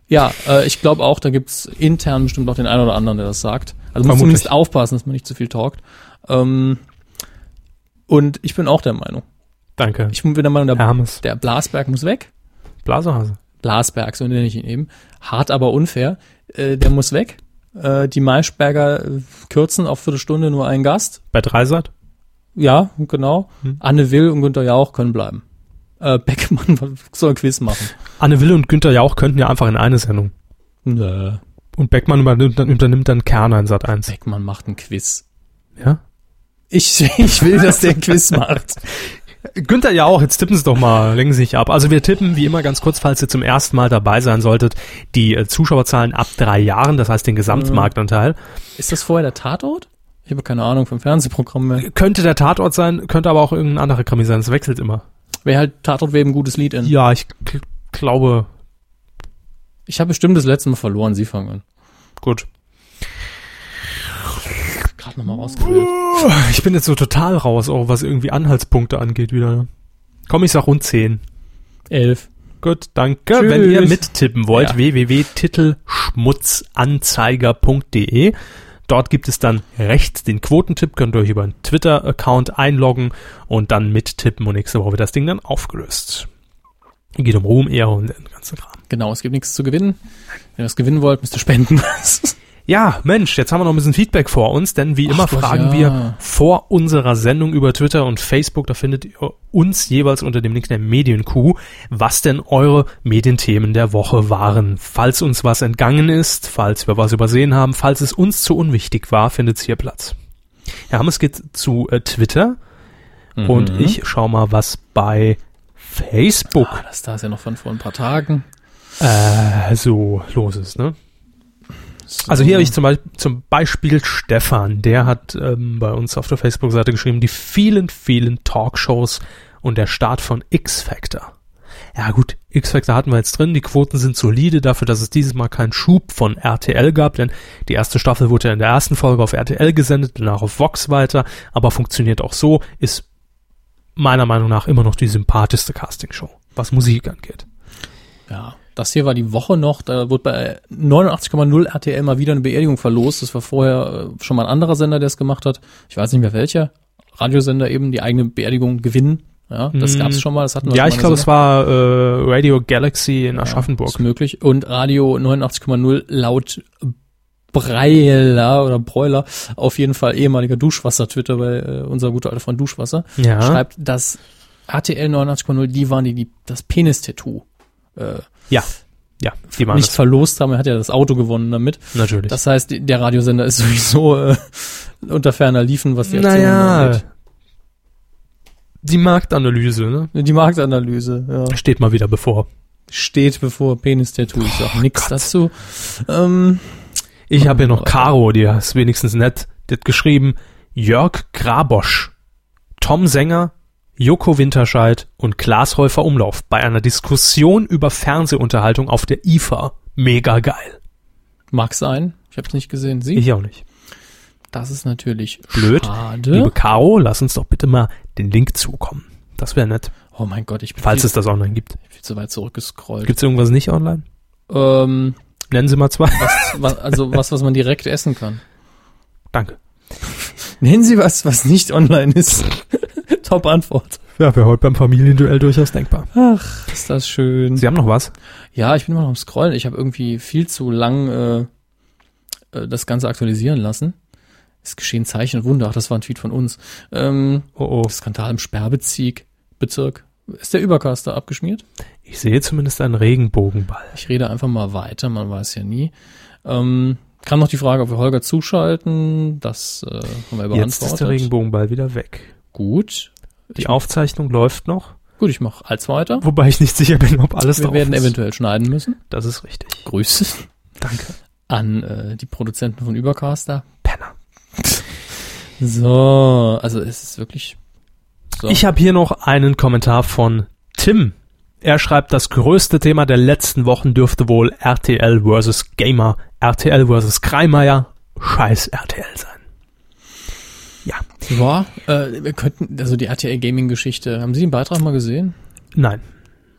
Ja, äh, ich glaube auch, da gibt's intern bestimmt auch den einen oder anderen, der das sagt. Also muss
Vermutlich.
zumindest aufpassen, dass man nicht zu viel talkt. Ähm, und ich bin auch der Meinung.
Danke.
Ich bin der Meinung, der,
Hermes.
der Blasberg muss weg.
Blasehase.
Blasberg, so nenne ich ihn eben. Hart, aber unfair. Äh, der muss weg. Äh, die Maischberger äh, kürzen auf Viertelstunde nur einen Gast.
Bei Dreisat?
Ja, genau.
Hm.
Anne Will und Günther Jauch können bleiben. Äh, Beckmann soll ein Quiz machen.
Anne Wille und Günther Jauch könnten ja einfach in eine Sendung.
Nö.
Und Beckmann übernimmt dann, übernimmt dann Kerner in Sat 1.
Beckmann macht ein Quiz.
Ja?
Ich, ich will, dass der ein Quiz macht.
Günther Jauch, jetzt tippen Sie doch mal, lenken Sie nicht ab. Also wir tippen, wie immer ganz kurz, falls ihr zum ersten Mal dabei sein solltet, die äh, Zuschauerzahlen ab drei Jahren, das
Mhm.
heißt den Gesamtmarktanteil.
Ist das vorher der Tatort? Ich habe keine Ahnung vom Fernsehprogramm mehr.
Könnte der Tatort sein, könnte aber auch irgendein anderer Krimi sein, es wechselt immer.
Wäre halt Tatort wäre ein gutes Lied in.
Ja, ich k- glaube,
Ich habe bestimmt das letzte Mal verloren, Sie fangen an.
gut.
Gerade nochmal rausgewählt.
Ich bin jetzt so total raus, auch was irgendwie Anhaltspunkte angeht wieder. Komm, ich sag rund 10.
Elf.
Gut, danke. Wenn ihr
Tschüss.
mittippen wollt,
Ja.
www.titelschmutzanzeiger.de. Dort gibt es dann rechts den Quotentipp, könnt ihr euch über einen Twitter-Account einloggen und dann mittippen und nächste Woche wird das Ding dann aufgelöst. Geht um Ruhm, Ehre und den ganzen Kram.
Genau, es gibt nichts zu gewinnen. Wenn ihr was gewinnen wollt, müsst ihr spenden.
Ja, Mensch, jetzt haben wir noch ein bisschen Feedback vor uns, denn wie immer
Gott,
fragen
ja.
wir vor unserer Sendung über Twitter und Facebook, da findet ihr uns jeweils unter dem Nickname Medienkuh, was denn eure Medienthemen der Woche waren. Falls uns was entgangen ist, falls wir was übersehen haben, falls es uns zu unwichtig war, findet es hier Platz. Herr Hammes geht zu äh, Twitter und
Mhm.
ich schau mal, was bei
ah,
Facebook
das da ist ja noch von vor ein paar Tagen.
äh,
Also,
so los ist, ne?
So.
Also hier habe ich zum Beispiel, zum Beispiel Stefan, der hat ähm, bei uns auf der Facebook-Seite geschrieben, die vielen, vielen Talkshows und der Start von X-Factor. Ja gut, X-Factor hatten wir jetzt drin, die Quoten sind solide dafür, dass es dieses Mal keinen Schub von RTL gab, denn die erste Staffel wurde ja in der ersten Folge auf RTL gesendet, danach auf Vox weiter, aber funktioniert auch so, ist meiner Meinung nach immer noch die sympathischste Castingshow, was Musik angeht.
Ja, das hier war die Woche noch. Da wurde bei 89,0 RTL mal wieder eine Beerdigung verlost. Das war vorher äh, schon mal ein anderer Sender, der es gemacht hat. Ich weiß nicht mehr welcher. Radiosender eben die eigene Beerdigung gewinnen. Ja, das
Mm.
gab es schon mal. Das hatten wir
Ja,
schon
ich
mal
glaube,
gesehen.
es war äh, Radio Galaxy in Aschaffenburg.
Ist möglich. Und Radio 89,0 laut Breiler oder Breuler, auf jeden Fall ehemaliger Duschwasser-Twitter, weil äh, unser guter alter Freund Duschwasser
Ja.
schreibt, dass RTL 89,0, die waren die, die das Penis-Tattoo äh,
Ja, ja, die waren
nicht
das.
verlost haben. Er hat ja das Auto gewonnen damit.
Natürlich.
Das heißt, die- der Radiosender ist sowieso äh, unter ferner Liefen, was die Aktion
naja,
angeht.
die Marktanalyse ne?
Die Marktanalyse, ja.
steht mal wieder bevor.
Steht bevor Penis-Tattoo. Ich sag nix
Oh Gott.
dazu. Ähm,
Ich habe hier noch Caro, die ist wenigstens nett. Die hat geschrieben, Jörg Grabosch, Tom Sänger, Joko Winterscheid und Klaas Häufer Umlauf bei einer Diskussion über Fernsehunterhaltung auf der IFA. Mega geil.
mag sein. Ich habe es nicht gesehen. Sie?
Ich auch nicht.
Das ist natürlich
Blöd.
Schade.
Liebe Caro, lass uns doch bitte mal den Link zukommen. Das wäre nett,
oh mein Gott, ich bin
falls
viel,
es das online gibt.
viel zu weit zurückgescrollt.
Gibt's irgendwas nicht online?
Ähm,
Nennen Sie mal zwei.
was, was, also was, was man direkt essen kann.
Danke.
Nennen Sie was, was nicht online ist. Top Antwort.
Ja, wäre heute beim Familienduell durchaus denkbar.
Hm? Ach, ist das schön.
Sie haben noch was?
Ja, ich bin immer noch am Scrollen. Ich habe irgendwie viel zu lang äh, äh, das Ganze aktualisieren lassen. Es geschehen Zeichen und Wunder. Ach, das war ein Tweet von uns. Ähm,
Oh oh.
Skandal im Sperrbezirk. Bezirk. Ist der Übercaster abgeschmiert?
Ich sehe zumindest einen Regenbogenball.
Ich rede einfach mal weiter, man weiß ja nie. Ähm, kam noch die Frage, ob wir Holger zuschalten. Das äh, haben wir
Jetzt ist der
beantwortet.
Regenbogenball wieder weg.
Gut.
Die Aufzeichnung läuft noch,
Gut, ich mache als weiter.
wobei ich nicht sicher bin, ob alles
Wir
drauf
werden
ist.
eventuell schneiden müssen.
Das ist richtig.
Grüße
Danke.
an äh, die Produzenten von Übercaster.
Penner.
So, also es ist wirklich. So.
Ich habe hier noch einen Kommentar von Tim. Er schreibt, das größte Thema der letzten Wochen dürfte wohl RTL versus Gamer, RTL versus Kreimeier, scheiß RTL sein.
ja, äh, wir könnten, also die RTL Gaming Geschichte, haben Sie den Beitrag mal gesehen?
Nein.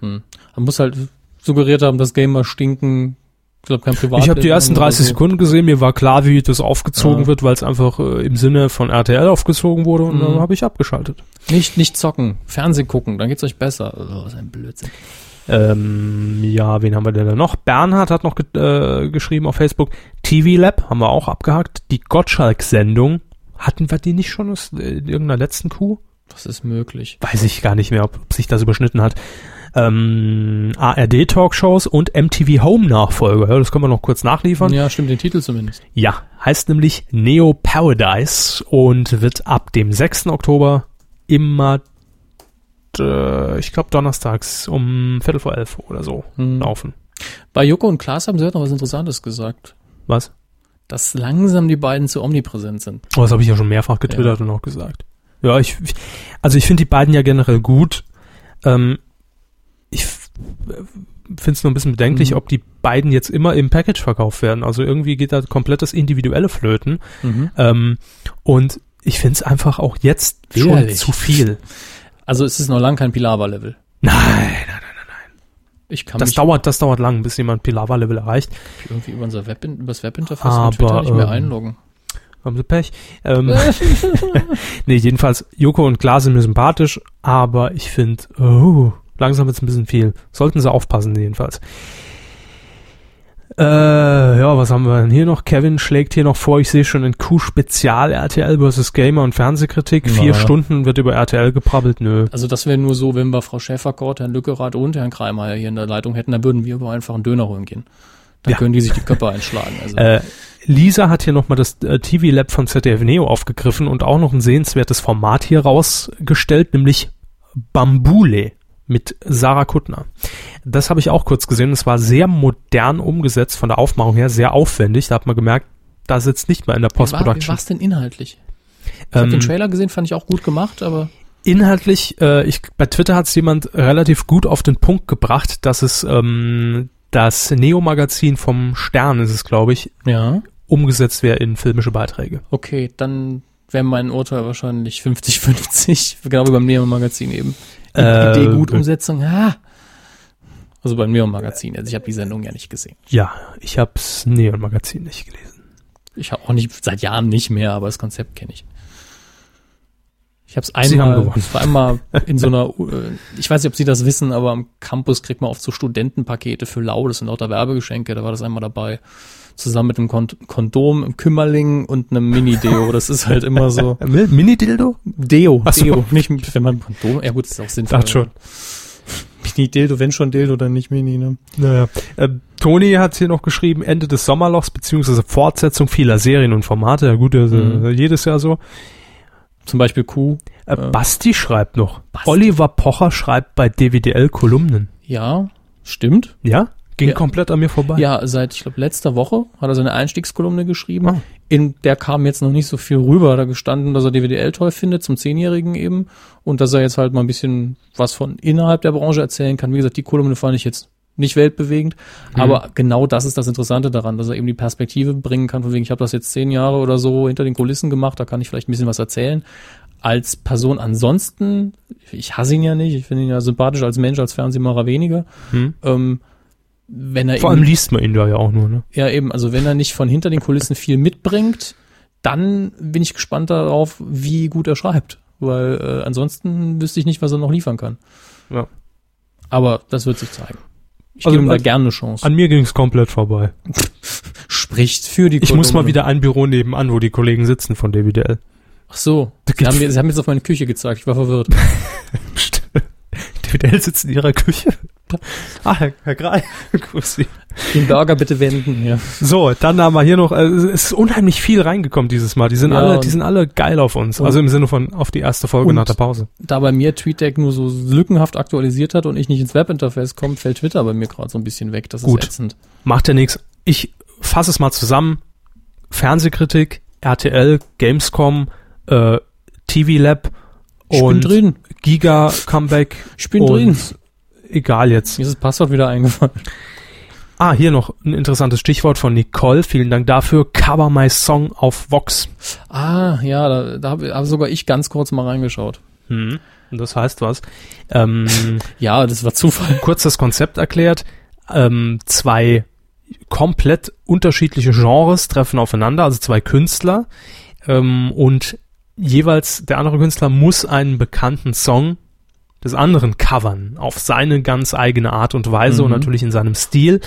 Man muss halt suggeriert haben, dass Gamer stinken. Ich glaube, kein Privat.
Ich habe die ersten 30 Sekunden gesehen, mir war klar, wie das aufgezogen wird, weil es einfach äh, im Sinne von RTL aufgezogen wurde und dann habe ich abgeschaltet.
Nicht, nicht zocken, Fernsehen gucken, dann geht's euch besser. Oh, was ein Blödsinn.
Ähm, ja, wen haben wir denn da noch? Bernhard hat noch ge äh, geschrieben auf Facebook, TV Lab haben wir auch abgehakt, die Gottschalk-Sendung Hatten wir die nicht schon aus äh, irgendeiner letzten Kuh?
Das ist möglich.
Weiß ich gar nicht mehr, ob, ob sich das überschnitten hat. Ähm, ARD-Talkshows und MTV Home-Nachfolger. Ja, das können wir noch kurz nachliefern.
Ja, stimmt, den Titel zumindest.
Ja, heißt nämlich Neo Paradise und wird ab dem 6. Oktober immer, äh, ich glaube, donnerstags um Viertel vor elf oder so
Hm.
laufen.
Bei Joko und Klaas haben sie heute noch was Interessantes gesagt.
Was?
Dass langsam die beiden zu omnipräsent sind.
Oh, das habe ich ja schon mehrfach getwittert und auch gesagt. Ja, ich, ich also ich finde die beiden ja generell gut. Ähm, ich finde es nur ein bisschen bedenklich,
Mhm.
ob die beiden jetzt immer im Package verkauft werden. Also irgendwie geht da komplettes individuelle Flöten. Ähm, und ich finde es einfach auch jetzt schon
Widerlich.
zu viel.
Also es ist noch lang kein Pilava-Level.
Nein,
Ich kann
das
mich
dauert, das dauert lang, bis jemand Pilava-Level erreicht.
irgendwie über unser Web, übers Webinterface
Aber,
von Twitter nicht mehr
ähm,
einloggen.
Haben sie Pech. Ähm, nee, jedenfalls, Joko und Glas sind mir sympathisch, aber ich finde, oh, langsam wird's ein bisschen viel. Sollten sie aufpassen, jedenfalls. Äh, ja, was haben wir denn hier noch? Kevin schlägt hier noch vor, ich sehe schon in Q-Spezial RTL vs. Gamer und Fernsehkritik. Vier
Ja.
Stunden wird über RTL geprabbelt, nö.
Also das wäre nur so, wenn wir Frau Schäferkort, Herrn Lückerath und Herrn Kreimeyer hier in der Leitung hätten, dann würden wir aber einfach einen Döner holen gehen. Dann
Ja.
können die sich die Köpfe einschlagen. Also
Äh, Lisa hat hier nochmal das äh, TV-Lab von ZDF Neo aufgegriffen und auch noch ein sehenswertes Format hier rausgestellt, nämlich Bambule mit Sarah Kuttner. Das habe ich auch kurz gesehen. Es war sehr modern umgesetzt von der Aufmachung her, sehr aufwendig. Da hat man gemerkt, da sitzt nicht mal in der
wie war wie
Post-Production.
war's denn inhaltlich? Ich hab den
Ähm,
Trailer gesehen, fand ich auch gut gemacht, aber
inhaltlich, äh, ich, bei Twitter hat es jemand relativ gut auf den Punkt gebracht, dass es ähm, das Neo-Magazin vom Stern ist es, glaube ich,
ja,
umgesetzt wäre in filmische Beiträge.
okay, dann wäre mein Urteil wahrscheinlich 50-50, genau wie beim Neo-Magazin eben. I-
Äh,
Idee gut,
gut.
Umsetzung, ah. Also beim Neo-Magazin, also ich habe die Sendung ja nicht gesehen.
Ja, ich hab's Neon Magazin nicht gelesen.
Ich habe auch nicht, seit Jahren nicht mehr, aber das Konzept kenne ich. Ich habe es
Sie haben
einmal,
gewonnen.
es war einmal in so einer, äh, ich weiß nicht, ob Sie das wissen, aber am Campus kriegt man oft so Studentenpakete für Laudes und lauter Werbegeschenke, da war das einmal dabei. Zusammen mit einem Kon Kondom, einem Kümmerling und einem Mini-Deo, das ist halt immer so.
Äh, ne? Mini-Dildo?
Deo,
Ach so.
Deo, nicht, mit- wenn man Kondom, ja gut, ist auch sinnvoll.
Dachte schon.
Mini-Dildo, wenn schon Dildo, dann nicht Mini, ne?
Naja. Ähm, Toni hat hier noch geschrieben, Ende des Sommerlochs, beziehungsweise Fortsetzung vieler Serien und Formate. Ja gut, das, äh,
Mhm.
jedes Jahr so.
Zum Beispiel Kuh,
Äh,
Ja.
Basti schreibt noch.
Basti.
Oliver Pocher schreibt bei DWDL Kolumnen.
ja, stimmt.
Ja? Ging
Ja.
komplett an mir vorbei.
Ja, seit, ich glaube, letzter Woche hat er seine Einstiegskolumne geschrieben.
Ah.
In der kam jetzt noch nicht so viel rüber. Da gestanden, dass er DWDL toll findet, zum Zehnjährigen eben. Und dass er jetzt halt mal ein bisschen was von innerhalb der Branche erzählen kann. Wie gesagt, die Kolumne fand ich jetzt nicht weltbewegend.
Mhm.
Aber genau das ist das Interessante daran, dass er eben die Perspektive bringen kann, von wegen, ich habe das jetzt zehn Jahre oder so hinter den Kulissen gemacht, da kann ich vielleicht ein bisschen was erzählen. Als Person ansonsten, ich hasse ihn ja nicht, ich finde ihn ja sympathisch als Mensch, als Fernsehmacher weniger.
Mhm.
Ähm, wenn er
Vor allem liest man ihn da ja auch nur, ne?
ja, eben, also wenn er nicht von hinter den Kulissen viel mitbringt, dann bin ich gespannt darauf, wie gut er schreibt. Weil äh, ansonsten wüsste ich nicht, was er noch liefern kann.
Ja.
Aber das wird sich zeigen. Ich
Also,
gebe ihm da
also-
gerne eine Chance.
An mir ging's komplett vorbei.
Spricht für die
Ich muss mal
Kolumne.
wieder ein Büro nebenan, wo die Kollegen sitzen von DWDL.
Ach so. Sie haben, mir- Sie haben jetzt auf meine Küche gezeigt, ich war verwirrt.
DWDL sitzt in ihrer Küche. Ah, Herr, Herr Greil, grüß Sie.
Den Burger bitte wenden. Ja.
So, dann haben wir hier noch, äh, es ist unheimlich viel reingekommen dieses Mal. Die sind
Ja,
alle,
und-
die sind alle geil auf uns.
und-
Also im Sinne von auf die erste Folge
Und-
nach der Pause.
Da bei mir TweetDeck nur so lückenhaft aktualisiert hat und ich nicht ins Webinterface komme, fällt Twitter bei mir gerade so ein bisschen weg. Das
Gut.
ist ätzend.
Macht ja nichts. Ich fasse es mal zusammen. Fernsehkritik, RTL, Gamescom, äh, TV Lab
Ich bin
und
drin.
Giga Comeback.
Ich bin
und
drin.
Egal jetzt.
Mir ist das Passwort wieder eingefallen.
Ah, hier noch ein interessantes Stichwort von Nicole. Vielen Dank dafür. Cover My Song auf Vox.
Ah, ja, da, da habe hab sogar ich ganz kurz mal reingeschaut.
Hm. Das heißt was. Ähm,
Ja, das war Zufall.
kurz das Konzept erklärt. Ähm, zwei komplett unterschiedliche Genres treffen aufeinander, also zwei Künstler. Ähm, und jeweils der andere Künstler muss einen bekannten Song des anderen covern, auf seine ganz eigene Art und Weise
Mhm.
und natürlich in seinem Stil.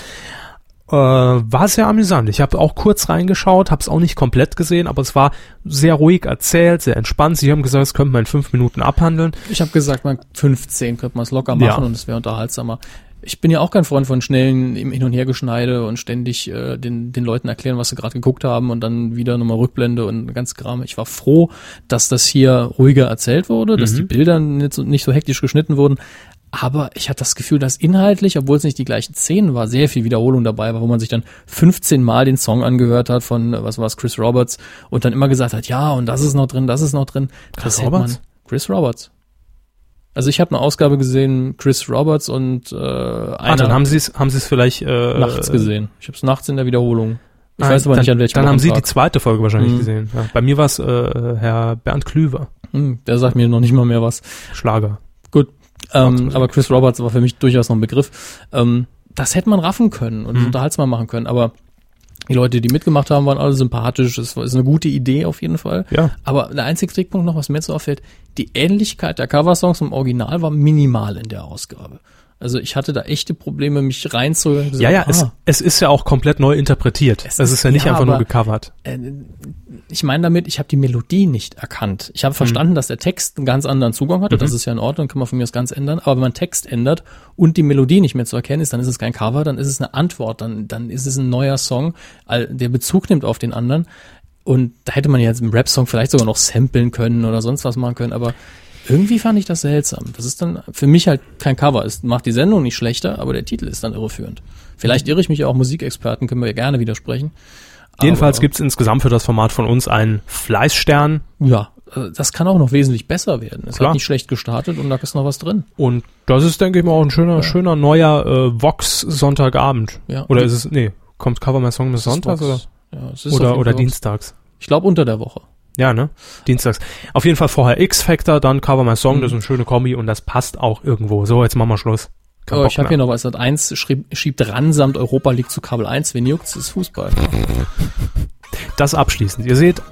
äh, war sehr amüsant. Ich habe auch kurz reingeschaut, habe es auch nicht komplett gesehen, aber es war sehr ruhig erzählt, sehr entspannt. Sie haben gesagt, es könnte man in fünf Minuten abhandeln.
Ich habe gesagt, man 15 könnte man es locker machen
Ja.
und es wäre unterhaltsamer. Ich bin ja auch kein Freund von schnellen im Hin- und Hergeschneide und ständig äh, den, den Leuten erklären, was sie gerade geguckt haben und dann wieder nochmal Rückblende und ganz Kram. Ich war froh, dass das hier ruhiger erzählt wurde, dass
Mhm.
die Bilder nicht so, nicht so hektisch geschnitten wurden. Aber ich hatte das Gefühl, dass inhaltlich, obwohl es nicht die gleichen Szenen war, sehr viel Wiederholung dabei war, wo man sich dann 15 Mal den Song angehört hat von, äh, was war es, Chris Roberts und dann immer gesagt hat, ja, und das ist noch drin, das ist noch drin.
Chris
hätte
Roberts?
Man, Chris Roberts. Also ich habe eine Ausgabe gesehen, Chris Roberts und äh, einer
Ah, dann haben sie es haben sie's vielleicht äh,
nachts gesehen. Ich habe es nachts in der Wiederholung. Ich
ah,
weiß aber
dann,
nicht, an welchem
Dann haben sie die
Wochentag.
zweite Folge wahrscheinlich
Mhm.
gesehen. Ja. Bei mir war es äh, Herr Bernd Klüver,
Hm, der sagt mir noch nicht mal mehr was.
Schlager.
Ähm, aber Chris Roberts war für mich durchaus noch ein Begriff. Ähm, das hätte man raffen können und
Mhm.
unterhaltsam machen können. Aber die Leute, die mitgemacht haben, waren alle sympathisch. Es war- ist eine gute Idee auf jeden Fall.
Ja.
Aber der einzige Kritikpunkt noch, was mir jetzt so auffällt, die Ähnlichkeit der Coversongs im Original war minimal in der Ausgabe. Also ich hatte da echte Probleme, mich reinzuhören.
Ja, ja, es,
Ah.
es ist ja auch komplett neu interpretiert.
Es
Es,
ist-
ist ja nicht
ja,
einfach nur
aber-
gecovert.
Äh, ich meine damit, ich habe die Melodie nicht erkannt. Ich habe verstanden, dass der Text einen ganz anderen Zugang hatte. Das ist ja in Ordnung, kann man von mir aus ganz ändern. Aber wenn man Text ändert und die Melodie nicht mehr zu erkennen ist, dann ist es kein Cover, dann ist es eine Antwort, dann, dann ist es ein neuer Song, all- der Bezug nimmt auf den anderen. Und da hätte man jetzt im Rap-Song vielleicht sogar noch samplen können oder sonst was machen können, aber irgendwie fand ich das seltsam. Das ist dann für mich halt kein Cover. Es macht die Sendung nicht schlechter, aber der Titel ist dann irreführend. Vielleicht irre ich mich ja auch, Musikexperten können wir ja gerne widersprechen.
Jedenfalls
Aber-
gibt's insgesamt für das Format von uns einen Fleißstern
ja, äh, das kann auch noch wesentlich besser werden. Es
Klar.
hat nicht schlecht gestartet und da ist noch was drin.
und das ist, denke ich mal, auch ein schöner, schöner neuer äh, Vox-Sonntagabend.
Ja.
Oder ist es, nee, kommt Cover My Song bis Sonntag oder,
Box. Ja, es ist auf
oder,
jeden
oder
Fall Box.
dienstags?
Ich glaube unter der Woche.
Ja, ne? Dienstags. Auf jeden Fall vorher X-Factor, dann Cover My
Mhm.
Song, das ist eine schöne Kombi und das passt auch irgendwo. So, jetzt machen wir Schluss. Kein
Aber
Bock
Oh, ich habe
mehr.
hier noch was. Sat 1 schrieb, schiebt ran samt Europa League zu Kabel 1. Wen juckt's, ist Fußball.
das abschließend. Ihr seht,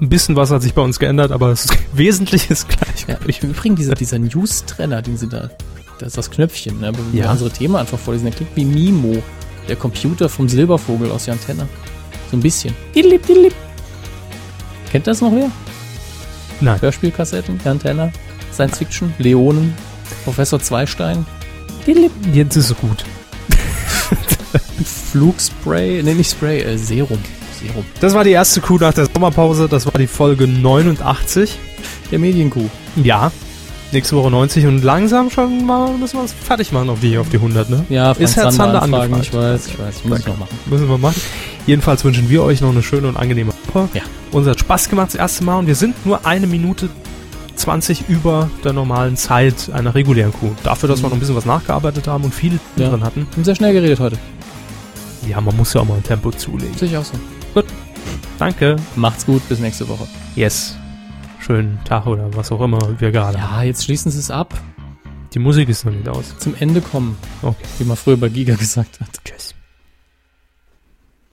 ein bisschen was hat sich bei uns geändert, aber das Wesentliche ist gleich.
Ja, ich übrigens diese, dieser News-Trenner, den sie da, das ist das Knöpfchen, ne? Wenn wir
Ja.
unsere Themen einfach vorlesen, der klingt wie Mimo, der Computer vom Silbervogel aus der Antenne. So ein bisschen. Diddlip, diddlip. Kennt das noch wer?
Nein.
Hörspielkassetten, der Antenne, Science Fiction, Leonen, Professor Zweistein. Diddlip.
Jetzt ist es gut.
Flugspray, nee, nicht Spray, äh, Serum. Serum.
Das war die erste Kuh nach der Sommerpause. Das war die Folge 89.
Der Medienkuh.
Ja. Nächste Woche 90 und langsam schon mal müssen wir uns fertig machen auf die, auf die 100, ne?
Ja, Frank
Ist Herr
Zander
Zander
anfragen,
angefragt?
ich weiß, ich weiß, muss ich noch machen.
Müssen wir machen. Jedenfalls wünschen wir euch noch eine schöne und angenehme Woche.
Ja.
Uns hat Spaß gemacht das erste Mal und wir sind nur eine Minute 20 über der normalen Zeit einer regulären Kuh. Dafür, dass wir noch ein bisschen was nachgearbeitet haben und viel
Ja.
drin hatten.
Wir haben sehr schnell geredet heute,
Ja, man muss ja auch mal ein Tempo zulegen.
sehe ich auch so.
Danke.
Macht's gut, bis nächste Woche.
Yes. Schönen Tag oder was auch immer wir gerade haben.
Ja, jetzt schließen Sie es ab,
Die Musik ist noch nicht aus.
zum Ende kommen,
Okay.
wie man früher bei Giga gesagt hat.
Tschüss.